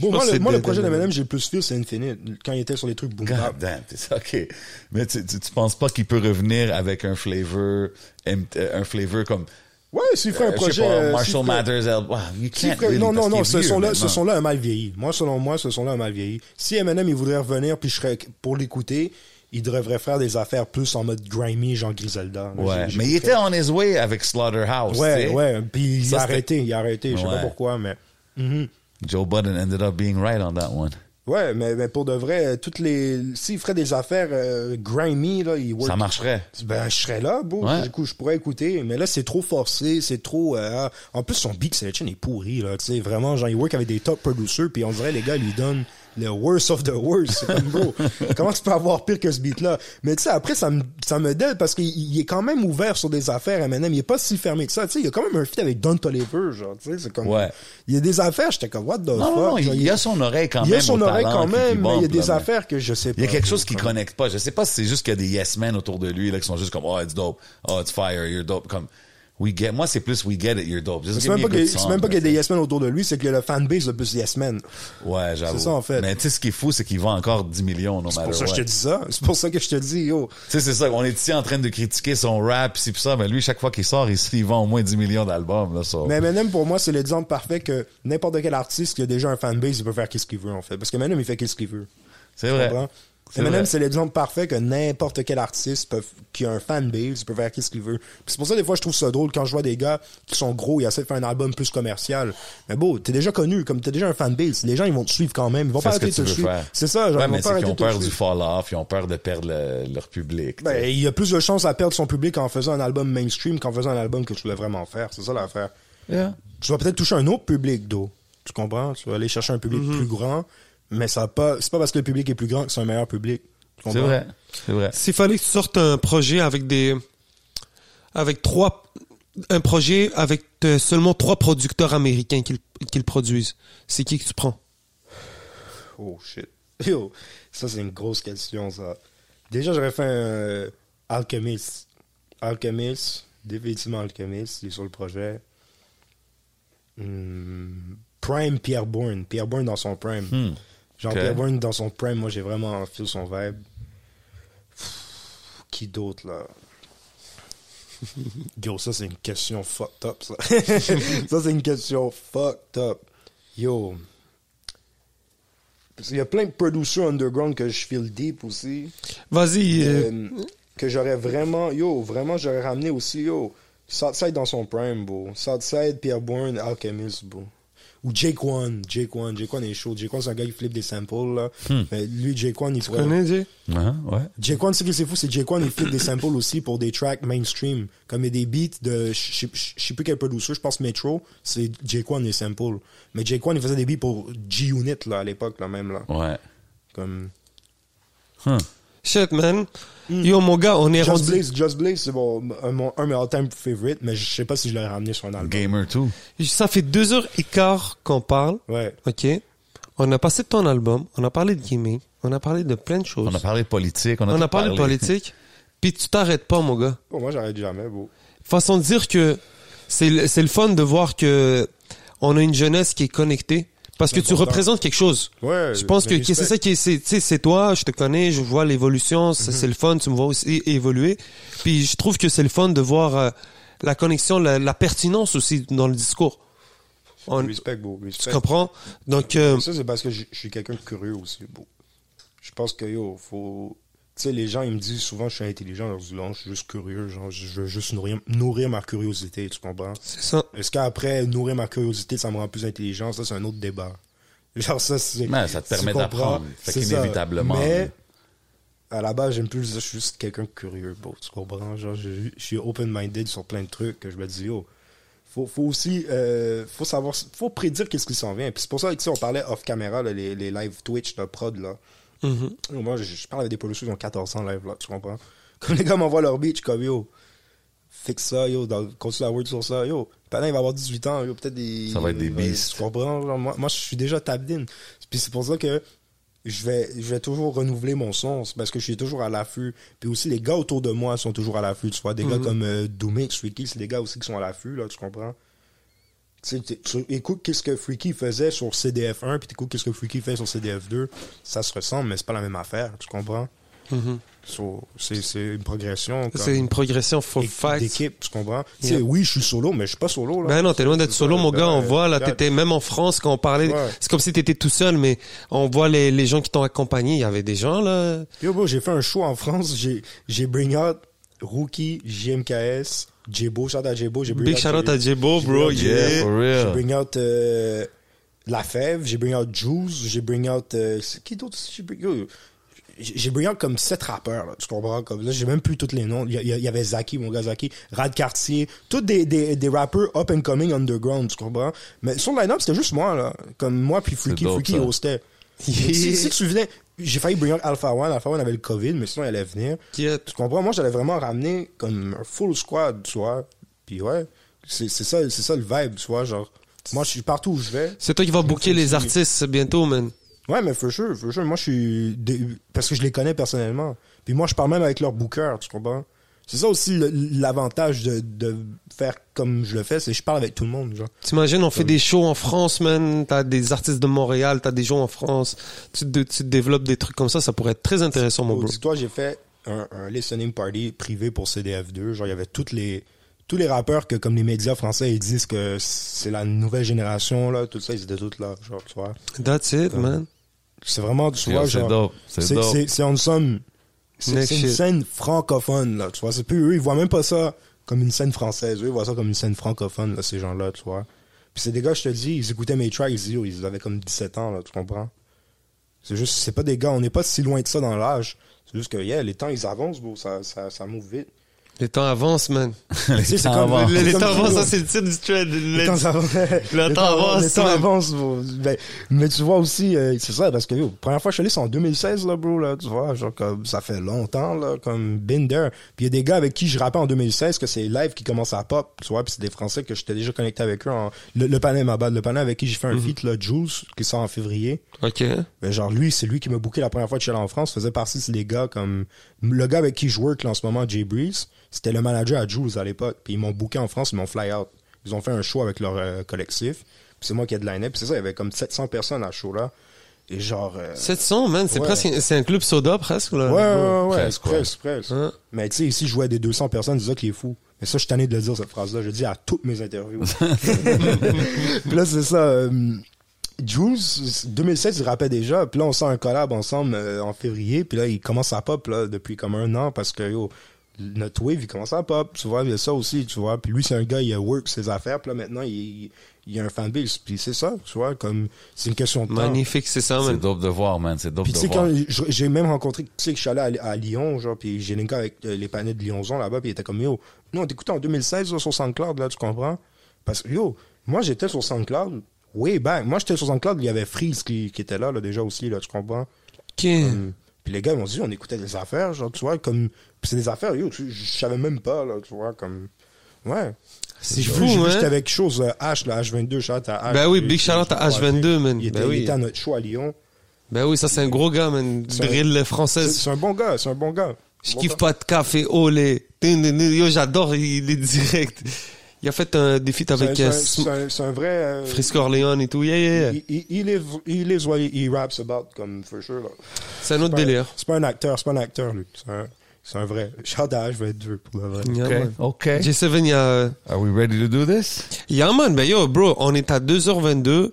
E: Bon,
C: pense
E: moi,
C: que
E: le,
C: c'est
E: moi, le
C: de-
E: projet
C: de-
E: d'Eminem, j'ai le plus fait, c'est Infinite, quand il était sur les trucs boom
D: God
E: bap.
D: damn, t'es ça, ok. Mais tu, tu, tu penses pas qu'il peut revenir avec un flavor, un, un flavor comme,
E: Ouais, s'il fait
D: euh,
E: un
D: je sais
E: projet.
D: pas,
E: euh, s'il
D: Marshall
E: fait-
D: Mathers, L- wow, you
E: s'il
D: can't
E: fait-
D: really,
E: non,
D: parce
E: non, non,
D: qu'il est
E: ce
D: vieux
E: sont là,
D: maintenant.
E: ce sont là un mal vieilli. Moi, selon moi, ce sont là un mal vieilli. Si Eminem, il voudrait revenir, puis je serais pour l'écouter, il devrait faire des affaires plus en mode grimy, genre Griselda. là.
D: Ouais,
E: J'ai-
D: mais il
E: j'ai-
D: était on his way avec Slaughterhouse. tu
E: Ouais,
D: sais.
E: ouais. Puis il
D: Ça,
E: a
D: c'était-
E: arrêté, il a arrêté. Je sais
D: Ouais.
E: pas pourquoi, mais. Mhm.
D: Joe Budden ended up being right on that one.
E: Ouais, mais, mais pour de vrai, euh, toutes les. S'il ferait des affaires euh, grimy, là, il work.
D: Ça marcherait.
E: Ben, je serais là, bro.
D: Ouais.
E: Du coup, je pourrais écouter. Mais là, c'est trop forcé, c'est trop. euh, En plus, son big selection est pourri, là. Tu sais, vraiment, genre, il work avec des top producers, puis on dirait, les gars, ils lui donnent le worst of the worst. C'est comme, bro, comment tu peux avoir pire que ce beat-là? Mais tu sais, après, ça me, ça me déle parce qu'il il est quand même ouvert sur des affaires, Eminem. Il est pas si fermé que ça. Tu sais, il y a quand même un feat avec Don Toliver, genre. Tu sais, c'est comme.
D: Ouais.
E: Il y a des affaires, j'étais comme, what the fuck?
D: Non, non, non,
E: genre,
D: il, il a son oreille quand même.
E: Il a son
D: au
E: oreille
D: talent
E: quand
D: qui- qui
E: même, mais il y a
D: bombe,
E: des
D: là, mais-
E: affaire que je sais pas.
D: Il y a quelque chose qui
E: bro.
D: connecte pas. Je sais pas si c'est juste qu'il y a des yes men autour de lui là, qui sont juste comme Oh, it's dope. Oh, it's fire. You're dope. Comme, we get. Moi, c'est plus we get it. You're dope. Just
E: C'est
D: give
E: même
D: me
E: pas
D: a good
E: que- c'est
D: song,
E: même pas qu'il y a
D: là,
E: des yes men autour de lui, c'est que le fanbase le plus yes men.
D: t'sais. Ouais, j'avoue.
E: C'est ça, en fait.
D: Mais tu sais, ce qui est fou, c'est qu'il vend encore 10 millions, no
E: C'est
D: matter
E: pour ça
D: what.
E: que je te dis
D: Tu
E: ça. C'est pour ça que je te dis, yo.
D: sais, c'est ça. On est ici en train de critiquer son rap, si pis ça. Mais lui, chaque fois qu'il sort, il, il vend au moins 10 millions d'albums, là, ça.
E: Mais Eminem, pour moi, c'est l'exemple parfait que n'importe quel artiste qui a déjà un fanbase, il peut faire qu'est-ce qu'il veut, en fait. Parce que Eminem, il fait qu'est-ce qu'il veut.
D: c'est
E: Tu
D: vrai.
E: comprends?
D: C'est vrai.
E: Eminem, c'est l'exemple parfait que n'importe quel artiste peut, qui a un fanbase, il peut faire qu'est-ce qu'il veut. Puis c'est pour ça, des fois, je trouve ça drôle quand je vois des gars qui sont gros, ils essaient de faire un album plus commercial. Mais bon, t'es déjà connu, comme t'as déjà un fanbase, les gens, ils vont te suivre quand même. Ils vont
D: Fais
E: pas
D: ce que
E: arrêter
D: tu
E: de te
D: veux
E: suivre.
D: faire.
E: C'est ça, genre,
D: Ouais,
E: ils vont
D: mais
E: pas
D: c'est
E: arrêter
D: qu'ils
E: de
D: ont
E: te
D: peur
E: suivre.
D: du fall-off, ils ont peur de perdre le- leur public.
E: Ben,
D: t'sais.
E: il y a plus de chances à perdre son public en faisant un album mainstream qu'en faisant un album que tu voulais vraiment faire. C'est ça l'affaire.
D: Yeah.
E: Tu vas peut-être toucher un autre public, d'eau. Tu comprends? Tu vas aller chercher un public
D: Mhm.
E: plus grand, mais ça a pas, c'est pas parce que le public est plus grand que c'est un meilleur public. Tu
D: C'est
E: comprends?
D: vrai. C'est vrai.
C: S'il fallait que tu sortes un projet avec des. avec trois. un projet avec euh, seulement trois producteurs américains qui, le- qui le produisent, c'est qui que tu prends
E: Oh shit. Yo, ça c'est une grosse question, ça. Déjà, j'aurais fait un Alchemist. Alchemist, définitivement Alchemist, il est sur le projet. Hmm, Prime Pierre Bourne. Pierre Bourne dans son prime.
D: Hmm.
E: Genre
D: Ok.
E: Pierre Bourne dans son prime, moi j'ai vraiment feel son vibe. Pff, Qui d'autre là Yo, ça c'est une question fucked up ça. ça c'est une question fucked up. Yo. Parce qu'il y a plein de producers underground que je feel deep aussi.
C: Vas-y. euh,
E: Euh, que j'aurais vraiment, yo, vraiment, j'aurais ramené aussi, yo, Southside dans son prime, bro. Southside, Pierre Bourne, Alchemist, bro. Ou Jake One, Jake One, Jake One est chaud. Jake One, c'est un gars qui flippe des samples, là. Mais lui, Jake One, il
C: Hmm. tu
E: pourrait-
C: connais, Jay
D: Ah, ouais.
E: Jake One, ce qui c'est fou, c'est Jake One, il flippe des samples aussi pour des tracks mainstream. Comme il y a des beats de, je sais- je sais plus quel producer, je pense Metro, c'est Jake One les samples. Mais Jake One, il faisait des beats pour G-Unit, là, à l'époque, là, même, là.
D: Ouais.
E: Comme,
D: Huh.
C: Shit, man. Yo, mon gars, on est
E: Hmm. Just
C: rendu.
E: Blaze, Just Blaze, c'est mon, un, mon- un de mes all-time favorite, mais je sais pas si je l'aurais ramené sur un album.
D: Gamer too.
C: Ça fait deux heures et quart qu'on parle.
E: Ouais.
C: OK. On a passé ton album, on a parlé de gaming, on a parlé de plein de choses.
D: On a parlé de politique. On a,
C: On
D: tout
C: a parlé de politique. Puis tu t'arrêtes pas, mon gars.
E: Bon, Oh, moi, j'arrête jamais, bro.
C: Façon de dire que c'est le, c'est le fun de voir que on a une jeunesse qui est connectée. Parce que tu
E: Important.
C: représentes quelque chose.
E: Ouais,
C: je pense
E: mais
C: que, que
E: respect. Mhm.
C: c'est ça qui est, c'est- tu sais, c'est toi, je te connais, je vois l'évolution, c'est c'est le fun, tu me vois aussi évoluer. Puis je trouve que c'est le fun de voir euh, la connexion, la, la pertinence aussi dans le discours. On-
E: Respect, bro.
C: tu
E: Respect.
C: comprends? Donc, euh,
E: Ça, c'est parce que je je suis quelqu'un de curieux aussi, bro. Je pense que, yo, faut... Tu sais, les gens, ils me disent souvent je suis intelligent. Je leur dis, non, je suis juste curieux. Genre, je je veux juste nourrir, nourrir ma curiosité, tu comprends?
C: c'est ça.
E: Est-ce qu'après, nourrir ma curiosité, ça me rend plus intelligent? Ça, c'est un autre débat. Genre, ça, c'est...
D: Ouais, ça te
E: tu
D: permet
E: comprends?
D: d'apprendre. Fait
E: C'est
D: qu'inévitablement-
E: ça. Mais, à la base, j'aime plus le dire, je suis juste quelqu'un de curieux, bro. Tu comprends? Genre, je, je suis open-minded sur plein de trucs que je me dis, oh, faut, faut aussi, euh, faut savoir, faut prédire qu'est-ce qui s'en vient. Puis c'est pour ça que, tu sais, on parlait off-camera, là, les, les live Twitch, le prod, là.
D: Mm-hmm.
E: Moi, je, je parle avec des producers qui ont 14 ans live, là, tu comprends? Comme les gars m'envoient leur beat, je suis comme, yo, fixe ça, yo, dans, continue à work sur ça, yo. Pendant il va avoir 18 ans, yo, peut-être des.
D: Ça va être des
E: il
D: beasts.
E: Tu comprends? genre, moi, moi, je suis déjà tapped in. Puis c'est pour ça que je vais, je vais toujours renouveler mon son, c'est parce que je suis toujours à l'affût. Puis aussi, les gars autour de moi sont toujours à l'affût, tu vois. Des
C: Mhm.
E: gars comme euh, Doomix, Freaky, c'est des gars aussi qui sont à l'affût, là, tu comprends? Tu, sais, tu- tu écoutes qu'est-ce que Freaky faisait sur CDF1, puis tu écoutes qu'est-ce que Freaky fait sur CDF2. Ça se ressemble, mais c'est pas la même affaire, tu comprends?
C: Mhm.
E: So, c'est c'est une progression. comme-
C: C'est une progression for
E: équipe
C: fact.
E: d'équipe, tu comprends? Tu
C: Yeah.
E: sais, oui, je suis solo, mais je suis pas solo, là.
C: Ben non, t'es loin d'être
E: C'est
C: solo,
E: ça,
C: mon
E: ben,
C: gars. On voit, là,
E: regarde.
C: t'étais même en France quand on parlait.
E: Ouais.
C: C'est comme si t'étais tout seul, mais on voit les, les gens qui t'ont accompagné. Il y avait des gens, là.
E: Yo, bro, j'ai fait un show en France, j'ai, j'ai Bring Out, Rookie, JMKS, Jebo, shout out Jebo, j'ai Bring
C: Big
E: Out.
C: shout out à
E: j'ai-
C: Jebo, bro.
E: j'ai-
C: Yeah.
D: Oh, for
E: J'ai
D: real.
E: Bring Out, euh, La Fève, j'ai Bring Out Juice, j'ai Bring Out, euh, c'est qui d'autre aussi? J'ai Bring, yo, j'ai j'ai Bring Out comme sept rappeurs, là, tu comprends? Comme, là, j'ai même plus tous les noms. Il y, a- il y a- il y avait Zaki, mon gars Zaki, Rad Cartier, tous des, des, des rappeurs up and coming underground, tu comprends? Mais sur le line-up, c'était juste moi, là. Comme moi, puis Freaky,
D: dope,
E: Freaky
D: ça.
E: hostait. Mais si, si tu venais, j'ai failli bring out Alpha One. Alpha One avait le COVID, mais sinon, elle allait venir.
C: Yeah.
E: Tu comprends? Moi, j'allais vraiment ramener comme un full squad, tu vois. Puis ouais, c'est c'est ça, c'est ça le vibe, tu vois. Genre, moi, je suis partout où je vais.
C: C'est toi qui vas booker les artistes bientôt, man.
E: Ouais, mais for sure, for sure. Moi, je suis. des- Parce que je les connais personnellement. Puis moi, je parle même avec leur booker, tu comprends? C'est ça aussi le- l'avantage de, de faire comme je le fais, c'est que je parle avec tout le monde, genre.
C: T'imagines, on fait des shows en France, man. T'as des artistes de Montréal, t'as des gens en France. Tu, te- tu te développes des trucs comme ça, ça pourrait être très intéressant, mon
E: Oh,
C: bro.
E: Dis-toi, j'ai fait un, un listening party privé pour CDF2. Genre, il y avait toutes les, tous les rappeurs que, comme les médias français, ils disent que c'est la nouvelle génération, là, tout ça, ils étaient tous là. Genre, tu vois.
C: That's it, man.
E: C'est vraiment, tu
D: Yo,
E: vois,
D: C'est
E: genre.
D: dope. C'est
E: C'est,
D: dope.
E: c'est, c'est en somme. C'est,
C: Next
E: c'est une
C: shit.
E: scène francophone, là, tu vois. C'est plus, eux, ils voient même pas ça comme une scène française. Eux, ils voient ça comme une scène francophone, là, ces gens-là, tu vois. Puis c'est des gars, je te dis, ils écoutaient mes tracks, ils, yo, ils avaient comme 17 ans, là, tu comprends? C'est juste, c'est pas des gars, on n'est pas si loin de ça dans l'âge. C'est juste que, yeah, les temps, ils avancent, bro, ça, ça, ça move vite.
C: Les temps avancent, man.
D: Les
E: Tu sais, c'est
D: temps
E: comme-
D: avancent.
E: Les temps avancent,
C: c'est le titre du trend.
E: Le temps avance. Le
C: temps avance,
E: Le temps
C: man.
E: avance, bro. Ben, mais tu vois aussi, euh, c'est ça, parce que yo, première fois que je suis allé, c'est en 2016, là, bro, là, tu vois, genre, comme, ça fait longtemps, là, comme Binder. Puis il y a des gars avec qui je rappais en 2016, que c'est live qui commence à pop, tu vois, puis c'est des Français que j'étais déjà connecté avec eux. En... Le, le panel, ma bad, le panel avec qui j'ai fait un feat, là, Jules, qui sort en février.
C: Ok.
E: Ben, genre, lui, c'est lui qui m'a booké la première fois que je suis allé en France. Faisait partie c'est des gars comme. Le gars avec qui je work là, en ce moment, Jay Breeze, c'était le manager à Jules à l'époque. Puis ils m'ont booké en France, ils m'ont fly out. Ils ont fait un show avec leur euh, collectif. Puis c'est moi qui ai de line Puis c'est ça, il y avait comme 700 personnes à ce show-là. Et genre. euh,
C: 700, man. C'est
E: Ouais.
C: presque, c'est un club soda, presque, là.
E: Ouais, ouais, ouais,
D: Presque,
E: presque, presque.
C: Hein?
E: Mais tu sais, ici, je jouais à des 200 personnes, c'est ça qui est fou. Mais ça, je suis tanné de le dire, cette phrase-là. Je le dis à toutes mes interviews. Puis là, c'est ça. euh, Jules, 2016, il rappait déjà. Puis là, on sort un collab ensemble euh, en février. Puis là, il commence à pop là, depuis comme un an parce que yo, notre wave, il commence à pop. Tu vois, il y a ça aussi, tu vois. Puis lui, c'est un gars, il work ses affaires. Puis là, maintenant, il, il a un fanbase. Puis c'est ça, tu vois, comme c'est une question de temps.
C: Magnifique, c'est ça,
D: C'est
C: man.
D: dope de voir, man. C'est dope
E: Puis tu
D: de
E: sais,
D: voir.
E: quand je- j'ai même rencontré, tu sais, que je suis allé à, à Lyon, genre, puis j'ai linké avec euh, les panneaux de Lyonzon là-bas, puis il était comme, yo, nous, on t'écoutait en 2016 là, sur SoundCloud, là, tu comprends? Parce que, yo, moi, j'étais sur SoundCloud, way back. Moi, j'étais sur SoundCloud, il y avait Freeze qui, qui était là, là, déjà aussi, là, tu comprends?
C: Ok.
E: Hum. Puis les gars, ils m'ont dit, on écoutait des affaires, genre, tu vois, comme, puis c'est des affaires, yo, tu- je savais même pas, là, tu vois, comme, ouais.
C: C'est
E: J'ai
C: fou,
E: vu- j'ai vu, J'étais
C: hein.
E: avec chose, euh, H, là, H22, shout à H.
C: Ben oui,
E: Puis,
C: big shout out à
E: je- je-
C: H22, man.
E: Il était,
C: Ben oui.
E: il était à notre show à Lyon.
C: Ben oui, ça, c'est un gros gars, man.
E: C'est un-
C: Drill
E: C'est
C: française.
E: c'est un bon gars, c'est un bon gars.
C: Je
E: Bon
C: kiffe
E: gars.
C: pas de café, olé. Yo, j'adore, il est direct. Il a fait un défi avec
E: C'est un-
C: euh,
E: c'est un, c'est un vrai. euh,
C: Frisco Orléans et tout. Yeah, yeah, yeah.
E: il, il, il est, il est what he raps about, comme for sure. là.
C: C'est un
E: C'est
C: autre
E: pas un-
C: délire.
E: C'est pas un acteur, c'est pas un acteur, lui. C'est un, c'est un vrai. Chardage va être dur pour le vrai.
C: Yeah, man.
D: OK.
C: J7, il y a. euh,
D: Are we ready to do this?
C: Yeah, man, ben yo, bro, on est à 2h22.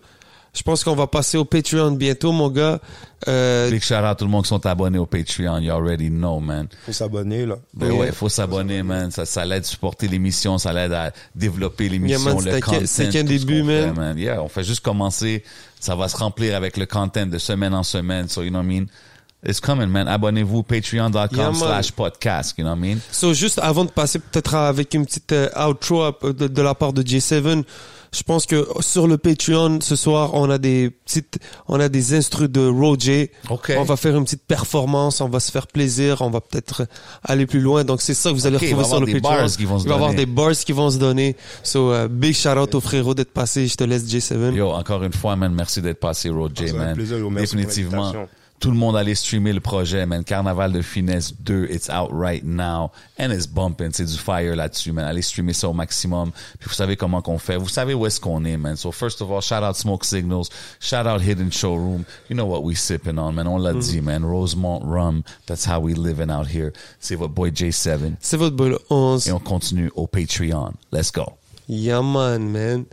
C: Je pense qu'on va passer au Patreon bientôt, mon gars. Euh,
D: Big shout out à tout le monde qui sont abonnés au Patreon. You already know, man.
E: Faut s'abonner, là.
D: Ben ouais, faut s'abonner, man. Ça, ça l'aide à supporter l'émission, ça l'aide à développer l'émission,
C: Yeah, man,
D: le
C: c'est qu'un-
D: content.
C: c'est qu'un
D: tout ce
C: début,
D: qu'on fait,
C: man.
D: Yeah, on fait juste commencer. Ça va se remplir avec le content de semaine en semaine. So, you know what I mean? It's coming, man. Abonnez-vous, patreon.com
C: Yeah, man.
D: slash podcast. You know what I mean?
C: so, juste avant de passer peut-être à- avec une petite euh, outro euh, de, de la part de J7, Je pense que sur le Patreon ce soir, on a des petites, on a des instrus de Roger.
D: OK.
C: On va faire une petite performance, on va se faire plaisir, on va peut-être aller plus loin. Donc c'est ça que vous allez
D: OK, il va
C: retrouver
D: y avoir
C: sur le
D: des
C: Patreon.
D: bars qui vont se
C: il va y avoir
D: donner.
C: des bars qui vont se donner. So euh, big shout out au frérot d'être passé. Je te laisse J7.
D: Yo, encore une fois, man, merci d'être passé, Road J,
E: Ça fait
D: man.
E: Ah, plaisir, yo, merci pour
D: Définitivement.
E: l'invitation.
D: Tout le monde allait streamer le projet, man. Carnaval de Finesse 2, it's out right now. And it's bumping. C'est du fire là-dessus, man. Allez streamer ça au maximum. Puis vous savez comment qu'on fait. Vous savez où est-ce qu'on est, man. So first of all, shout out Smoke Signals. Shout out Hidden Showroom. You know what we sipping on, man. On l'a
E: Mm-hmm.
D: dit, man. Rosemont Rum. That's how we living out here. C'est votre boy J7.
C: C'est votre boy le 11.
D: Et on continue au Patreon. Let's go.
C: Yeah, man, man.